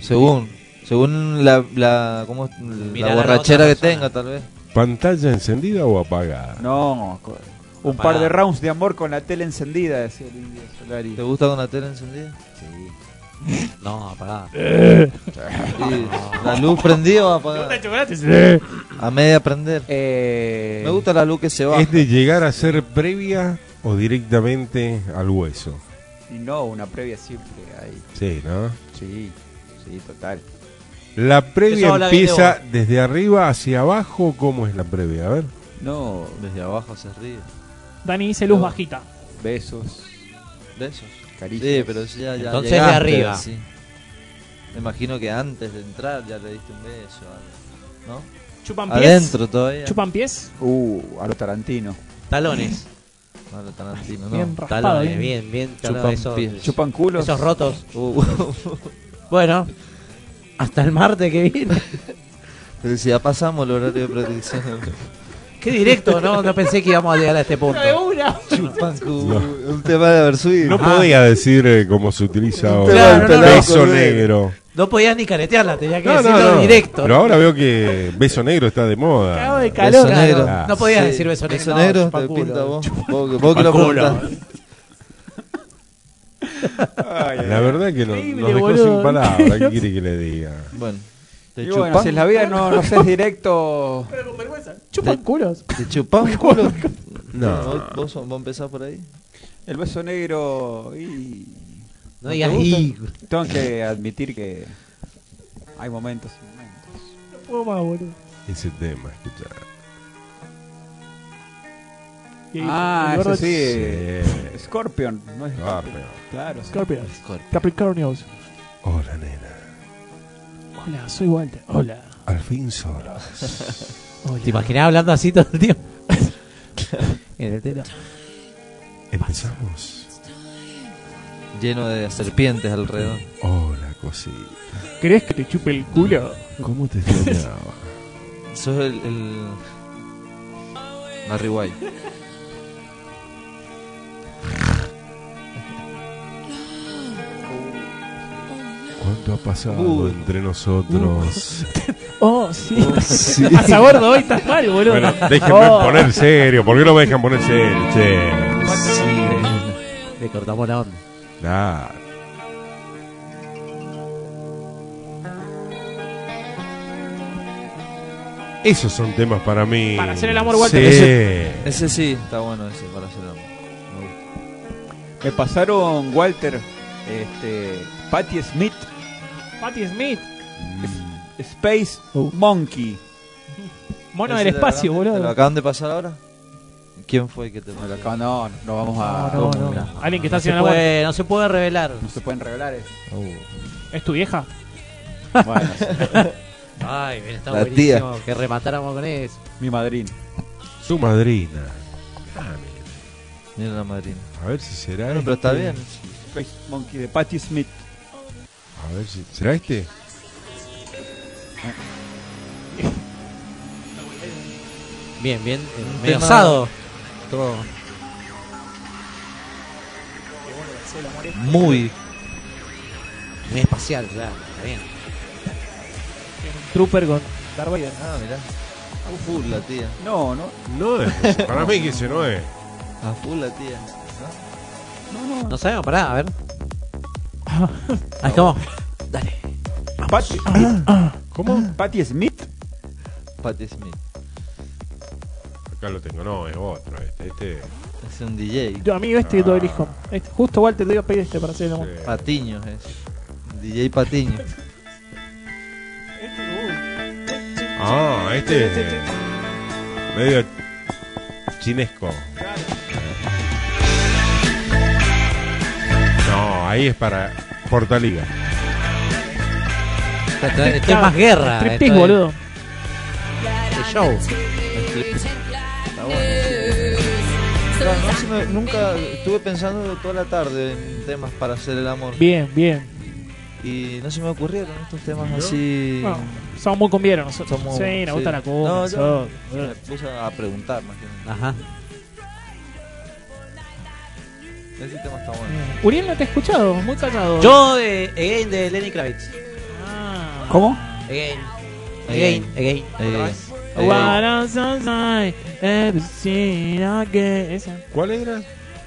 Speaker 1: Según. Según la, la, ¿cómo es?
Speaker 4: Mirar
Speaker 1: la
Speaker 4: a la
Speaker 1: borrachera
Speaker 4: otra
Speaker 1: que
Speaker 4: persona.
Speaker 1: tenga, tal vez.
Speaker 5: ¿Pantalla encendida o apagada?
Speaker 3: No, co- un
Speaker 4: Apagado.
Speaker 3: par de rounds de amor con la tele encendida, decía el indio Solari.
Speaker 1: ¿Te gusta con la tele encendida?
Speaker 4: No, apagá.
Speaker 3: Eh.
Speaker 1: Y la luz prendida o apagada. A media prender.
Speaker 3: Eh,
Speaker 1: Me gusta la luz que se va.
Speaker 5: ¿Es de llegar a ser previa o directamente al hueso?
Speaker 3: Y no, una previa siempre ahí.
Speaker 5: Sí, ¿no?
Speaker 3: Sí, sí, total.
Speaker 5: ¿La previa
Speaker 4: Eso habla bien de
Speaker 5: empieza desde arriba hacia abajo? ¿Cómo es la previa? A ver.
Speaker 3: No,
Speaker 1: Desde abajo se ríe.
Speaker 2: Dani dice luz bajita.
Speaker 3: besos,
Speaker 1: De eso.
Speaker 3: caricias.
Speaker 1: Sí, pero sí, ya, ya
Speaker 4: Entonces
Speaker 1: llegaste,
Speaker 4: de arriba.
Speaker 1: sí. Me imagino que antes de entrar ya le diste un beso. algo, ¿No?
Speaker 2: Chupan pies.
Speaker 1: Adentro todavía.
Speaker 2: Chupan pies.
Speaker 3: Uh, a lo Tarantino.
Speaker 4: Talones.
Speaker 1: No, lo Tarantino, no.
Speaker 2: Bien raspado.
Speaker 3: ¿eh?
Speaker 4: Talones,
Speaker 2: Bien.
Speaker 4: bien, bien.
Speaker 1: Chupan
Speaker 4: Talones, esos,
Speaker 1: pies.
Speaker 3: Chupan culos.
Speaker 4: esos rotos.
Speaker 1: Uh,
Speaker 4: Bueno, hasta el martes que viene.
Speaker 1: pero si ya pasamos el horario de protección.
Speaker 4: Qué directo, ¿no? No pensé que íbamos a llegar a este punto.
Speaker 1: Chupan culo. Un tema de Ah. Versuit.
Speaker 5: No podía decir eh, cómo se utiliza ahora.
Speaker 4: Claro, no, no.
Speaker 5: beso negro.
Speaker 4: No podías ni caretearla, tenía que
Speaker 5: No, no,
Speaker 4: decirlo
Speaker 5: no.
Speaker 4: directo.
Speaker 5: Pero ahora veo que beso negro está de moda.
Speaker 2: de calor.
Speaker 1: Beso
Speaker 4: Claro,
Speaker 1: negro.
Speaker 4: No podías decir beso negro.
Speaker 1: Beso
Speaker 4: no,
Speaker 1: negro,
Speaker 4: chupa
Speaker 1: te
Speaker 4: culo.
Speaker 1: pinta vos. Vos, que- vos que lo preguntás.
Speaker 5: Ah, La verdad que no-
Speaker 2: Increíble,
Speaker 5: nos dejó
Speaker 2: boludo.
Speaker 5: sin palabras. ¿Qué quiere que le diga?
Speaker 1: Bueno, te
Speaker 3: Y
Speaker 1: chupan,
Speaker 3: bueno, si en la vida no, no seas directo,
Speaker 2: Chupan culos.
Speaker 1: te chupan culo.
Speaker 5: No.
Speaker 1: Vos, vos, vos empezás por ahí.
Speaker 3: el beso negro y...
Speaker 4: No digas
Speaker 3: ¿Te gusta?
Speaker 4: y.
Speaker 3: Tengo que admitir que hay momentos y momentos.
Speaker 5: Ese tema, escuchá.
Speaker 3: Ah, eso sí.
Speaker 5: Sí.
Speaker 3: Scorpion, no es
Speaker 5: Ah,
Speaker 3: Scorpion.
Speaker 5: pero-
Speaker 3: Claro,
Speaker 2: Scorpions. Capricornios.
Speaker 5: Hola, nena.
Speaker 2: Hola, soy Walter. Hola.
Speaker 5: Al fin solos.
Speaker 4: ¿Te imaginás hablando así todo el tiempo? en el telo.
Speaker 5: Empezamos.
Speaker 1: Lleno de serpientes alrededor.
Speaker 5: Hola, cosita.
Speaker 2: ¿Crees que te chupe el culo?
Speaker 5: ¿Cómo te extrañaba?
Speaker 1: Sos el. el... Barry White.
Speaker 5: ¿Cuánto ha pasado
Speaker 1: Uh.
Speaker 5: entre nosotros?
Speaker 2: Oh, sí.
Speaker 5: Sí.
Speaker 2: Estás a bordo hoy, estás mal, boludo.
Speaker 5: Bueno, déjenme
Speaker 2: Oh.
Speaker 5: poner serio. ¿Por qué no me dejan poner serio? Che.
Speaker 4: Le cortamos la onda.
Speaker 5: Nah. Esos son temas para mí.
Speaker 2: Para hacer el amor, Walter.
Speaker 5: Sí.
Speaker 1: Ese, ese sí, está bueno ese para hacer el amor.
Speaker 3: Me pasaron Walter, este, Patti Smith, Mm.
Speaker 2: Patti Smith, Oh.
Speaker 3: Space Monkey.
Speaker 2: mono
Speaker 1: Ese
Speaker 2: del
Speaker 1: te lo
Speaker 2: espacio,
Speaker 1: acaban- ¿Te lo
Speaker 2: boludo.
Speaker 1: acaban de pasar ahora? ¿Quién fue que te
Speaker 3: Me lo acaban- No, no vamos a.
Speaker 2: No, no, no. Alguien que está
Speaker 4: Se
Speaker 2: haciendo el amor.
Speaker 4: puede- no se puede revelar.
Speaker 3: No se pueden revelar eso.
Speaker 5: Oh.
Speaker 2: ¿Es tu vieja?
Speaker 3: Bueno, sí,
Speaker 4: Ay, mira, está
Speaker 1: La
Speaker 4: buenísimo que rematáramos con eso.
Speaker 3: mi madrina.
Speaker 5: Su madrina. Ah,
Speaker 1: Mira la madrina.
Speaker 5: mira, a ver si será.
Speaker 1: Bueno, pero
Speaker 5: este.
Speaker 1: está bien.
Speaker 3: Space Monkey de Patti Smith.
Speaker 5: A ver si. ¿Será este?
Speaker 4: Bien, bien. eh,
Speaker 1: Un
Speaker 4: Medio
Speaker 1: tema-
Speaker 4: osado. Todo.
Speaker 1: Muy.
Speaker 4: Medio espacial, ya. Está bien.
Speaker 2: Trooper con Darth Vader.
Speaker 1: Ah, mirá. A full la tía.
Speaker 3: No, no,
Speaker 5: No es. Para mí que ese no es.
Speaker 1: A full la tía.
Speaker 4: No sabemos, pará, a ver. Ahí estamos. Dale.
Speaker 3: Patti,
Speaker 2: Ah,
Speaker 5: ¿Cómo?
Speaker 3: Patti Smith.
Speaker 1: Patti Smith.
Speaker 5: Acá lo tengo. No, es otro. Este. este
Speaker 1: Es un DJ.
Speaker 2: Yo, amigo, este todo elijo.
Speaker 5: Ah.
Speaker 2: Este, justo Walter te iba a pedir este para hacer el amor.
Speaker 5: eh,
Speaker 1: Patiño es. DJ Patiño.
Speaker 5: Ah, este es. eh, Medio chinesco. No, ahí es para Portaliga.
Speaker 4: Esto, esto es más guerra.
Speaker 2: Striptease,
Speaker 4: esto es-
Speaker 2: boludo.
Speaker 4: este show.
Speaker 1: Está bueno. No, no se me- nunca estuve pensando toda la tarde en temas para hacer el amor.
Speaker 2: Bien, bien.
Speaker 1: Y no se me ocurrieron estos temas así.
Speaker 2: No, somos muy cumbieros nosotros.
Speaker 1: Somos-
Speaker 2: sí, nos gusta
Speaker 1: sí.
Speaker 2: la cumbia.
Speaker 1: No, yo-
Speaker 2: nosotros,
Speaker 1: Me
Speaker 2: boludo.
Speaker 1: puse a preguntar más que nada.
Speaker 4: Ajá.
Speaker 1: Ese tema está bueno.
Speaker 2: Uriel no te he escuchado, muy callado.
Speaker 4: Yo
Speaker 1: eh,
Speaker 4: de Again de Lenny Kravitz.
Speaker 2: Ah.
Speaker 3: ¿Cómo?
Speaker 4: Again. Again. Again.
Speaker 1: Eh, eh,
Speaker 2: What else I eh, everything again. Esa.
Speaker 5: ¿Cuál era?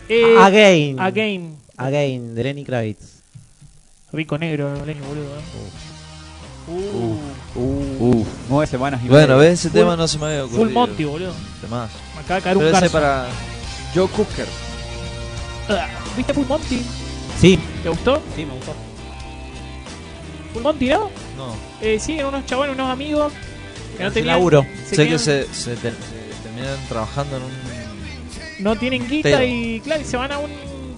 Speaker 2: Eh,
Speaker 4: Again.
Speaker 2: Again.
Speaker 4: Again de Lenny Kravitz.
Speaker 2: Rico negro, leño, boludo. ¿eh? Uh,
Speaker 3: Uh, nueve semanas y
Speaker 1: Bueno,
Speaker 3: media.
Speaker 1: ¿ves? Ese tema no se me había ocurrido.
Speaker 2: Full Monty, boludo.
Speaker 1: Temazo.
Speaker 2: Me acaba de caer
Speaker 1: Pero
Speaker 2: un
Speaker 1: ese
Speaker 2: garzo.
Speaker 1: para.
Speaker 3: Joe Cooker.
Speaker 2: Ah, ¿Viste Full Monty?
Speaker 4: Sí.
Speaker 2: ¿Te gustó?
Speaker 4: Sí, me gustó.
Speaker 2: Full Monty, ¿no?
Speaker 1: No.
Speaker 2: Eh, sí, eran unos chavales, unos amigos. Que no
Speaker 4: Hacen
Speaker 2: tenían.
Speaker 4: laburo.
Speaker 2: se
Speaker 1: sé
Speaker 2: quedan-
Speaker 1: que se, se te- se terminan trabajando en un.
Speaker 2: No tienen guita
Speaker 1: Pero-
Speaker 2: y, claro, y se van a un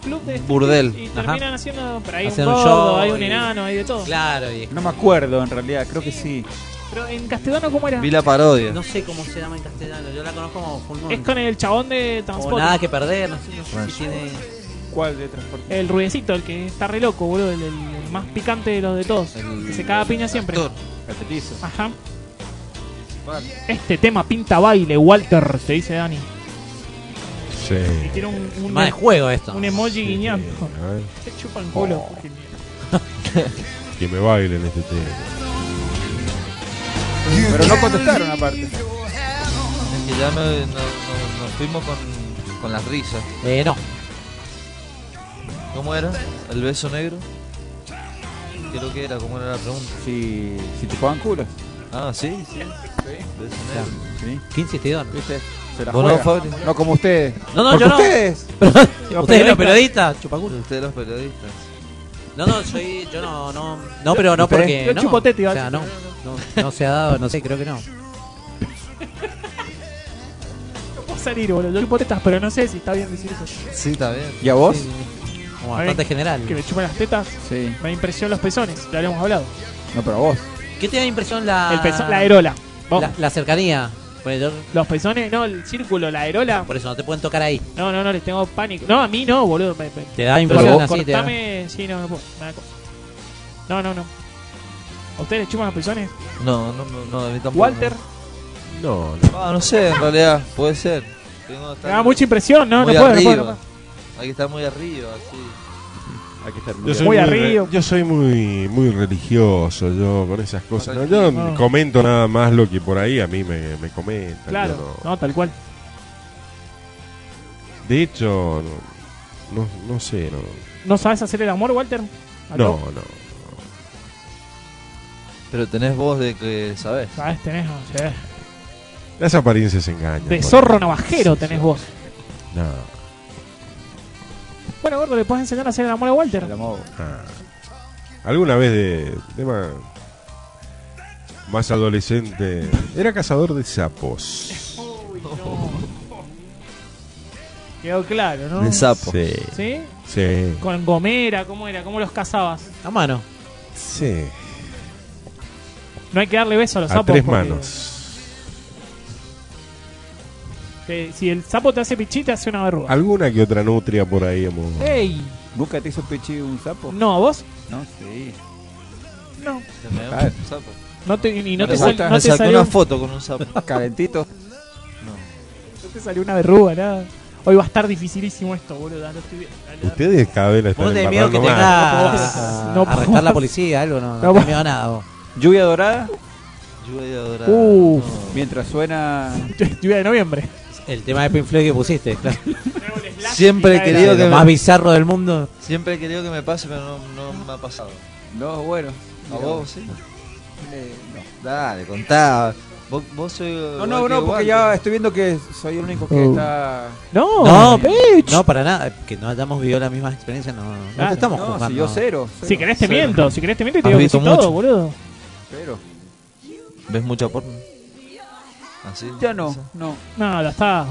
Speaker 2: club de.
Speaker 1: Burdel,
Speaker 2: Y
Speaker 4: ajá.
Speaker 2: terminan haciendo. Pero hay
Speaker 4: Hacen
Speaker 2: un
Speaker 4: un
Speaker 2: gordo,
Speaker 4: show
Speaker 2: hay un
Speaker 4: y-
Speaker 2: enano, hay de todo.
Speaker 4: Claro, y
Speaker 3: No me acuerdo en realidad, creo que sí.
Speaker 2: Pero en castellano, ¿cómo era?
Speaker 1: Vi la parodia.
Speaker 4: no sé cómo se llama en castellano. Yo la conozco como Full Moon.
Speaker 2: Es con el chabón de
Speaker 4: O
Speaker 2: Transport.
Speaker 4: nada que perder. No sé, no sé si tiene.
Speaker 3: ¿Cuál de transporte?
Speaker 2: El ruidecito, el que está re loco, boludo. El, el más picante de los de todos.
Speaker 1: El-
Speaker 2: que se caga a piña siempre.
Speaker 1: actor.
Speaker 3: El petizo.
Speaker 2: Ajá. Este tema pinta baile, Walter, te dice Dani.
Speaker 5: Sí.
Speaker 2: Y tiene un, un, em-
Speaker 4: Más de juego esto.
Speaker 2: un emoji guiñando.
Speaker 5: A ver,
Speaker 2: Se chupa el culo.
Speaker 5: que me bailen este tema.
Speaker 3: Pero no contestaron aparte.
Speaker 1: Es que ya no- no- no- nos fuimos con, con las risas.
Speaker 4: Eh, no.
Speaker 1: ¿Cómo era? ¿El beso negro? Creo que era, ¿cómo era la pregunta?
Speaker 3: Si, si te juegan culos.
Speaker 1: Ah, sí, sí. Beso negro.
Speaker 3: Sí.
Speaker 4: Qué insistidor.
Speaker 3: ¿Viste? Se la
Speaker 1: ¿Vos no,
Speaker 3: juegan.
Speaker 1: Fabri?
Speaker 3: No como ustedes.
Speaker 4: No, no,
Speaker 3: Porque
Speaker 4: yo no.
Speaker 3: ustedes.
Speaker 4: Ustedes los periodistas, chupaculo.
Speaker 1: Ustedes los periodistas.
Speaker 4: No, no, soy, yo no, no, no, pero no
Speaker 3: Ustedes-
Speaker 4: porque
Speaker 2: yo
Speaker 4: no.
Speaker 2: chupo tete, iba
Speaker 4: o
Speaker 2: a
Speaker 4: sea, no,
Speaker 2: decir.
Speaker 4: no, no se ha dado, no sé, creo que no.
Speaker 2: No puedo salir, boludo. Yo chupo tetas, pero no sé si está bien decir eso.
Speaker 1: Sí, está bien.
Speaker 3: ¿Y a vos?
Speaker 4: Como
Speaker 2: A ver,
Speaker 4: bastante general.
Speaker 2: Que me chupan las tetas.
Speaker 3: Sí.
Speaker 2: Me da impresión los pezones, ya habíamos hablado.
Speaker 3: No, pero a vos.
Speaker 4: ¿Qué te da impresión la
Speaker 2: El pezón, la aerola. Vos,
Speaker 4: la, la cercanía? Bueno, yo-
Speaker 2: Los pezones, no, el círculo, la aerola.
Speaker 4: por eso no te pueden tocar ahí.
Speaker 2: No, no, no, les tengo pánico. No, a mí no, boludo. Me, me-
Speaker 4: Te da
Speaker 2: Pero
Speaker 4: impresión
Speaker 2: vos
Speaker 4: así, te da.
Speaker 2: cortame- Sí, no, no puedo. me da cosa. No, no, no. ¿A ustedes les chupan los pezones?
Speaker 1: No, no, no, no, a mí tampoco.
Speaker 2: Walter,
Speaker 5: No, no.
Speaker 1: Ah, no sé, en realidad, puede ser. Tengo que
Speaker 2: me
Speaker 1: estar
Speaker 2: da mucha impresión, no, no
Speaker 1: muy
Speaker 2: puedo, no
Speaker 1: arriba.
Speaker 2: puedo, no
Speaker 1: Hay que estar muy arriba, así.
Speaker 3: Hay que estar muy
Speaker 5: Yo soy
Speaker 2: Muy
Speaker 5: muy,
Speaker 2: arriba.
Speaker 5: re- yo soy muy, muy religioso, yo con esas cosas.
Speaker 2: Ah,
Speaker 5: No, yo
Speaker 2: No.
Speaker 5: comento nada más lo que por ahí a mí me, me comentan.
Speaker 2: puedo. Claro,
Speaker 5: yo no-
Speaker 2: no, tal cual.
Speaker 5: De hecho, no, no, no sé, no.
Speaker 2: ¿No sabes hacer el amor, Walter?
Speaker 3: Ah,
Speaker 5: No,
Speaker 2: ¿Aló?
Speaker 5: no.
Speaker 1: Pero tenés voz de que sabés.
Speaker 2: Sabes, tenés, no sé.
Speaker 5: Las apariencias engañan.
Speaker 2: De
Speaker 5: gordo.
Speaker 2: zorro navajero tenés vos.
Speaker 5: No.
Speaker 2: Bueno, gordo, le podés enseñar a hacer el amor a Walter.
Speaker 5: Ah. Alguna vez de tema más adolescente. Era cazador de sapos.
Speaker 2: Quedó claro, ¿no?
Speaker 5: Sí.
Speaker 2: ¿Sí?
Speaker 5: Sí.
Speaker 2: Con gomera, ¿cómo era? ¿Cómo los cazabas?
Speaker 4: A mano.
Speaker 5: Sí.
Speaker 2: No hay que darle beso a los
Speaker 5: A
Speaker 2: sapos.
Speaker 5: tres
Speaker 2: porque
Speaker 5: manos.
Speaker 2: te- si el sapo te hace pichita, hace una verruga.
Speaker 5: Alguna que otra nutria por ahí hemos.
Speaker 3: Eh.
Speaker 2: ¡Ey!
Speaker 3: ¿Nunca Ah. te hizo peche un sapo?
Speaker 2: No, ¿a vos?
Speaker 3: No, sí.
Speaker 2: No.
Speaker 1: ¿eh?
Speaker 4: Eh,
Speaker 3: Ah,
Speaker 2: No te, y no,
Speaker 3: ¿No
Speaker 2: te,
Speaker 3: te
Speaker 2: sal-
Speaker 3: gusta?
Speaker 2: no
Speaker 3: Me
Speaker 2: te
Speaker 3: sacó
Speaker 2: salió
Speaker 3: una
Speaker 1: foto con un sapo.
Speaker 3: Calentito.
Speaker 2: No te salió una verruga, nada. Hoy va a estar dificilísimo esto, boludo. Dale, estoy bien.
Speaker 5: Ustedes cada vez la
Speaker 4: Vos no
Speaker 5: están
Speaker 4: tenés miedo que
Speaker 5: embarrando
Speaker 4: te
Speaker 5: más.
Speaker 4: venga a-
Speaker 2: No
Speaker 4: a
Speaker 2: podés.
Speaker 4: arrestar la policía, algo, no, no,
Speaker 2: No
Speaker 4: tenés
Speaker 2: podés.
Speaker 4: miedo a nada vos.
Speaker 3: Lluvia dorada.
Speaker 1: Lluvia dorada.
Speaker 2: Uf.
Speaker 3: Mientras suena.
Speaker 2: Lluvia de noviembre.
Speaker 4: El tema de Pink Floyd que pusiste, claro.
Speaker 1: Siempre he querido que
Speaker 4: Lo
Speaker 1: me-
Speaker 4: más bizarro del mundo.
Speaker 1: Siempre he querido que me pase, pero no, no me ha pasado.
Speaker 3: No, bueno.
Speaker 1: ¿A
Speaker 3: Mira,
Speaker 1: vos sí?
Speaker 3: eh, no.
Speaker 1: Dale, contá. Vos, vos soy.
Speaker 3: No, no, no, porque ya estoy viendo que soy el único que
Speaker 2: Oh.
Speaker 3: está.
Speaker 2: No,
Speaker 4: No,
Speaker 2: bitch.
Speaker 4: no, para nada. Que no hayamos vivido la misma experiencia, no, no
Speaker 2: Claro,
Speaker 4: te estamos
Speaker 3: No,
Speaker 4: juzgando.
Speaker 3: si yo cero.
Speaker 2: Si querés te
Speaker 3: miento.
Speaker 2: miento, si querés te miento y te
Speaker 1: Has
Speaker 2: digo que
Speaker 1: visto
Speaker 2: sí todo,
Speaker 1: mucho.
Speaker 2: boludo.
Speaker 3: Pero.
Speaker 1: ¿Ves mucha porno? Así.
Speaker 3: Ya no, no.
Speaker 2: Nada, está.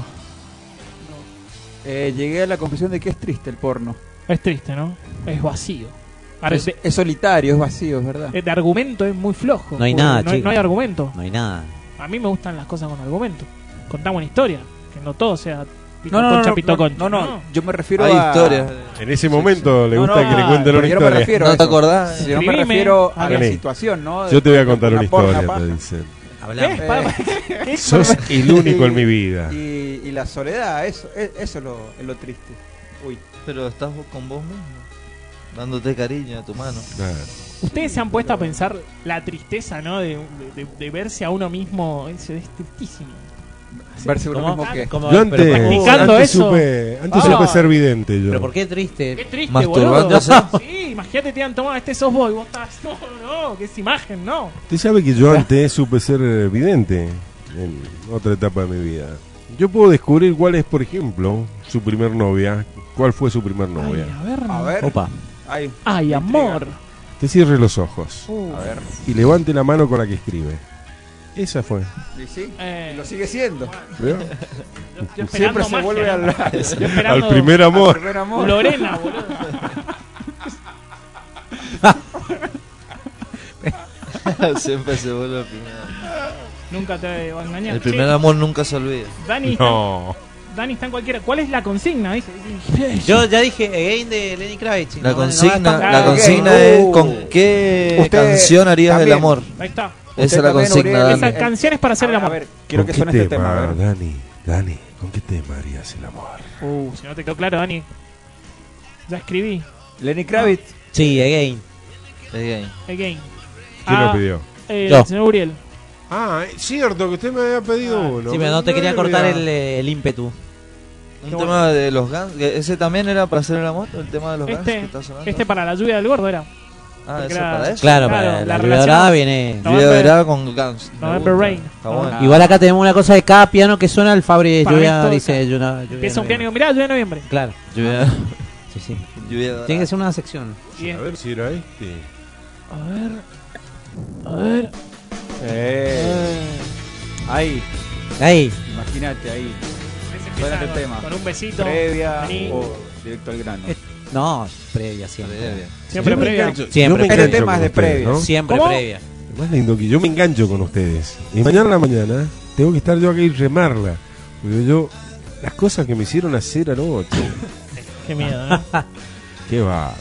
Speaker 3: Eh, llegué a la conclusión de que es triste el porno.
Speaker 2: Es triste, ¿no? Es vacío. Ar-
Speaker 3: Es,
Speaker 2: de,
Speaker 3: es solitario, es vacío, es verdad.
Speaker 2: de argumento es muy flojo.
Speaker 4: No hay
Speaker 2: porque
Speaker 4: nada,
Speaker 2: no, hay-
Speaker 4: chico.
Speaker 2: no hay argumento.
Speaker 4: No hay nada.
Speaker 2: A mí me gustan las cosas con argumento. Contamos una historia. Que no todo sea pito
Speaker 3: No, no, no,
Speaker 2: concha,
Speaker 3: no,
Speaker 2: pito
Speaker 3: no,
Speaker 2: concha.
Speaker 3: no, no, yo me refiero
Speaker 1: Hay
Speaker 3: a.
Speaker 1: historias.
Speaker 5: En ese momento le
Speaker 3: No,
Speaker 5: gusta
Speaker 3: no,
Speaker 5: que le cuenten
Speaker 3: pero
Speaker 5: una
Speaker 3: yo no me
Speaker 5: historia.
Speaker 3: refiero
Speaker 1: ¿No
Speaker 3: a
Speaker 1: te
Speaker 3: eso.
Speaker 1: acordás?
Speaker 3: Si yo me
Speaker 2: Ah. Escribime.
Speaker 3: refiero a la
Speaker 5: Vení.
Speaker 3: situación, ¿no?
Speaker 5: Yo te voy a contar una
Speaker 3: porno,
Speaker 5: historia,
Speaker 3: paja.
Speaker 5: te dicen.
Speaker 4: Hablamos.
Speaker 2: Eh, Pa-
Speaker 3: Eh,
Speaker 5: Sos el único en mi vida.
Speaker 3: Y, y la soledad, eso, e- eso es, lo, es lo triste. Uy,
Speaker 1: Pero estás vos con vos mismo. Dándote cariño a tu mano.
Speaker 5: Claro.
Speaker 2: Ustedes se han puesto a pensar la tristeza, ¿no? De, de- de- de verse a uno mismo. Es, es tristísimo.
Speaker 3: verse uno
Speaker 4: ¿Cómo?
Speaker 3: mismo que.
Speaker 4: ¿Cómo?
Speaker 5: Yo
Speaker 4: Pero,
Speaker 5: antes,
Speaker 4: ¿cómo?
Speaker 2: Practicando
Speaker 5: antes
Speaker 2: eso.
Speaker 5: supe, antes
Speaker 2: Ah.
Speaker 5: supe ser vidente yo.
Speaker 4: ¿Pero por qué triste?
Speaker 2: Qué triste, boludo.
Speaker 1: Masturbándose.
Speaker 2: Sí, imagínate te han tomado, este sos vos y vos estás. No, no, que es imagen, no.
Speaker 5: Usted sabe que yo antes supe ser eh, vidente en otra etapa de mi vida. Yo puedo descubrir cuál es, por ejemplo, su primer novia. ¿Cuál fue su primer
Speaker 2: Ay,
Speaker 5: novia?
Speaker 2: a ver.
Speaker 3: A ver.
Speaker 4: Opa.
Speaker 3: Ay,
Speaker 2: Ay, amor.
Speaker 5: Te cierre los ojos
Speaker 2: Uh,
Speaker 3: a ver.
Speaker 5: y levante la mano con la que escribe. Esa fue.
Speaker 3: ¿Y sí?
Speaker 2: eh,
Speaker 3: Y lo sigue siendo.
Speaker 5: ¿Veo?
Speaker 2: yo- yo esperando
Speaker 3: Siempre se
Speaker 2: magia,
Speaker 3: vuelve
Speaker 2: ¿no?
Speaker 3: al,
Speaker 2: Yo esperando
Speaker 5: Al primer
Speaker 3: al
Speaker 5: amor.
Speaker 3: primer amor.
Speaker 2: Lorena, boludo.
Speaker 1: Siempre se vuelve el primer
Speaker 2: Nunca te va a engañar.
Speaker 1: El primer
Speaker 2: Che,
Speaker 1: amor nunca se olvida.
Speaker 2: Dani,
Speaker 5: No.
Speaker 2: está, Dani está en cualquiera. ¿Cuál es la consigna? Dije, dije,
Speaker 4: Yo ya dije, again de Lenny Kravitz. y
Speaker 1: La
Speaker 4: no- no
Speaker 1: consigna,
Speaker 4: gastamos-
Speaker 1: la
Speaker 3: Ah, ok.
Speaker 1: consigna
Speaker 3: Uh.
Speaker 1: es con qué
Speaker 3: Usted
Speaker 1: canción harías el
Speaker 3: también.
Speaker 1: amor.
Speaker 2: Ahí está.
Speaker 1: Esa es la
Speaker 3: también,
Speaker 1: consigna,
Speaker 3: Uriel,
Speaker 1: Dani.
Speaker 2: Esa canción es para hacer el
Speaker 3: A
Speaker 2: amor.
Speaker 3: ver, quiero
Speaker 5: ¿Con
Speaker 3: que
Speaker 5: qué
Speaker 3: suene este tema. A ver.
Speaker 5: Dani, Dani, ¿con qué tema harías el amor?
Speaker 2: Uh, si no te quedó claro, Dani. Ya escribí.
Speaker 3: Lenny Kravitz.
Speaker 4: Sí, again.
Speaker 1: Es gay.
Speaker 5: ¿Quién
Speaker 2: Again. Ah,
Speaker 5: lo pidió?
Speaker 2: eh,
Speaker 4: Yo.
Speaker 2: el señor Uriel.
Speaker 5: Ah, es cierto que usted me había pedido uno.
Speaker 4: Ah, Sí, pero no te
Speaker 5: Me
Speaker 4: quería
Speaker 5: había
Speaker 4: cortar
Speaker 5: olvidado.
Speaker 4: el, eh, el ímpetu.
Speaker 1: Un
Speaker 2: Qué
Speaker 1: tema de los Guns. que ¿Ese también era para hacer el amor? ¿El tema de los Guns que
Speaker 2: Este,
Speaker 1: está sonando?
Speaker 2: este para la lluvia del gordo era.
Speaker 1: ah, ¿ese
Speaker 2: era-
Speaker 1: para eso?
Speaker 4: Claro,
Speaker 2: Claro,
Speaker 4: para
Speaker 2: la
Speaker 4: la
Speaker 2: relación-
Speaker 4: liberada viene.
Speaker 1: Yo
Speaker 2: November-
Speaker 1: verá con Guns. Me
Speaker 2: November
Speaker 1: gusta.
Speaker 2: Rain.
Speaker 1: Está bueno.
Speaker 4: Igual acá tenemos una cosa de cada piano que suena el Fabri
Speaker 2: Para
Speaker 4: Lluvia
Speaker 2: esto,
Speaker 4: dice Lluvia- Lluvia
Speaker 2: Que es un
Speaker 4: Noviembre.
Speaker 2: piano. Mirá, lluvia de noviembre.
Speaker 4: Claro,
Speaker 1: Lluvia,
Speaker 4: sí, sí.
Speaker 1: lluvia dorada.
Speaker 4: Tiene que ser una sección.
Speaker 2: Y es-
Speaker 5: A ver si era este.
Speaker 2: A ver. A ver.
Speaker 3: Eh. Ahí,
Speaker 4: Ahí,
Speaker 3: imagínate ahí.
Speaker 2: Ese
Speaker 3: Suena
Speaker 2: empieza
Speaker 3: este
Speaker 2: con,
Speaker 3: tema.
Speaker 2: con un besito.
Speaker 3: Previa
Speaker 2: Vení. Este
Speaker 3: o directo al grano.
Speaker 4: Eh, no, previa siempre.
Speaker 1: Previa.
Speaker 2: Siempre
Speaker 5: Yo me
Speaker 2: previa.
Speaker 5: engancho-
Speaker 4: Siempre
Speaker 5: yo me
Speaker 4: previa.
Speaker 5: engancho
Speaker 3: Este tema
Speaker 5: con
Speaker 3: es de
Speaker 5: ustedes,
Speaker 3: previa.
Speaker 5: ¿no?
Speaker 4: Siempre
Speaker 2: ¿Cómo?
Speaker 4: previa.
Speaker 5: Lo más lindo que yo me engancho con ustedes. Y mañana en la mañana tengo que estar yo acá y remarla. Porque yo, las cosas que me hicieron hacer anoche.
Speaker 2: Qué miedo, ¿eh? ¿no?
Speaker 5: Qué va.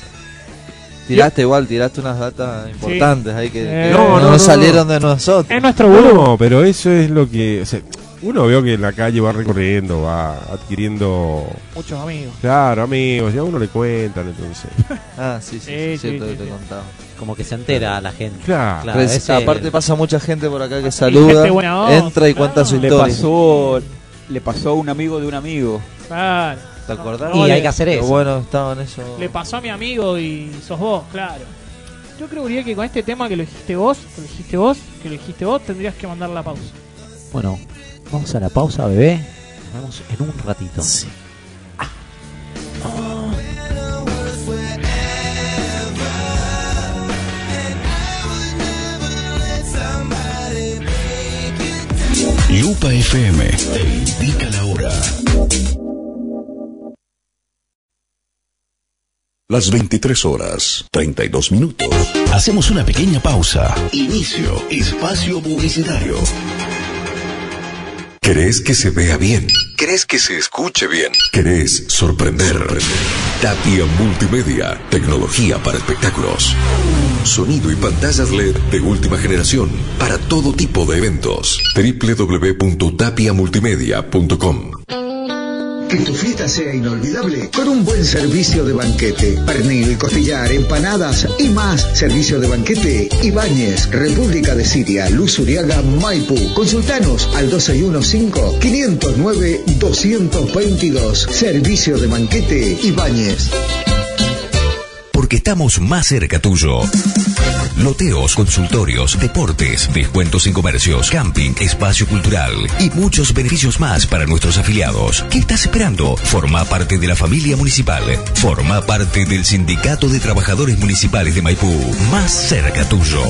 Speaker 1: Tiraste igual, tiraste unas datas importantes ahí que, que
Speaker 2: Eh.
Speaker 1: no,
Speaker 5: No, no,
Speaker 1: nos
Speaker 5: no,
Speaker 1: salieron de nosotros.
Speaker 2: es nuestro gurú.
Speaker 5: No, pero eso es lo que. o sea, uno veo que en la calle va recorriendo, va adquiriendo.
Speaker 2: Muchos amigos.
Speaker 5: Claro, amigos, ya a uno le cuentan, entonces.
Speaker 1: Ah, sí, sí, sí,
Speaker 2: Sí,
Speaker 1: cierto
Speaker 2: sí,
Speaker 1: que
Speaker 2: sí,
Speaker 1: te
Speaker 2: sí.
Speaker 1: contaba.
Speaker 4: Como que se entera la gente.
Speaker 5: Claro.
Speaker 4: Claro,
Speaker 1: Pues,
Speaker 4: ese-
Speaker 1: aparte pasa mucha gente por acá que saluda,
Speaker 2: gente buena onda,
Speaker 1: entra y cuenta su
Speaker 2: claro.
Speaker 3: Le
Speaker 1: historia.
Speaker 3: pasó, le pasó a un amigo de un amigo.
Speaker 2: Claro.
Speaker 1: ¿Te acordás?
Speaker 4: Y hay que hacer
Speaker 1: Qué
Speaker 4: eso.
Speaker 1: bueno estaban eso.
Speaker 2: Le pasó a mi amigo y sos vos, claro. Yo creo Uriel, que con este tema que lo dijiste vos, que lo dijiste vos, que lo dijiste vos, tendrías que mandar la pausa.
Speaker 4: Bueno, vamos a la pausa, bebé. Nos vemos en un ratito.
Speaker 6: Lupa FM te indica la hora. Las 23 horas, 32 minutos. Hacemos una pequeña pausa. Inicio, espacio publicitario. ¿Crees que se vea bien?
Speaker 12: ¿Crees que se escuche bien?
Speaker 6: ¿Querés sorprender? Tapia Multimedia, tecnología para espectáculos. Sonido y pantallas LED de última generación para todo tipo de eventos. www.tapiamultimedia.com
Speaker 13: Que tu fiesta sea inolvidable con un buen servicio de banquete. Pernil, costillar, empanadas y más. Servicio de banquete Ibáñez, República de Siria, Luz Uriaga, Maipú. Consultanos al 2115-509-222. Servicio de banquete Ibáñez.
Speaker 14: Porque estamos más cerca tuyo. Loteos, consultorios, deportes, descuentos en comercios, camping, espacio cultural y muchos beneficios más para nuestros afiliados. ¿Qué estás esperando? Forma parte de la familia municipal. Forma parte del Sindicato de Trabajadores Municipales de Maipú. Más cerca tuyo.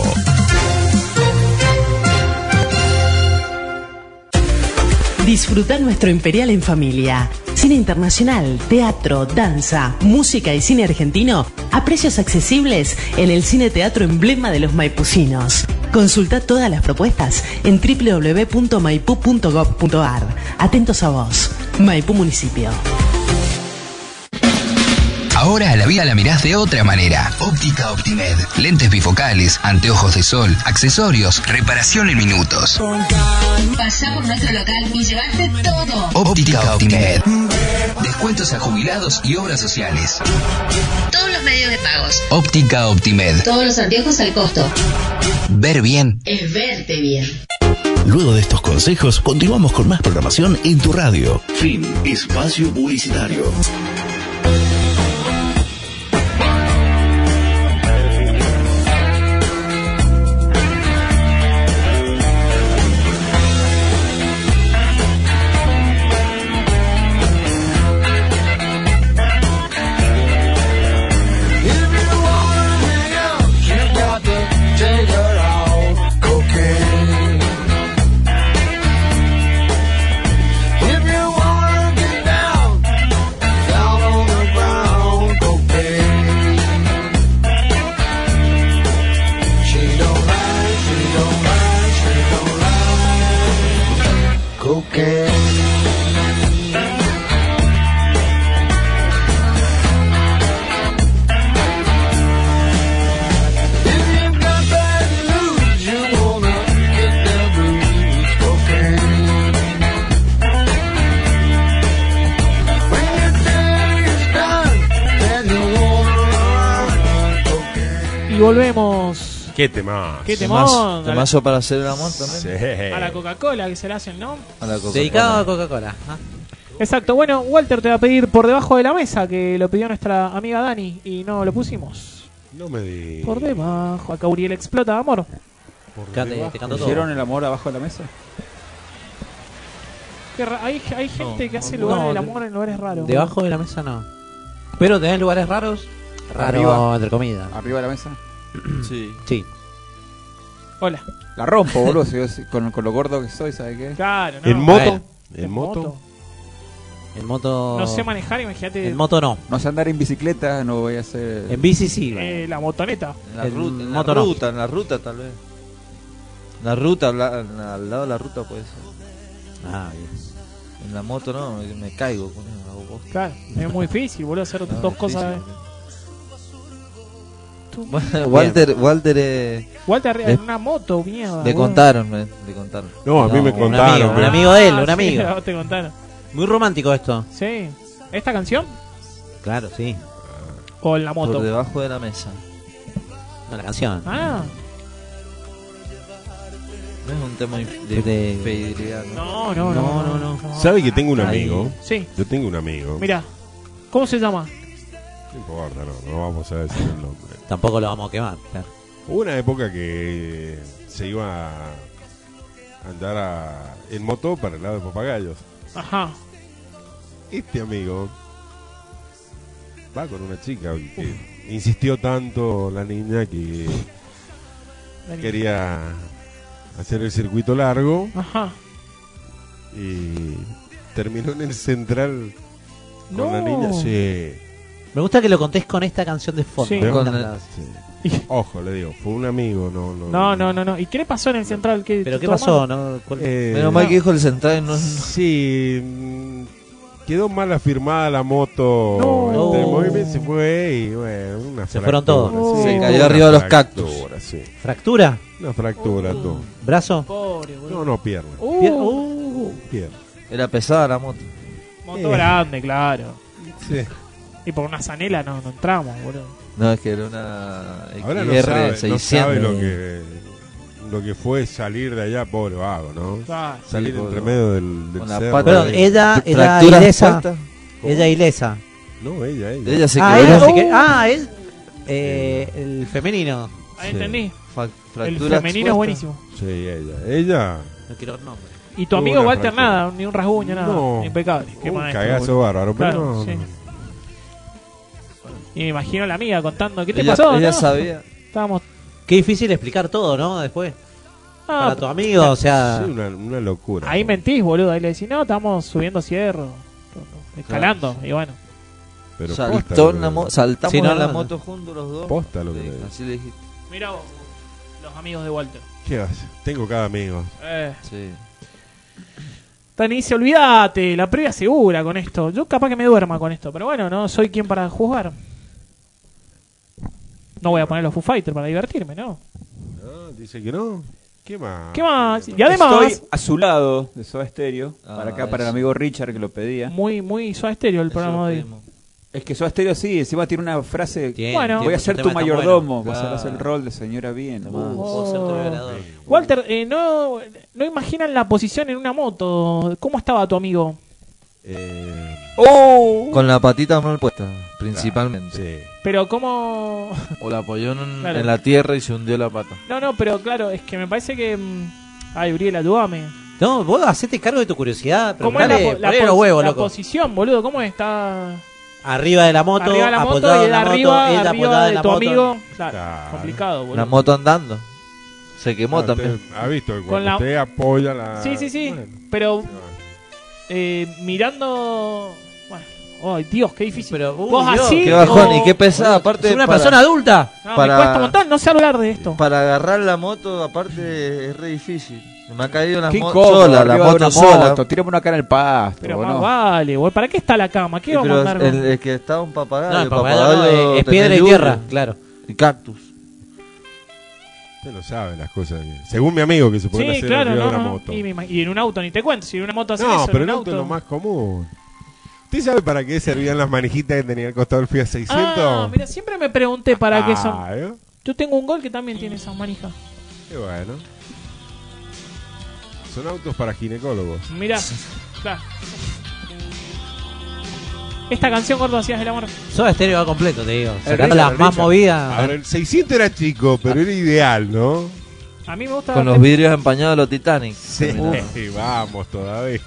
Speaker 15: Disfruta nuestro Imperial en familia. Cine internacional, teatro, danza, música y cine argentino a precios accesibles en el Cine Teatro Emblema de los Maipucinos. Consulta todas las propuestas en www.maipú.gov.ar. Atentos a vos. Maipú Municipio.
Speaker 16: Ahora a la vida la mirás de otra manera. Óptica Optimed. Lentes bifocales, anteojos de sol, accesorios, reparación en minutos.
Speaker 17: Pasá por nuestro local y llevarte todo.
Speaker 16: Óptica Optimed. Descuentos a jubilados y obras sociales.
Speaker 17: Todos los medios de pagos.
Speaker 16: Óptica Optimed.
Speaker 17: Todos los anteojos al costo.
Speaker 16: Ver bien.
Speaker 17: Es verte bien.
Speaker 6: Luego de estos consejos, continuamos con más programación en tu radio. Fin espacio publicitario.
Speaker 2: Y volvemos
Speaker 5: Qué tema.
Speaker 2: Qué temón.
Speaker 1: Temazo para hacer el amor también.
Speaker 2: a la Coca-Cola que se la hacen, ¿no?
Speaker 1: A la Coca-Cola.
Speaker 4: Dedicado a Coca-Cola. ah.
Speaker 2: Exacto. Bueno, Walter te va a pedir por debajo de la mesa que lo pidió nuestra amiga Dani y no lo pusimos.
Speaker 5: No me di.
Speaker 2: Por debajo. Acá Uriel explota, amor.
Speaker 4: Cate, te canto todo.
Speaker 3: ¿Hicieron el amor abajo de la mesa?
Speaker 2: Qué ra- hay, hay gente que hace lugar
Speaker 4: no,
Speaker 2: del
Speaker 4: de-
Speaker 2: amor en lugares raros.
Speaker 4: Debajo de la mesa no. Pero tenés lugares raros. Raro,
Speaker 3: Arriba.
Speaker 4: Ah, entre comillas.
Speaker 3: ¿Arriba de la mesa? Sí.
Speaker 4: Sí.
Speaker 2: Hola.
Speaker 3: La rompo, boludo. si yo- con, con lo gordo que soy, ¿sabes qué?
Speaker 2: Claro, no.
Speaker 5: ¿En
Speaker 4: Bueno.
Speaker 5: moto? ¿En moto?
Speaker 4: En moto.
Speaker 2: No sé manejar, imagínate.
Speaker 4: En moto no.
Speaker 3: No sé andar en bicicleta, no voy a hacer.
Speaker 4: En bici sí.
Speaker 2: eh, la motoneta.
Speaker 1: En la
Speaker 4: En
Speaker 1: ruta, en la
Speaker 4: moto no.
Speaker 1: ruta, en la ruta tal vez. En La ruta, la- en- al lado de la ruta puede ser.
Speaker 4: Ah, bien.
Speaker 1: En la moto no, me, me caigo. con eso, hago bosta.
Speaker 2: Claro, es muy difícil, boludo, hacer
Speaker 1: No,
Speaker 2: dos
Speaker 1: es
Speaker 2: cosas.
Speaker 1: difícil.
Speaker 2: Tú-
Speaker 1: Bueno, Walter, Walter eh,
Speaker 2: Walter
Speaker 1: Le-
Speaker 2: en una moto, mierda.
Speaker 1: le
Speaker 2: boludo.
Speaker 1: contaron, me- le contaron.
Speaker 5: No, a mí
Speaker 1: No,
Speaker 5: me
Speaker 1: un
Speaker 5: contaron.
Speaker 4: amigo, un
Speaker 5: eh.
Speaker 4: amigo. de él, un
Speaker 2: Ah, sí,
Speaker 4: amigo.
Speaker 2: a vos te contaron.
Speaker 4: Muy romántico esto.
Speaker 2: Sí. ¿Esta canción?
Speaker 4: Claro, sí.
Speaker 2: O en la
Speaker 1: Por
Speaker 2: moto.
Speaker 1: debajo de la mesa.
Speaker 4: No, la canción.
Speaker 2: Ah,
Speaker 1: No es un tema inf- de,
Speaker 4: De- de-
Speaker 1: fidelidad. ¿no?
Speaker 2: no, no, no.
Speaker 4: No, no, no.
Speaker 5: ¿Sabe que tengo un amigo?
Speaker 2: Sí,
Speaker 5: Yo tengo un amigo.
Speaker 2: mira. ¿Cómo se llama?
Speaker 5: No importa, no, no vamos a decir el nombre.
Speaker 4: Tampoco lo vamos a quemar. claro.
Speaker 5: Hubo una época que se iba andar a- en moto para el lado de Papagayos.
Speaker 2: Ajá.
Speaker 5: Este amigo va con una chica que insistió tanto la niña que quería hacer el circuito largo
Speaker 2: Ajá.
Speaker 5: y terminó en el central con
Speaker 2: No.
Speaker 5: la niña. Sí.
Speaker 4: Me gusta que lo contés con esta canción de fondo. Me
Speaker 5: Con
Speaker 4: gusta.
Speaker 5: la- sí. Ojo, le digo, fue un amigo, no, no.
Speaker 2: No, no, no, no. ¿Y qué le pasó en el central? ¿Qué,
Speaker 4: ¿Pero qué
Speaker 2: todo
Speaker 4: pasó?
Speaker 2: mal?
Speaker 4: No, ¿Cuál-
Speaker 5: Eh,
Speaker 1: Menos mal que dijo el central. No,
Speaker 5: Sí, mm, quedó mal afirmada la moto.
Speaker 1: No.
Speaker 5: Entre el movimiento se fue y bueno, una
Speaker 4: Se fueron todos.
Speaker 5: fractura,
Speaker 1: Se
Speaker 5: sí,
Speaker 1: cayó
Speaker 5: una
Speaker 1: arriba de los
Speaker 5: fractura,
Speaker 1: cactus.
Speaker 5: sí.
Speaker 4: ¿Fractura? Oh.
Speaker 5: Una fractura, todo.
Speaker 4: ¿Brazo?
Speaker 5: No, no, pierna.
Speaker 2: Uh,
Speaker 4: Pier- uh.
Speaker 5: pierna.
Speaker 1: Era pesada la moto.
Speaker 2: Moto
Speaker 1: Eh.
Speaker 2: grande, claro.
Speaker 5: Sí.
Speaker 2: Y por una zanela no, no entramos, boludo.
Speaker 1: No, es que era una
Speaker 5: Ahora
Speaker 1: XR600.
Speaker 5: no sabe, no sabe lo que lo que fue salir de allá, pobre vago, ¿no?
Speaker 2: Ah, sí,
Speaker 5: salir
Speaker 1: boludo.
Speaker 5: entre medio del, del
Speaker 1: Con la
Speaker 5: cerro.
Speaker 1: pata
Speaker 4: Perdón,
Speaker 1: de-
Speaker 4: ella,
Speaker 1: de
Speaker 4: ella
Speaker 1: fracturas
Speaker 4: ilesa.
Speaker 1: puestas.
Speaker 4: Ella ilesa.
Speaker 5: No, ella, eh, ella.
Speaker 1: Ella se
Speaker 4: ah,
Speaker 1: quebró.
Speaker 4: ella que- ah, él. eh, el femenino.
Speaker 2: Ahí
Speaker 5: Sí.
Speaker 2: entendí.
Speaker 1: Fac-
Speaker 2: El femenino
Speaker 1: fractura
Speaker 2: es
Speaker 1: expuesta.
Speaker 2: buenísimo.
Speaker 5: Sí, ella. Ella
Speaker 4: No quiero el nombre.
Speaker 2: Y tu
Speaker 5: Tuvo
Speaker 2: amigo
Speaker 5: una
Speaker 2: Walter
Speaker 5: fractura.
Speaker 2: nada, ni un rasguño, nada.
Speaker 5: No.
Speaker 2: Impecable. Qué
Speaker 5: Un
Speaker 2: maestro,
Speaker 5: cagazo
Speaker 2: boludo.
Speaker 5: bárbaro, pero
Speaker 2: Claro,
Speaker 5: no-
Speaker 2: sí. Y me imagino la amiga contando, ¿qué te
Speaker 1: Ella-
Speaker 2: pasó?
Speaker 1: ella
Speaker 2: no?
Speaker 1: sabía.
Speaker 2: Estábamos.
Speaker 4: Qué difícil explicar todo, ¿no? Después.
Speaker 2: Ah,
Speaker 4: Para tu amigo, o sea.
Speaker 5: sí, una, una locura.
Speaker 2: Ahí mentís, boludo. Ahí le decís, no, estamos subiendo cierro, escalando. Y bueno,
Speaker 5: Pero posta
Speaker 1: Saltó
Speaker 5: lo
Speaker 1: en
Speaker 5: que-
Speaker 1: la mo- saltamos
Speaker 4: Sí, no,
Speaker 1: en la
Speaker 4: no, no.
Speaker 1: moto juntos los dos.
Speaker 5: Posta lo que
Speaker 1: Sí,
Speaker 5: le-
Speaker 1: Así le dijiste.
Speaker 2: mira vos, los amigos de Walter.
Speaker 5: ¿Qué vas? Tengo cada amigo.
Speaker 2: Eh.
Speaker 1: Sí.
Speaker 2: Tani dice, olvídate, la previa segura con esto. Yo capaz que me duerma con esto, pero bueno, no soy quien para juzgar. No voy a poner los Foo Fighters para divertirme, ¿no?
Speaker 5: No, dice que no. ¿Qué más?
Speaker 2: ¿Qué más? Y además,
Speaker 3: Ah, Estoy a su lado de Soda Stereo. para acá, para el
Speaker 1: eso.
Speaker 3: amigo Richard que lo pedía.
Speaker 2: muy, muy suave estéreo el programa de hoy.
Speaker 3: Es que Soda Stereo sí, encima tiene una frase.
Speaker 4: Tiene-
Speaker 2: Bueno.
Speaker 3: voy
Speaker 4: tiene
Speaker 3: a ser
Speaker 4: muchos
Speaker 3: tu
Speaker 4: temas tan
Speaker 3: mayordomo.
Speaker 4: buenos.
Speaker 3: Vas a
Speaker 1: Claro.
Speaker 3: hacer el rol de señora bien. Uh.
Speaker 4: Puedo ser tu violador.
Speaker 2: Oh. Walter, eh, no, no imaginan la posición en una moto. ¿Cómo estaba tu amigo?
Speaker 5: Eh,
Speaker 2: ¡Oh!
Speaker 1: Con la patita mal puesta, principalmente.
Speaker 5: sí.
Speaker 2: Pero cómo...
Speaker 1: O la apoyó en, un-
Speaker 2: Claro.
Speaker 1: en la tierra y se hundió la pata.
Speaker 2: No, no, pero claro, es que me parece que... mm, Ay, Uriel, ayúdame.
Speaker 4: No, vos hacete cargo de tu curiosidad.
Speaker 2: ¿Cómo es la, po-
Speaker 4: Preguntale,
Speaker 2: la
Speaker 4: ponele
Speaker 2: pos-
Speaker 4: los huevos,
Speaker 2: la
Speaker 4: loco.
Speaker 2: posición, boludo? ¿Cómo está...?
Speaker 4: Arriba de la moto,
Speaker 2: arriba de la moto
Speaker 4: apoyado
Speaker 2: y
Speaker 4: en
Speaker 2: él
Speaker 4: la moto,
Speaker 2: arriba,
Speaker 4: ella
Speaker 2: arriba
Speaker 4: apoyada en
Speaker 2: de
Speaker 4: la
Speaker 2: tu
Speaker 4: moto.
Speaker 2: amigo. Claro,
Speaker 5: Claro.
Speaker 2: complicado, boludo.
Speaker 1: La moto andando. Se quemó
Speaker 5: Ah,
Speaker 1: también.
Speaker 5: usted Ha visto que
Speaker 2: Con
Speaker 5: cuando
Speaker 2: la-
Speaker 5: usted apoya la.
Speaker 2: Sí, sí, sí.
Speaker 5: Bueno,
Speaker 2: Pero
Speaker 5: se va.
Speaker 2: eh, mirando. Bueno, ay, Dios, qué difícil.
Speaker 4: Pero, uy,
Speaker 2: Vos
Speaker 4: Dios,
Speaker 2: así.
Speaker 1: Qué bajón
Speaker 2: no-
Speaker 1: y qué pesada. Aparte,
Speaker 4: Es una
Speaker 1: para-
Speaker 4: persona adulta.
Speaker 2: no,
Speaker 1: para-
Speaker 2: Me cuesta un montón, no sé hablar de esto.
Speaker 1: Para agarrar la moto, aparte, es re difícil. Se me ha caído la
Speaker 3: Qué
Speaker 1: moto
Speaker 3: incómodo,
Speaker 1: sola, la
Speaker 3: arriba de
Speaker 1: moto
Speaker 3: una
Speaker 1: sola.
Speaker 3: moto, Tírame una cara en el pasto.
Speaker 2: Pero
Speaker 3: ¿o
Speaker 2: más
Speaker 3: no?
Speaker 2: vale, boludo. ¿Para qué está la cama? ¿Qué
Speaker 1: Sí,
Speaker 2: vamos a
Speaker 1: pero
Speaker 2: andar
Speaker 1: el,
Speaker 2: con-
Speaker 1: el que estaba un papagayo.
Speaker 4: No, el papagayo
Speaker 1: papagayo
Speaker 4: no, es,
Speaker 1: tenés
Speaker 4: es piedra y
Speaker 1: lluvia.
Speaker 4: tierra, claro.
Speaker 1: Y cactus.
Speaker 5: Usted no sabe las cosas. que- Según mi amigo que se pueden
Speaker 2: Sí,
Speaker 5: hacer
Speaker 2: claro,
Speaker 5: arriba
Speaker 2: no,
Speaker 5: de una
Speaker 2: no.
Speaker 5: moto.
Speaker 2: Y, me imag- y en un auto, ni te cuento. Si en una moto haces
Speaker 5: No,
Speaker 2: eso,
Speaker 5: pero
Speaker 2: en
Speaker 5: el
Speaker 2: un
Speaker 5: auto es lo más común. ¿Usted sabe para qué servían las manijitas que tenía el costado del Fiat 600?
Speaker 2: Ah, mira, siempre me pregunté para qué son.
Speaker 5: Ah, ¿eh?
Speaker 2: Yo tengo un gol que también tiene esas manijas.
Speaker 5: Qué bueno. Son autos para ginecólogos.
Speaker 2: Mirá, claro. Esta canción, gordo, hacías del amor.
Speaker 4: Soda estéreo va completo, te digo. Sacando
Speaker 5: Richard,
Speaker 4: las
Speaker 5: el
Speaker 4: más
Speaker 5: Richard. Ahora,
Speaker 4: movidas.
Speaker 5: el 600 era chico, pero era ideal, ¿no?
Speaker 2: A mí me gusta.
Speaker 1: Con los vidrios empañados de los Titanic.
Speaker 5: Sí.
Speaker 1: Terminaba.
Speaker 5: vamos todavía.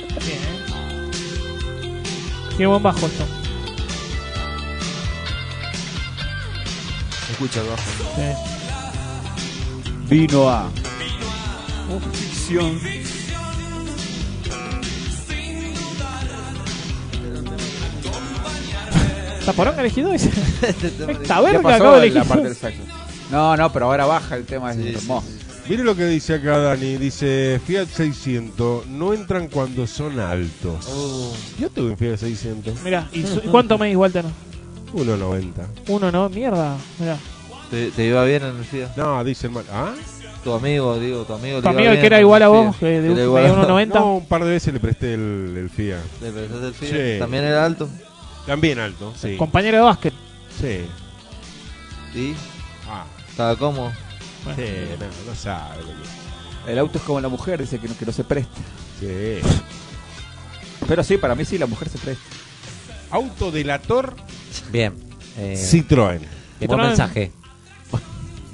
Speaker 2: Bien, ¿eh? Tiene buen bajo esto.
Speaker 1: Se Escucha el bajo.
Speaker 2: Eh,
Speaker 3: Vino a. Ficción.
Speaker 2: ¿Está poronga elegido? Dice.
Speaker 1: Este
Speaker 2: Esta
Speaker 3: Ya
Speaker 2: verga que
Speaker 3: pasó
Speaker 2: acabo de
Speaker 3: la parte del
Speaker 2: elegir.
Speaker 3: saxo. No, no, pero ahora baja el tema.
Speaker 1: Sí,
Speaker 3: es hermoso.
Speaker 5: Mire lo que dice acá Dani, dice Fiat 600, no entran cuando son altos.
Speaker 2: Oh.
Speaker 5: Yo tuve un Fiat 600,
Speaker 2: Mirá, ¿y su- cuánto me Walter?
Speaker 5: 1.90.
Speaker 2: Uno, ¿no? Mierda. Mirá.
Speaker 1: ¿Te, te iba bien en el FIA?
Speaker 5: No, dice el mal. ¿Ah?
Speaker 1: Tu amigo, digo, tu amigo. le
Speaker 2: Tu
Speaker 1: iba
Speaker 2: amigo
Speaker 1: bien
Speaker 2: que era
Speaker 1: en el
Speaker 2: igual a
Speaker 1: FIA.
Speaker 2: vos, que de
Speaker 1: Era
Speaker 2: un-
Speaker 1: igual a-
Speaker 2: medía 1.90.
Speaker 5: No, un par de veces le presté el, el Fiat.
Speaker 1: ¿Le prestaste el FIA?
Speaker 5: Sí.
Speaker 1: También era alto.
Speaker 5: También alto, sí.
Speaker 2: Compañero de básquet.
Speaker 5: Sí.
Speaker 1: ¿Y?
Speaker 5: Ah,
Speaker 1: Estaba cómodo.
Speaker 5: sí, no, no sabe. lo que-
Speaker 3: El auto es como la mujer, dice que no, que no se presta.
Speaker 5: Sí.
Speaker 3: Pero sí, para mí sí, la mujer se presta.
Speaker 5: Autodelator
Speaker 4: Bien. Eh,
Speaker 5: Citroën.
Speaker 4: qué Buen
Speaker 2: Citroën.
Speaker 4: mensaje.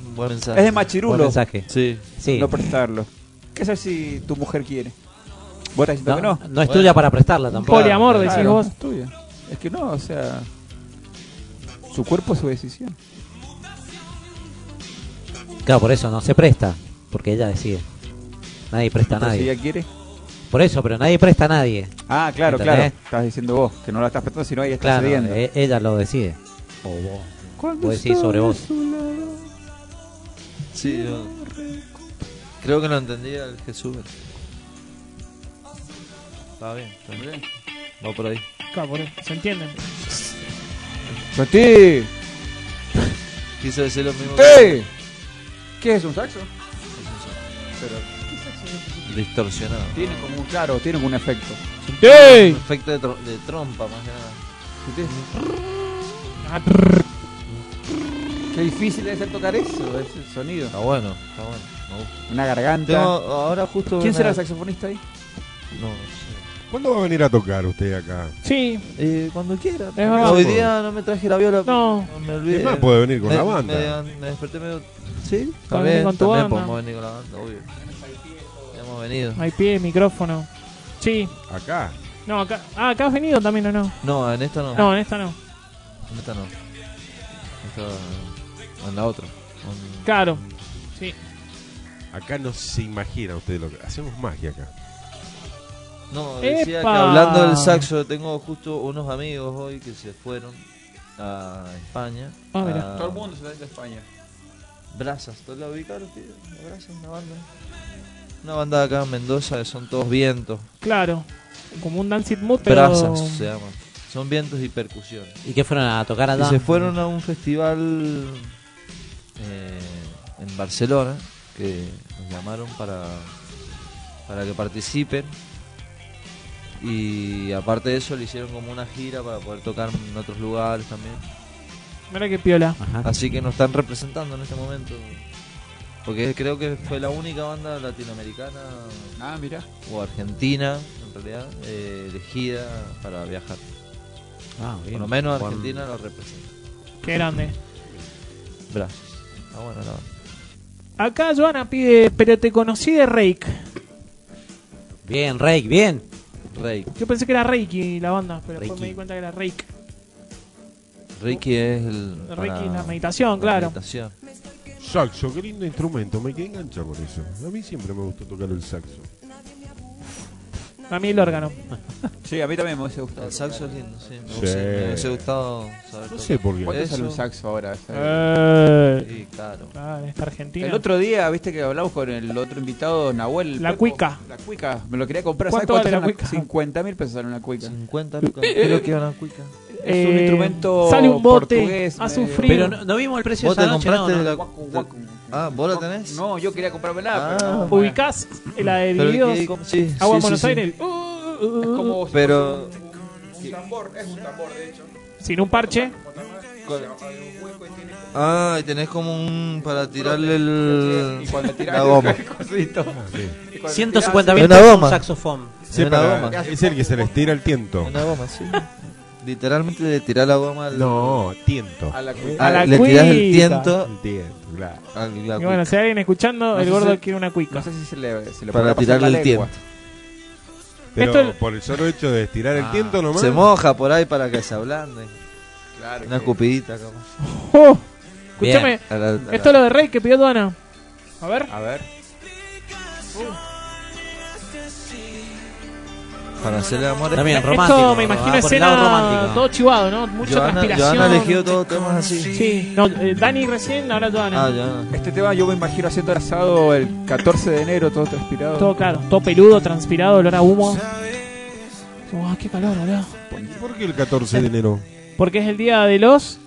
Speaker 1: Un buen mensaje.
Speaker 3: Es de
Speaker 4: Buen
Speaker 3: Machirulo.
Speaker 4: mensaje.
Speaker 1: Sí.
Speaker 4: Sí.
Speaker 3: No prestarlo. ¿Qué haces si tu mujer quiere? ¿Vos estás diciendo
Speaker 4: No,
Speaker 3: que no?
Speaker 4: no es tuya para prestarla tampoco.
Speaker 2: poliamor, decís vos.
Speaker 3: no es tuya. Es que no, o sea. Su cuerpo es su decisión.
Speaker 4: Claro, por eso no se presta, porque ella decide. Nadie presta a
Speaker 3: Entonces,
Speaker 4: nadie.
Speaker 3: si ella quiere.
Speaker 4: Por eso, pero nadie presta a nadie.
Speaker 3: Ah, claro, claro.
Speaker 4: ¿Entendés?
Speaker 3: Estás diciendo vos que no la estás prestando, sino ella está
Speaker 4: Claro,
Speaker 3: cediendo.
Speaker 4: e- ella lo decide. O vos. Vos decís sobre vos.
Speaker 1: Sí, yo- creo que lo entendía el Jesús. Está bien, está bien. Va por ahí.
Speaker 2: Claro, por eso, ¿Se entienden?
Speaker 3: ¡Sentí!
Speaker 1: Quise decir lo mismo.
Speaker 3: ¡Sentí! ¿Qué es un saxo?
Speaker 1: que- Distorsionado.
Speaker 3: Tiene como un claro, tiene como un efecto.
Speaker 1: Un efecto de, tro- de trompa, más que nada.
Speaker 3: Qué difícil es hacer tocar eso, ese sonido.
Speaker 1: Está bueno, está bueno. me gusta.
Speaker 3: Una garganta.
Speaker 1: Tengo ahora justo
Speaker 3: ¿Quién
Speaker 1: una-
Speaker 3: será el saxofonista ahí?
Speaker 1: No,
Speaker 5: ¿Cuándo va a venir a tocar usted acá?
Speaker 2: Sí.
Speaker 1: Eh, cuando quiera. Es
Speaker 2: verdad.
Speaker 1: Hoy día no me traje la viola.
Speaker 2: No.
Speaker 1: Me olvidé.
Speaker 5: Es más, puede venir con
Speaker 1: Me-
Speaker 5: la banda.
Speaker 1: Me, me desperté medio. Sí,
Speaker 2: Puede venir
Speaker 1: también,
Speaker 2: con tu
Speaker 1: también
Speaker 2: banda.
Speaker 1: podemos venir con la banda, obvio. Hemos venido.
Speaker 2: Hay pie, micrófono. Sí.
Speaker 5: Acá.
Speaker 2: No, acá. Ah, acá has venido también o no.
Speaker 1: No, en esta no.
Speaker 2: No, en esta no.
Speaker 1: En esta no. Esta- en la otra. En-
Speaker 2: Claro. Sí.
Speaker 5: Acá no se imagina usted lo que. Hacemos magia acá.
Speaker 1: No, decía que
Speaker 2: ¡Epa!
Speaker 1: hablando del saxo, tengo justo unos amigos hoy que se fueron a España.
Speaker 2: Ah, mirá.
Speaker 1: a
Speaker 3: Todo el mundo se va a ir a España.
Speaker 1: Brazas, ¿tú la ubicaron, tío? Brazas, una banda. Una banda de acá en Mendoza que son todos vientos.
Speaker 2: Claro. Como un Dancing Mood, pero.
Speaker 1: Brazas se llaman. Son vientos y percusión.
Speaker 4: ¿Y qué fueron a tocar
Speaker 1: Y
Speaker 4: allá?
Speaker 1: se fueron a un festival eh, en Barcelona que nos llamaron para, para que participen. Y aparte de eso, le hicieron como una gira para poder tocar en otros lugares también.
Speaker 2: Mira qué piola.
Speaker 1: Así que nos están representando en este momento. Porque creo que fue la única banda latinoamericana
Speaker 3: Ah, mira.
Speaker 1: o argentina, en realidad, eh, elegida para viajar.
Speaker 4: Ah, bien.
Speaker 1: Por lo menos
Speaker 4: Buen-
Speaker 1: Argentina lo representa.
Speaker 2: Qué grande.
Speaker 1: Brazos. Ah, bueno, no.
Speaker 2: Acá Joana pide, pero te conocí de Rake.
Speaker 4: Bien, Rey, bien.
Speaker 1: Rey.
Speaker 2: Yo pensé que era Reiki la banda, pero después
Speaker 1: Reiki.
Speaker 2: me di cuenta que era Rake.
Speaker 1: Reiki es el.
Speaker 2: Reiki es la meditación, claro.
Speaker 1: meditación.
Speaker 5: Saxo, qué lindo instrumento. Me quedé enganchado con eso. A mí siempre me gustó tocar el saxo.
Speaker 2: A mí el órgano.
Speaker 1: Ah,
Speaker 3: Sí, a mí también me hubiese gustado.
Speaker 1: El saxo es lindo, sí. Me,
Speaker 5: Sí.
Speaker 1: hubiese- me hubiese gustado saber.
Speaker 5: No sé por qué.
Speaker 3: ¿Cuánto
Speaker 1: Eso.
Speaker 3: sale un saxo ahora?
Speaker 2: Eh.
Speaker 1: Sí, claro.
Speaker 2: Ah, esta Argentina.
Speaker 3: El otro día, viste que hablamos con el otro invitado, Nahuel.
Speaker 2: La
Speaker 3: Pepo.
Speaker 2: cuica.
Speaker 3: La cuica. Me lo quería comprar.
Speaker 2: ¿Cuánto
Speaker 3: ¿Sabes
Speaker 2: vale
Speaker 3: sale
Speaker 2: la
Speaker 3: una-
Speaker 2: cuica?
Speaker 3: 50 mil pesos sale una cuica.
Speaker 1: 50 lucas. Creo que una cuica.
Speaker 3: Es un
Speaker 2: Eh,
Speaker 3: instrumento
Speaker 2: sale un bote,
Speaker 3: portugués. eh,
Speaker 2: hace un
Speaker 3: medio-
Speaker 2: frío. Pero
Speaker 4: no- no vimos el precio
Speaker 1: ¿Vos
Speaker 4: esa
Speaker 1: te
Speaker 4: noche,
Speaker 1: compraste
Speaker 4: no, no.
Speaker 1: la
Speaker 3: Guacu, guacu.
Speaker 1: Ah, ¿vos la tenés?
Speaker 3: No, yo quería comprármela, pero
Speaker 1: Ah.
Speaker 3: no.
Speaker 2: Ubicás la de
Speaker 1: Pero
Speaker 2: Divididos.
Speaker 1: que- como- sí,
Speaker 2: Agua en
Speaker 1: sí,
Speaker 2: Buenos
Speaker 1: sí, sí.
Speaker 2: Aires. Uh, uh, uh,
Speaker 3: Es como si
Speaker 1: Pero-
Speaker 3: fuese Un, un tambor, es un tambor, de hecho.
Speaker 2: Sin un parche.
Speaker 1: Ah, y tenés como un. para tirarle el.
Speaker 3: Y cuando tirás
Speaker 1: la goma.
Speaker 3: el cosito. Y cuando
Speaker 4: 150
Speaker 1: Es
Speaker 4: mil
Speaker 1: una
Speaker 4: pesos un
Speaker 1: goma.
Speaker 4: saxofón.
Speaker 5: Sí,
Speaker 1: Es una
Speaker 5: para-
Speaker 1: goma.
Speaker 5: Es el que se les tira el tiento.
Speaker 1: Una goma, sí. Literalmente le tirás la goma al.
Speaker 5: No, tiento.
Speaker 3: A la
Speaker 1: a-
Speaker 3: cuica.
Speaker 2: A la
Speaker 1: le tirás el
Speaker 2: cuica.
Speaker 1: tiento.
Speaker 5: El tiento, claro.
Speaker 1: al- la
Speaker 2: Y bueno,
Speaker 1: cuica.
Speaker 2: si hay alguien escuchando,
Speaker 3: No
Speaker 2: el
Speaker 3: sé
Speaker 2: gordo
Speaker 3: si-
Speaker 2: quiere una
Speaker 3: No
Speaker 2: cuica.
Speaker 3: sé si se le, se le
Speaker 1: para
Speaker 3: podrá pasar
Speaker 1: tirarle
Speaker 3: la
Speaker 1: el
Speaker 3: lengua.
Speaker 1: tiento.
Speaker 5: Pero
Speaker 2: Esto-
Speaker 5: por el solo hecho de estirar el tiento nomás.
Speaker 1: Se moja por ahí para que se ablande.
Speaker 3: Claro
Speaker 1: Una
Speaker 3: que-
Speaker 1: cupidita, como.
Speaker 2: Oh, escúchame,
Speaker 1: A la- a la-
Speaker 2: esto es lo de Rey que pidió Duana. A ver.
Speaker 3: A ver.
Speaker 1: Para hacerle amor.
Speaker 4: También romántico.
Speaker 2: Esto me
Speaker 4: va
Speaker 2: imagino
Speaker 4: por el lado
Speaker 2: escena
Speaker 4: romántico.
Speaker 2: todo chivado, ¿no? Mucha
Speaker 1: Joana,
Speaker 2: transpiración.
Speaker 1: Joana ha elegido todos temas así.
Speaker 2: Sí, no, eh, Dani recién, ahora Joana.
Speaker 1: Ah, Joana.
Speaker 3: Este tema yo me imagino haciendo el asado el 14 de enero, todo transpirado.
Speaker 2: Todo claro, todo peludo, transpirado, olor a humo. Uah, qué calor, boludo.
Speaker 5: ¿Por qué el 14 de enero?
Speaker 2: Porque es el día de los.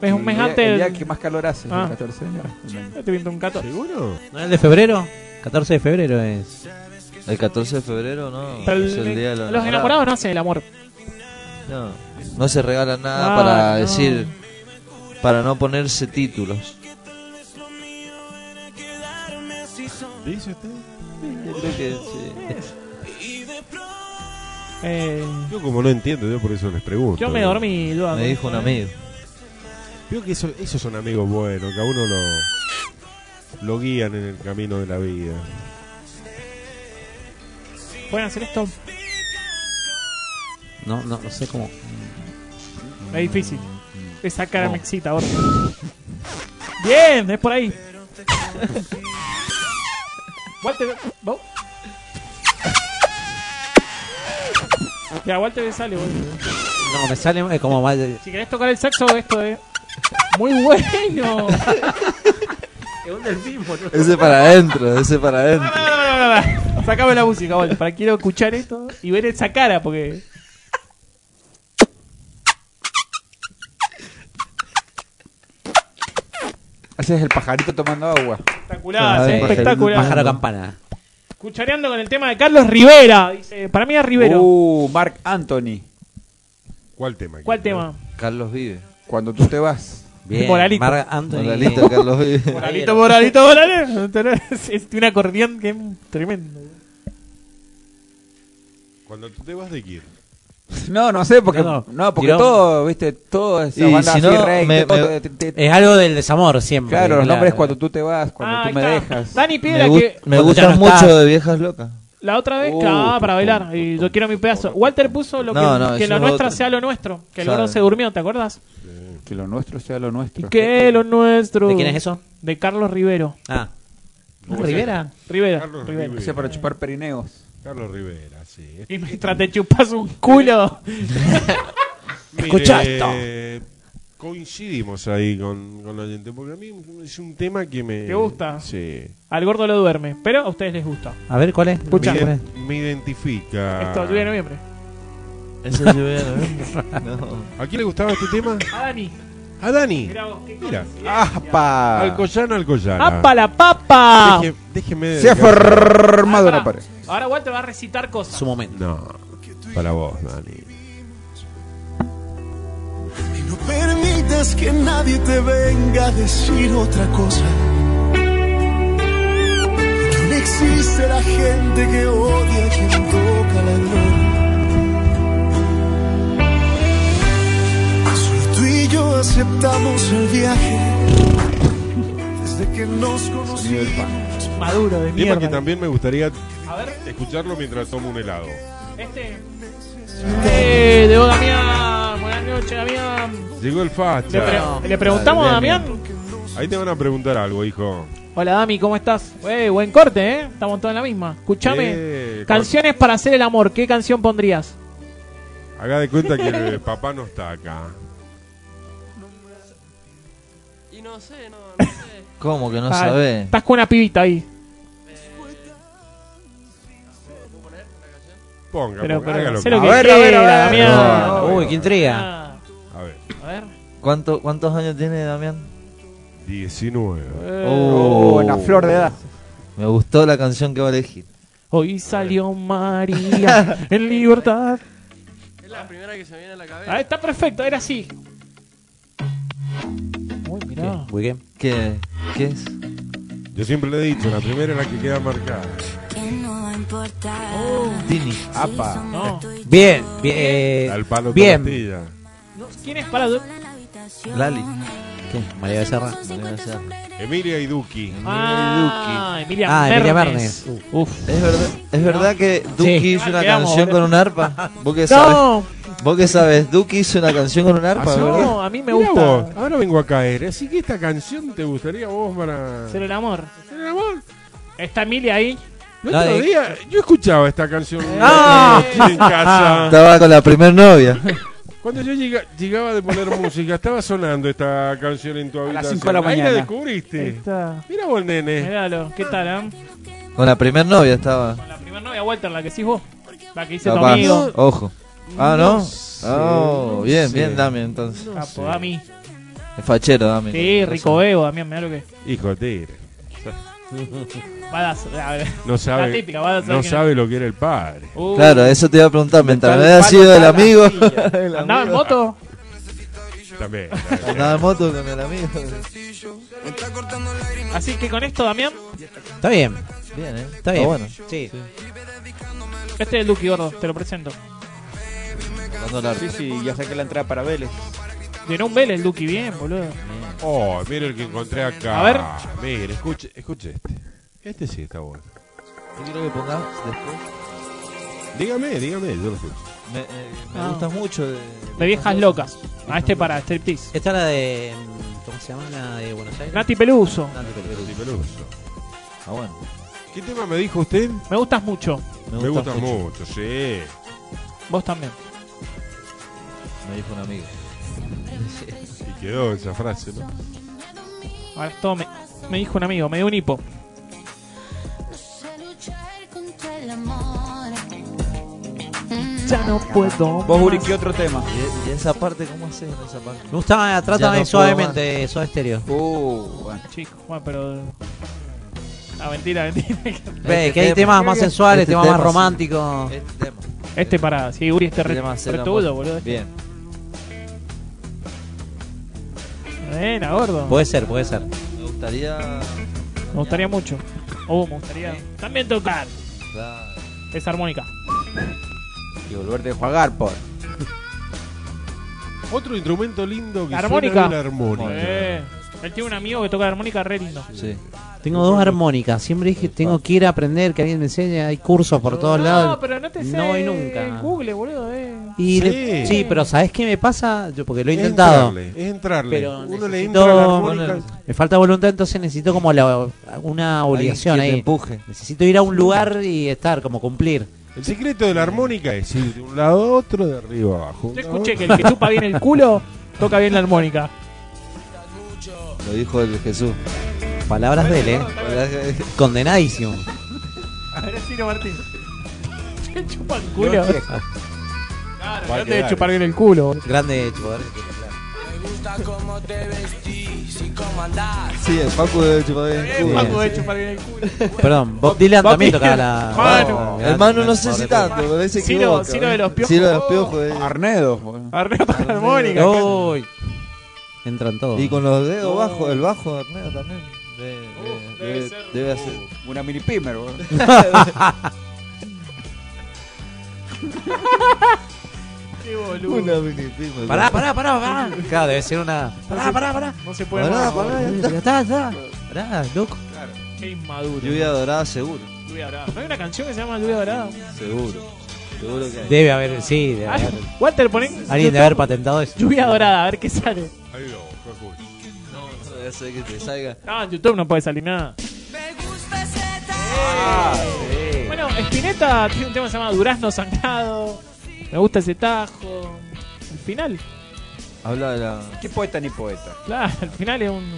Speaker 2: Es un mes
Speaker 3: El día-
Speaker 2: antes.
Speaker 3: El día
Speaker 2: del-
Speaker 3: que más calor hace,
Speaker 2: Ah.
Speaker 3: el 14 de enero.
Speaker 2: Te pinto un cato.
Speaker 5: ¿Seguro?
Speaker 4: ¿No es el de febrero? 14 de febrero es.
Speaker 1: El 14 de febrero, no.
Speaker 2: Pero el-
Speaker 1: es el día de los,
Speaker 2: los enamorados no hacen el amor.
Speaker 1: No, no se regala nada
Speaker 2: Ah,
Speaker 1: para
Speaker 2: no.
Speaker 1: decir. Para no ponerse títulos.
Speaker 5: ¿Dice usted?
Speaker 1: Creo que sí.
Speaker 2: Eh,
Speaker 5: Yo como no entiendo, yo por eso les pregunto.
Speaker 2: yo me dormí, Duana.
Speaker 1: Me dijo un amigo.
Speaker 5: Veo que eso- esos son amigos buenos, que a uno lo, lo guían en el camino de la vida.
Speaker 2: ¿Pueden hacer esto?
Speaker 4: No, no, no sé cómo.
Speaker 2: Es difícil. Esa
Speaker 1: Oh.
Speaker 2: cara me excita ahora. Bien, es por ahí. Walter, ¿no? Ya, Walter le sale, boludo.
Speaker 4: No, me sale eh, como mal. de-
Speaker 2: Si querés tocar el saxo, esto es. Muy bueno. es un delfín, boludo.
Speaker 1: Ese para adentro, ese para adentro.
Speaker 2: Sacame la música, Walter. Para quiero escuchar esto y ver esa cara, porque.
Speaker 3: Ese es el pajarito tomando agua.
Speaker 2: Espectacular, eh, espectacular.
Speaker 3: Pájaro campana.
Speaker 2: Cuchareando con el tema de Carlos Rivera. Dice, para mí es Rivero.
Speaker 3: Uh, Mark Anthony.
Speaker 5: ¿Cuál tema?
Speaker 2: ¿Cuál tema?
Speaker 3: Carlos vive. Cuando tú te vas.
Speaker 2: Bien, Moralito. Marc
Speaker 4: Anthony.
Speaker 1: Moralito, Carlos vive.
Speaker 2: Moralito, moralito, moralito. Es- Es un acordeón que es tremendo.
Speaker 5: Cuando tú te vas de quién.
Speaker 3: No, no sé, porque,
Speaker 4: No,
Speaker 3: no,
Speaker 4: no.
Speaker 3: porque
Speaker 4: Tiró-
Speaker 3: todo, viste, todo esa banda así, reggae, todo, te- te-
Speaker 4: Es algo del desamor siempre.
Speaker 3: Claro, los nombres cuando
Speaker 4: cuando
Speaker 3: tú te vas, cuando tú me dejas.
Speaker 2: Ah, Dani pide
Speaker 1: Me,
Speaker 2: la
Speaker 1: gu-
Speaker 2: que.
Speaker 1: me
Speaker 4: Cuando ya
Speaker 1: gustan
Speaker 4: no
Speaker 1: mucho
Speaker 4: estás.
Speaker 1: de viejas locas.
Speaker 2: La otra vez,
Speaker 1: Oh,
Speaker 2: ah, para bailar. Y yo quiero mi pedazo. Walter puso lo que,
Speaker 1: No, no,
Speaker 2: que
Speaker 1: eso
Speaker 2: lo
Speaker 1: es
Speaker 2: nuestro
Speaker 1: otro.
Speaker 2: sea lo nuestro. Que el
Speaker 1: Claro.
Speaker 2: gordo se durmió, ¿te acuerdas?
Speaker 3: Que lo nuestro sea lo nuestro.
Speaker 2: Que lo nuestro.
Speaker 3: ¿De quién es eso?
Speaker 2: De Carlos Rivero.
Speaker 4: Ah.
Speaker 2: ¿Rivera? Rivera.
Speaker 5: Carlos
Speaker 2: Rivera.
Speaker 3: O sea, para chupar perineos.
Speaker 5: Carlos Rivera, sí.
Speaker 2: Y mientras te chupas un culo.
Speaker 5: Escucha Coincidimos ahí con, con la gente, porque a mí es un tema que me...
Speaker 2: ¿Te gusta?
Speaker 5: Sí.
Speaker 2: Al gordo lo duerme. Pero a ustedes les gusta.
Speaker 5: Ah.
Speaker 4: A ver, ¿cuál es?
Speaker 2: Escucha.
Speaker 5: Me, iden- me identifica.
Speaker 2: Esto, lluvia de noviembre.
Speaker 1: Eso yo veo, ¿no? No.
Speaker 5: ¿A quién le gustaba este tema?
Speaker 2: A Dani.
Speaker 5: A Dani.
Speaker 2: Mirá vos, qué
Speaker 5: Mira.
Speaker 3: ¡Apa!
Speaker 5: Alcoyana, Alcoyana.
Speaker 2: ¡Apa la papa!
Speaker 5: Deje- déjeme...
Speaker 3: Se ha formado
Speaker 2: Ah, pará.
Speaker 3: una pared.
Speaker 2: Ahora Walter va a recitar cosas.
Speaker 4: Su momento.
Speaker 5: No, para vos, Dani.
Speaker 10: No permitas que nadie te venga a decir otra cosa. Que aún existe la gente que odia a quien toca la gloria. Solo tú y yo aceptamos el viaje. Desde que nos conocimos.
Speaker 2: Maduro de
Speaker 5: Tema que
Speaker 2: mierda.
Speaker 5: también me gustaría
Speaker 2: A ver,
Speaker 5: escucharlo mientras tomo un helado.
Speaker 2: este. Eh, de vos, Damián. Buenas noches, Damián.
Speaker 5: Llegó el
Speaker 2: Le, pre-
Speaker 5: facha.
Speaker 2: le preguntamos a Damián.
Speaker 5: Ahí te van a preguntar algo, hijo.
Speaker 2: Hola, Dami, ¿cómo estás? Eh, buen corte, ¿eh? Estamos todos en la misma. Escuchame.
Speaker 5: Eh,
Speaker 2: Canciones para hacer el amor. ¿Qué canción pondrías?
Speaker 5: Haga de cuenta que el papá no está acá.
Speaker 18: Y no sé, no, no sé.
Speaker 1: ¿Cómo que no
Speaker 2: Ah,
Speaker 1: sabés?
Speaker 2: Estás con una pibita ahí.
Speaker 5: Ponga,
Speaker 2: Pero-
Speaker 5: ponga,
Speaker 2: pero
Speaker 5: hágalo.
Speaker 2: sé lo que A ver, a ver, a ver, quiera, Damián.
Speaker 1: No,
Speaker 4: Uy, qué intriga.
Speaker 2: Ah,
Speaker 5: A ver.
Speaker 2: a ver.
Speaker 1: ¿Cuánto- ¿Cuántos años tiene Damián?
Speaker 5: 19.
Speaker 1: Oh.
Speaker 3: Oh, la flor de edad.
Speaker 1: Me gustó la canción que va a elegir.
Speaker 2: Hoy salió María en libertad.
Speaker 18: Es la primera que se me viene a la cabeza.
Speaker 2: Ah, está perfecto, era así. Uy, mirá.
Speaker 4: Muy bien.
Speaker 1: ¿Qué, qué es?
Speaker 5: Yo siempre le he dicho, la primera es la que queda marcada.
Speaker 3: Oh,
Speaker 1: Tini.
Speaker 5: Apa.
Speaker 2: No.
Speaker 4: Bien, bien. eh,
Speaker 5: Al palo con
Speaker 4: bien.
Speaker 5: tortilla.
Speaker 2: No, ¿Quién es para.?
Speaker 1: Lali.
Speaker 4: ¿Qué? María Becerra.
Speaker 1: María Becerra.
Speaker 5: Emilia y Duki.
Speaker 2: Ah, Emilia
Speaker 4: Ah, Emilia
Speaker 2: Mernes.
Speaker 4: Mernes.
Speaker 2: Uf. Ah,
Speaker 1: Es verdad, es verdad que Duki
Speaker 4: Sí.
Speaker 1: hizo una
Speaker 2: Quedamos,
Speaker 1: canción
Speaker 2: boludo.
Speaker 1: con un arpa. ¿Vos qué sabes?
Speaker 2: No,
Speaker 1: ¿Vos qué sabes? Duki hizo una canción con un arpa,
Speaker 5: Azul.
Speaker 1: ¿verdad?
Speaker 2: Ah, no, a mí me
Speaker 5: Mirá
Speaker 2: gusta.
Speaker 5: vos, ahora vengo eh. a caer. Así que esta canción te gustaría a vos para.
Speaker 2: Ser el amor.
Speaker 5: Ser el amor.
Speaker 2: Está Emilia ahí.
Speaker 5: El
Speaker 4: No,
Speaker 5: otro
Speaker 4: eh.
Speaker 5: día yo escuchaba esta canción
Speaker 2: Ah.
Speaker 5: en casa.
Speaker 1: Ah. Estaba con la primer novia.
Speaker 5: Cuando yo llega- llegaba de poner música, estaba sonando esta canción en tu habitación.
Speaker 3: las cinco de la
Speaker 5: Ahí la
Speaker 3: mañana.
Speaker 2: Ahí
Speaker 5: descubriste.
Speaker 2: está.
Speaker 5: Mira vos, nene.
Speaker 2: Míralo, ¿qué tal, eh?
Speaker 1: Con la primer novia estaba.
Speaker 2: Con la primera novia, Walter, la que decís vos. La que hice tu
Speaker 1: Capaz.
Speaker 2: amigo.
Speaker 1: Ojo. Ah, ¿no?
Speaker 5: sé,
Speaker 1: oh,
Speaker 5: no
Speaker 1: bien,
Speaker 5: sé.
Speaker 1: bien, Dami, entonces.
Speaker 2: Capo, Dami.
Speaker 1: Es fachero, Dami.
Speaker 2: Sí, rico eh. bebo, Damián, mirá lo que.
Speaker 5: Hijo de tigre.
Speaker 2: Badass. A ver.
Speaker 5: No
Speaker 2: La
Speaker 5: sabe,
Speaker 2: típica, vas a saber
Speaker 5: no
Speaker 2: quién
Speaker 5: sabe lo que era el padre.
Speaker 2: Uh,
Speaker 1: Claro, eh. eso te iba a preguntar. Mientras me había
Speaker 3: Palo
Speaker 1: sido el
Speaker 3: está la
Speaker 1: amigo.
Speaker 3: silla.
Speaker 1: el
Speaker 2: ¿Andaba en
Speaker 1: amigo.
Speaker 2: moto?
Speaker 5: También.
Speaker 1: Andaba en moto con el amigo.
Speaker 2: Así que con esto, Damián,
Speaker 4: Está bien.
Speaker 1: Bien, ¿eh?
Speaker 4: Está bien.
Speaker 1: bueno.
Speaker 4: Sí.
Speaker 2: este es Lucky Gordo, te lo presento.
Speaker 1: Tocando el arpa.
Speaker 3: Sí, sí, ya saqué la entrada para Vélez.
Speaker 2: Llenó un Vélez, Lucky, bien, boludo.
Speaker 5: Oh, mire el que encontré acá.
Speaker 2: A ver.
Speaker 5: Mire, escuche, escuche este. Este sí está bueno.
Speaker 1: Yo quiero que pongas después.
Speaker 5: Dígame, dígame, yo lo escucho.
Speaker 1: Me, eh, me
Speaker 2: Ah.
Speaker 1: gustas mucho de.
Speaker 2: De viejas locas. A este para striptease.
Speaker 4: Esta es la de. ¿Cómo se llama? La de Buenos Aires.
Speaker 2: Nati Peluso.
Speaker 4: Nati Peluso.
Speaker 1: Ah, bueno.
Speaker 5: ¿Qué tema me dijo usted?
Speaker 2: Me gustas mucho.
Speaker 5: Me, gusta, mucho. sí.
Speaker 2: Vos también.
Speaker 1: Me dijo un amigo.
Speaker 5: Y quedó esa frase, ¿no?
Speaker 2: Ahora es todo me, me dijo un amigo, me dio un hipo. Ya no puedo.
Speaker 3: Vos, Uri, ¿qué otro tema?
Speaker 1: ¿Y, y esa parte cómo haces en esa parte?
Speaker 4: Me gusta, eh, trátame
Speaker 1: Ya no puedo
Speaker 4: suavemente, Soda Stereo.
Speaker 3: Uh, bueno.
Speaker 2: Chicos, bueno, pero. Ah, mentira, mentira.
Speaker 4: Ve, que hay temas más sensuales,
Speaker 1: Este
Speaker 4: temas más
Speaker 1: tema, sí.
Speaker 4: románticos.
Speaker 1: Este tema.
Speaker 2: Este para, sí, Uri, este re,
Speaker 1: Este tema se lo
Speaker 2: retudo,
Speaker 1: hemos-
Speaker 2: boludo.
Speaker 1: Bien.
Speaker 2: Buena, gordo.
Speaker 4: Puede ser, puede ser.
Speaker 1: Me gustaría.
Speaker 2: Me gustaría mucho. Oh, me gustaría también tocar. Esa armónica.
Speaker 3: Y volverte a jugar por.
Speaker 5: Otro instrumento lindo que
Speaker 2: La armónica.
Speaker 5: suena bien la armónica.
Speaker 2: Eh, él tiene un amigo que toca la armónica re lindo.
Speaker 1: Sí.
Speaker 4: Tengo dos armónicas. Siempre dije, tengo que ir a aprender, que alguien me enseñe. Hay cursos por todos
Speaker 2: no,
Speaker 4: lados.
Speaker 2: pero no te sé.
Speaker 4: No voy nunca.
Speaker 2: Google, boludo. Eh.
Speaker 4: Y le- sí, pero ¿sabés qué me pasa? Yo porque lo he
Speaker 5: Es
Speaker 4: intentado.
Speaker 5: entrarle, es entrarle.
Speaker 4: Pero
Speaker 5: Uno le
Speaker 4: necesito-
Speaker 5: entra a la armónica.
Speaker 4: Me falta voluntad, entonces necesito como la, una obligación
Speaker 1: que te
Speaker 4: ahí.
Speaker 1: empuje.
Speaker 4: Necesito ir a un lugar y estar, como cumplir.
Speaker 5: El secreto de la armónica es ir de un lado a otro, de arriba a abajo.
Speaker 2: Yo escuché que el que chupa bien el culo toca bien la armónica.
Speaker 1: Lo dijo el Jesús.
Speaker 4: Palabras de él, ¿eh? Condenadísimo.
Speaker 2: Agradecido, Martín. Te chupa el culo.
Speaker 4: Dios,
Speaker 2: Claro,
Speaker 4: vieja.
Speaker 2: no te debe chupar bien el culo. boludo.
Speaker 4: Grande ¿eh? chupador.
Speaker 1: Sí, el Paco debe chupar bien el
Speaker 2: Eh,
Speaker 1: culo.
Speaker 2: Paco debe chupar bien el culo.
Speaker 4: Perdón, Bob Dylan
Speaker 2: Bob
Speaker 4: también
Speaker 2: Dylan.
Speaker 4: tocaba la.
Speaker 2: Mano.
Speaker 4: la-
Speaker 1: Hermano, no sé si tanto, pero ese que.
Speaker 2: Ciro, Ciro de los piojos.
Speaker 1: Ciro de los piojos. eh.
Speaker 3: Arnedo. Oh. bueno.
Speaker 2: Arreo toca la armónica.
Speaker 4: Uy. Entran todos.
Speaker 1: Y con los dedos bajo, el bajo de Arnedo también. De- de- debe, debe hacer.
Speaker 3: Uh, Una mini pimer, weón.
Speaker 2: Qué boludo.
Speaker 1: Una mini prima.
Speaker 4: Pará, pará, pará, pará. Claro, debe ser una. Pará, pará, pará.
Speaker 2: No se puede
Speaker 1: Pará,
Speaker 2: más,
Speaker 1: pará,
Speaker 2: boludo.
Speaker 1: ya está.
Speaker 4: Ya está, Ah, ya. Pará, loco.
Speaker 2: Qué inmaduro.
Speaker 1: Lluvia dorada, seguro.
Speaker 2: Lluvia dorada. ¿No hay una canción que se llama Lluvia dorada?
Speaker 1: Seguro. Seguro que hay.
Speaker 4: Debe haber, sí, debe
Speaker 2: Ah,
Speaker 4: haber.
Speaker 2: Walter, ponen.
Speaker 4: Alguien debe haber patentado eso.
Speaker 2: Lluvia dorada, a ver qué sale.
Speaker 5: Ahí lo, Facu.
Speaker 1: No, no, eso es que te salga.
Speaker 2: No, Ah, en YouTube no puede salir nada.
Speaker 1: Ah,
Speaker 2: Bueno, Spinetta tiene un tema que se llama Durazno Zancado. Me gusta ese tajo. El final.
Speaker 1: Habla de la.
Speaker 3: ¿Qué poeta ni poeta?
Speaker 2: Claro, el final es un.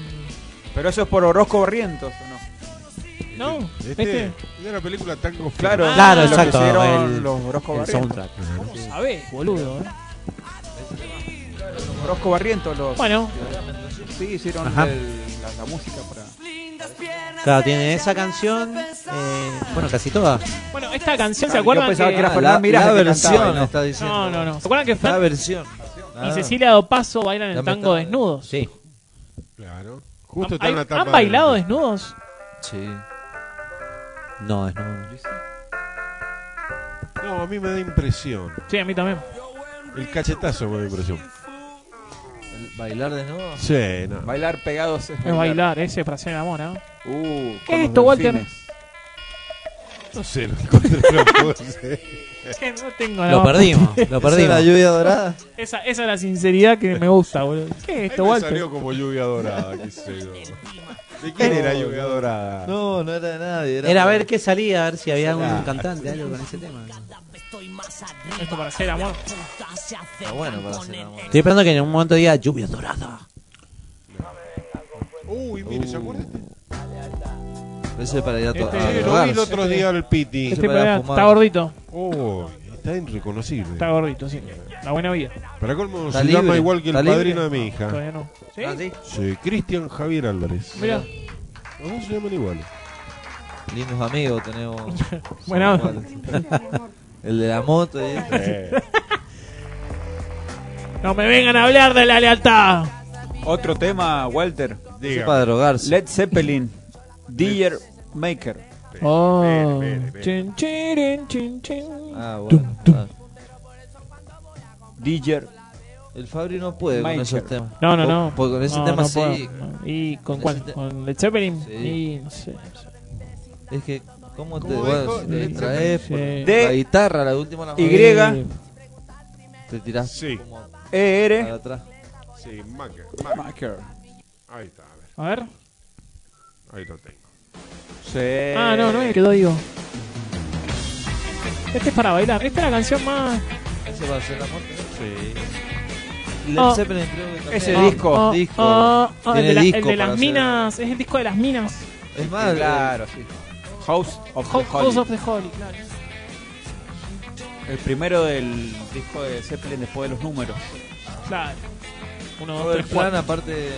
Speaker 3: Pero eso es por Orozco Barrientos, ¿o no?
Speaker 2: No, este.
Speaker 5: Este, de la película Tango
Speaker 3: Claro,
Speaker 2: Ah.
Speaker 4: Claro,
Speaker 3: lo que
Speaker 4: exacto.
Speaker 3: hicieron
Speaker 4: El,
Speaker 3: los Orozco
Speaker 4: el
Speaker 3: Barrientos.
Speaker 4: soundtrack.
Speaker 2: Sabés, boludo. eh.
Speaker 3: Los Orozco Barrientos, los.
Speaker 2: Bueno,
Speaker 3: Sí, hicieron
Speaker 4: Ajá.
Speaker 3: el- la, la música para.
Speaker 4: Claro, tiene esa canción. eh, bueno, casi toda.
Speaker 2: bueno, esta canción, ¿se
Speaker 3: Claro, yo
Speaker 2: acuerdan?
Speaker 3: pensaba
Speaker 2: que-
Speaker 3: que era
Speaker 1: Ah, la,
Speaker 3: Fernán Miras
Speaker 1: la
Speaker 3: que
Speaker 1: versión
Speaker 3: cantaba, ¿no?
Speaker 1: está diciendo.
Speaker 2: No, no, no. ¿Se acuerdan que
Speaker 1: La
Speaker 2: Fran
Speaker 1: versión.
Speaker 2: y
Speaker 1: Ah.
Speaker 2: Cecilia Dopaso bailan
Speaker 1: Ya
Speaker 2: el
Speaker 1: me
Speaker 2: tango
Speaker 1: está-
Speaker 2: desnudos?
Speaker 4: Sí.
Speaker 5: Claro. Justo
Speaker 2: ¿Han,
Speaker 5: está en la
Speaker 2: hay-
Speaker 5: tapa
Speaker 2: han bailado
Speaker 5: del-
Speaker 2: desnudos?
Speaker 1: Sí.
Speaker 4: No, es no.
Speaker 5: No, a mí me da impresión.
Speaker 2: Sí, a mí también.
Speaker 5: El cachetazo me da impresión.
Speaker 1: El bailar desnudo.
Speaker 5: Sí, no.
Speaker 3: Bailar pegados es
Speaker 2: Es bailar, ese es Pasión y Amor, ¿no?
Speaker 3: Uh,
Speaker 2: ¿Qué es esto, Walter?
Speaker 5: No sé, no encontré la pose.
Speaker 2: Che, no tengo la
Speaker 4: Lo
Speaker 2: más
Speaker 4: perdimos,
Speaker 1: ¿Esa
Speaker 4: lo
Speaker 1: es la
Speaker 4: perdimos.
Speaker 1: lluvia dorada?
Speaker 2: puta- Esa, esa es la sinceridad que me gusta, boludo. ¿Qué es
Speaker 5: Ahí
Speaker 2: esto,
Speaker 5: me
Speaker 2: Walter?
Speaker 5: salió como lluvia dorada, qué sé yo. ¿De quién era lluvia dorada?
Speaker 1: No, no era de nadie. Era,
Speaker 4: Era a ver qué salía, a ver si había
Speaker 1: Ah.
Speaker 4: un cantante, algo con ese tema.
Speaker 2: Esto para hacer amor.
Speaker 1: Está bueno para hacer amor.
Speaker 4: Estoy esperando que en un momento diga lluvia dorada.
Speaker 5: Uy, mire, ¿se Ah, acuerdan?
Speaker 1: Ese es para ir a to-
Speaker 2: Este,
Speaker 1: a
Speaker 5: Sí, lo
Speaker 1: drogarse.
Speaker 5: vi el otro día al Piti.
Speaker 1: Ese
Speaker 2: Este
Speaker 1: para
Speaker 2: para-
Speaker 1: fumar.
Speaker 2: está gordito,
Speaker 5: Oh, está irreconocible.
Speaker 2: está gordito, sí. La buena vida.
Speaker 5: Para colmo,
Speaker 1: Está
Speaker 5: se
Speaker 1: libre,
Speaker 5: llama igual que el
Speaker 1: está libre.
Speaker 5: padrino de mi hija.
Speaker 2: Todavía no. ¿Sí?
Speaker 1: Ah, sí.
Speaker 5: Sí, Cristian Javier Álvarez.
Speaker 2: Mira,
Speaker 5: Los dos se llaman igual.
Speaker 1: Lindos amigos tenemos.
Speaker 2: Buena
Speaker 1: Somos iguales. El de la moto. y este.
Speaker 2: no me vengan a hablar de la lealtad.
Speaker 3: Otro tema, Walter.
Speaker 1: Ese es para drogarse.
Speaker 3: Led Zeppelin, Dear Maker.
Speaker 2: Oh.
Speaker 5: Espere, espere, espere.
Speaker 2: Chin, chirin, chin, chin.
Speaker 1: Ah, bueno. Ah.
Speaker 3: Dear.
Speaker 1: El Fabri no puede con
Speaker 3: Michael.
Speaker 1: esos temas.
Speaker 2: No, no, no.
Speaker 1: Porque con ese
Speaker 2: No,
Speaker 1: tema
Speaker 2: no
Speaker 1: sí.
Speaker 2: puedo. ¿Y con
Speaker 1: Ese
Speaker 2: cuál?
Speaker 1: te-
Speaker 2: ¿Con Led Zeppelin?
Speaker 1: Sí.
Speaker 2: Y no sé. no sé.
Speaker 1: Es que ¿Cómo te,
Speaker 5: Como dijo,
Speaker 1: vos, te
Speaker 5: le-
Speaker 1: distraes
Speaker 5: sí.
Speaker 1: por
Speaker 5: De-
Speaker 1: la guitarra, la última la
Speaker 5: Y griega.
Speaker 1: Te tirás
Speaker 5: Sí.
Speaker 1: como
Speaker 2: E
Speaker 3: ER.
Speaker 1: para atrás.
Speaker 5: Sí, Macker.
Speaker 3: Macker.
Speaker 5: Ahí está, a ver.
Speaker 2: A ver.
Speaker 5: Ahí lo tengo.
Speaker 3: Sí.
Speaker 2: Ah, no, no me quedó digo. Este es para bailar. Esta es la canción más.
Speaker 1: ¿Ese va a ser la muerte?
Speaker 3: Sí.
Speaker 1: Led Zeppelin creo que también.
Speaker 3: Ese disco.
Speaker 2: Ah,
Speaker 1: Disco.
Speaker 2: ah, ah, el
Speaker 1: Tiene
Speaker 2: de, la- el
Speaker 1: disco
Speaker 2: de
Speaker 1: para
Speaker 2: las
Speaker 1: hacer.
Speaker 2: minas. Es el disco de las minas.
Speaker 1: Es más, eh,
Speaker 3: Claro, sí. House of
Speaker 2: Ho-
Speaker 3: the Holy.
Speaker 2: House of the Holy, claro.
Speaker 3: El primero del disco de Zeppelin después de los números.
Speaker 2: Claro. Uno,
Speaker 1: Todo
Speaker 2: dos,
Speaker 1: el
Speaker 2: tres,
Speaker 1: plan
Speaker 2: cuatro.
Speaker 1: aparte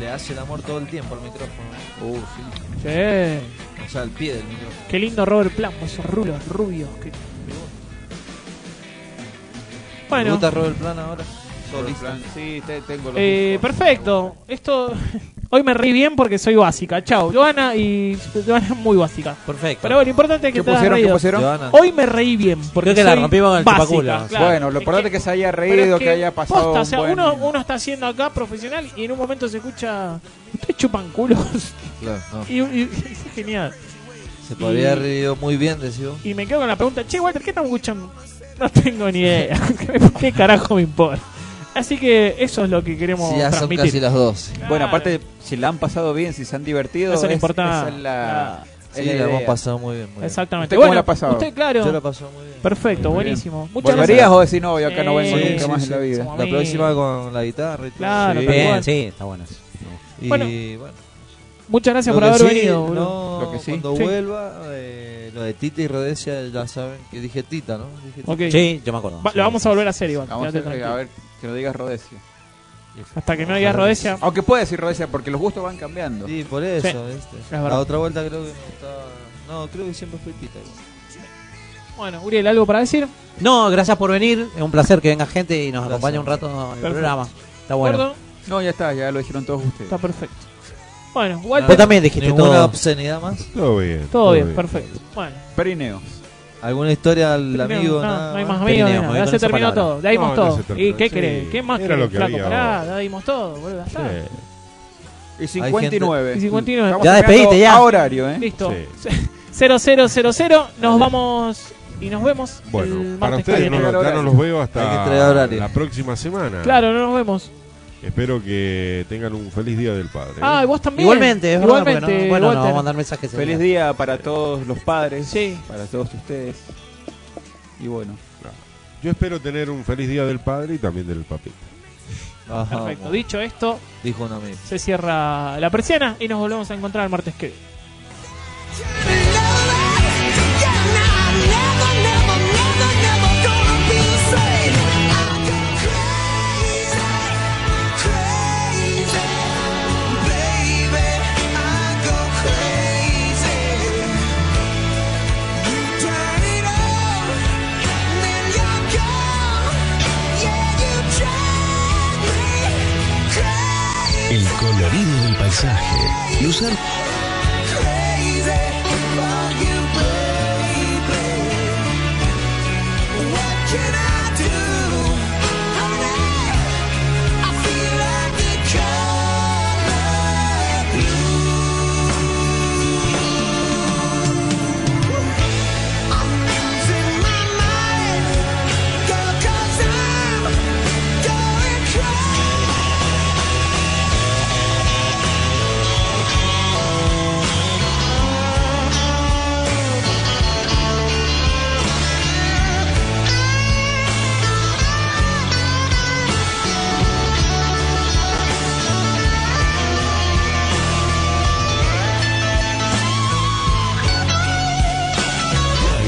Speaker 1: le hace el amor todo el tiempo al micrófono.
Speaker 3: Uh, sí.
Speaker 2: Che,
Speaker 1: O sea, al pie del micrófono.
Speaker 2: Qué lindo Robert Plant, con esos rulos rubios. que-
Speaker 1: ¿Te
Speaker 2: Bueno,
Speaker 1: gusta Robert Plan ahora?
Speaker 3: Robert
Speaker 1: Solista.
Speaker 3: Plant. Sí, te- tengo los
Speaker 2: eh,
Speaker 3: discos.
Speaker 2: perfecto. Esto. Hoy me reí bien porque soy básica. Chao, Joana y. Joana es muy básica.
Speaker 4: Perfecto.
Speaker 2: Pero bueno, lo importante es que
Speaker 3: ¿Qué
Speaker 2: te hayas
Speaker 3: pusieron? ¿Qué
Speaker 2: reído.
Speaker 3: pusieron?
Speaker 1: Johanna.
Speaker 2: Hoy me reí bien porque
Speaker 4: Creo que la
Speaker 2: soy
Speaker 4: rompimos con el
Speaker 2: básica,
Speaker 4: chupacula.
Speaker 2: claro.
Speaker 3: Bueno, lo importante es que se haya
Speaker 2: Pero
Speaker 3: reído, que, haya pasado.
Speaker 2: posta, o sea,
Speaker 3: un buen-
Speaker 2: uno, uno está haciendo acá profesional y en un momento se escucha. Ustedes chupan culos.
Speaker 1: Claro, no.
Speaker 2: y, y- es genial.
Speaker 1: Se podría
Speaker 2: y-
Speaker 1: haber ido muy bien, decís vos.
Speaker 2: Y me quedo con la pregunta, che, Walter, ¿qué estamos escuchando? No tengo ni idea. ¿Qué carajo me importa? Así que eso es lo que queremos
Speaker 1: Sí, ya son
Speaker 2: transmitir.
Speaker 1: casi las 12.
Speaker 2: Claro.
Speaker 3: Bueno, aparte, si la han pasado bien, si se han divertido.
Speaker 2: Eso no
Speaker 3: es-
Speaker 2: importa.
Speaker 3: Esa es la.
Speaker 1: Sí,
Speaker 3: es la
Speaker 1: la hemos
Speaker 3: idea.
Speaker 1: pasado muy bien. muy bien.
Speaker 2: Exactamente.
Speaker 3: ¿Usted cómo
Speaker 2: Bueno,
Speaker 3: la ha pasado?
Speaker 2: Usted, claro.
Speaker 1: Yo la he pasado muy bien.
Speaker 2: Perfecto,
Speaker 1: Muy bien.
Speaker 2: buenísimo. Muchas
Speaker 3: ¿Volverías o
Speaker 2: gracias.
Speaker 3: decís no? Yo acá no vengo
Speaker 2: Sí,
Speaker 3: nunca
Speaker 2: Eh, sí,
Speaker 3: más
Speaker 2: sí,
Speaker 3: en la
Speaker 2: sí.
Speaker 3: vida.
Speaker 2: Somos
Speaker 1: La
Speaker 2: amigos.
Speaker 1: próxima con la guitarra y todo.
Speaker 2: Claro, tal
Speaker 4: Bien,
Speaker 2: cual.
Speaker 4: sí, está bueno.
Speaker 1: Y
Speaker 2: Bueno,
Speaker 1: bueno,
Speaker 2: Muchas gracias
Speaker 1: lo
Speaker 2: por
Speaker 1: que
Speaker 2: haber
Speaker 1: sí,
Speaker 2: venido, boludo.
Speaker 1: no,
Speaker 3: Lo que sí.
Speaker 1: Cuando
Speaker 2: Sí.
Speaker 1: vuelva, eh, lo de Tita y Rodesia ya saben que dije Tita, ¿no? Dije Tita.
Speaker 2: Ok.
Speaker 4: Sí, yo me acuerdo.
Speaker 2: Va-
Speaker 4: sí.
Speaker 2: lo vamos a volver a hacer, Iván.
Speaker 3: Vamos
Speaker 2: Quédate
Speaker 3: a ver,
Speaker 2: tranquilo.
Speaker 3: a ver, que lo digas Rodesia.
Speaker 2: Hasta que no haya Rodesia.
Speaker 3: Aunque puede decir Rodesia, porque los gustos van cambiando.
Speaker 1: Sí, por eso,
Speaker 2: Sí,
Speaker 1: ¿viste?
Speaker 2: verdad.
Speaker 1: La otra vuelta creo que me gustaba. No, creo que siempre fue Tita.
Speaker 2: Bueno, Uriel, ¿algo para decir?
Speaker 4: No, gracias por venir. Es un placer que venga gente y nos
Speaker 1: Gracias.
Speaker 4: acompañe un rato en el
Speaker 2: Perfecto.
Speaker 4: programa. Está bueno.
Speaker 2: ¿Gordo?
Speaker 3: No, ya está, ya lo dijeron todos ustedes.
Speaker 2: Está perfecto. Bueno,
Speaker 4: Vos
Speaker 2: Walter,
Speaker 4: también dijiste
Speaker 1: ¿Ninguna
Speaker 4: todo.
Speaker 1: obscenidad más?
Speaker 5: Todo bien.
Speaker 2: todo bien, perfecto. Bueno,
Speaker 3: Perineo.
Speaker 1: ¿Alguna historia al amigo?
Speaker 2: no,
Speaker 1: nada
Speaker 2: no hay más
Speaker 1: más?
Speaker 2: amigos,
Speaker 4: Perineo,
Speaker 2: ni nada.
Speaker 4: me voy
Speaker 2: ya
Speaker 4: con
Speaker 2: se
Speaker 4: esa
Speaker 2: terminó
Speaker 4: palabra.
Speaker 2: todo, ya dimos
Speaker 5: No, ya
Speaker 2: todo.
Speaker 5: se terminó,
Speaker 2: ¿Y qué
Speaker 5: sí.
Speaker 2: crees? ¿Qué más
Speaker 5: Era
Speaker 2: querés,
Speaker 5: lo que
Speaker 2: flaco?
Speaker 5: había,
Speaker 2: Pará,
Speaker 5: vos.
Speaker 2: ya dimos todo, boludo, ya está.
Speaker 5: Sí.
Speaker 3: Y 59.
Speaker 2: Y 59.
Speaker 3: Estamos
Speaker 4: Ya despediste,
Speaker 3: terminando
Speaker 4: ya.
Speaker 3: A horario, ¿eh?
Speaker 2: Listo.
Speaker 5: Sí.
Speaker 2: 0000, nos vamos y nos vemos. el
Speaker 5: Bueno, para
Speaker 2: martes que
Speaker 5: ustedes no,
Speaker 2: viene.
Speaker 5: ya no los veo hasta
Speaker 1: Hay que entregar horario.
Speaker 5: la próxima semana.
Speaker 2: Claro, no nos vemos.
Speaker 5: Espero que tengan un feliz día del padre. ¿eh?
Speaker 2: Ah, y vos también.
Speaker 4: Igualmente, es verdad, porque
Speaker 2: Igualmente,
Speaker 4: no- bueno, nos
Speaker 2: Walter.
Speaker 4: vamos a mandar mensajes. en
Speaker 3: Feliz
Speaker 4: el-
Speaker 3: día para todos los padres.
Speaker 2: Sí.
Speaker 3: Para todos ustedes. Y bueno.
Speaker 5: Yo espero tener un feliz día del padre y también del papito.
Speaker 1: Ajá,
Speaker 2: Perfecto.
Speaker 1: bueno,
Speaker 2: Dicho esto,
Speaker 1: Dijo un amigo.
Speaker 2: se cierra la persiana y nos volvemos a encontrar el martes que viene.
Speaker 14: El colorido del paisaje.
Speaker 6: Los ar-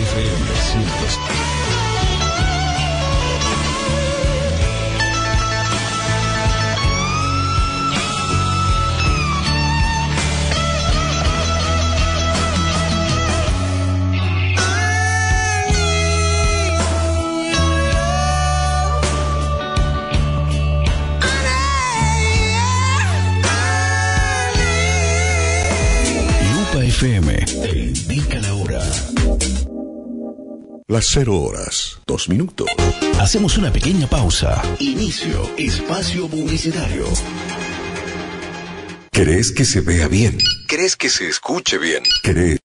Speaker 6: AFM 100. Lupa FM te indica la hora.
Speaker 12: Las 0 horas, 2 minutos.
Speaker 14: Hacemos una pequeña pausa.
Speaker 6: Inicio espacio publicitario.
Speaker 12: ¿Querés que se vea bien?
Speaker 6: ¿Crees que se escuche bien? ¿Querés?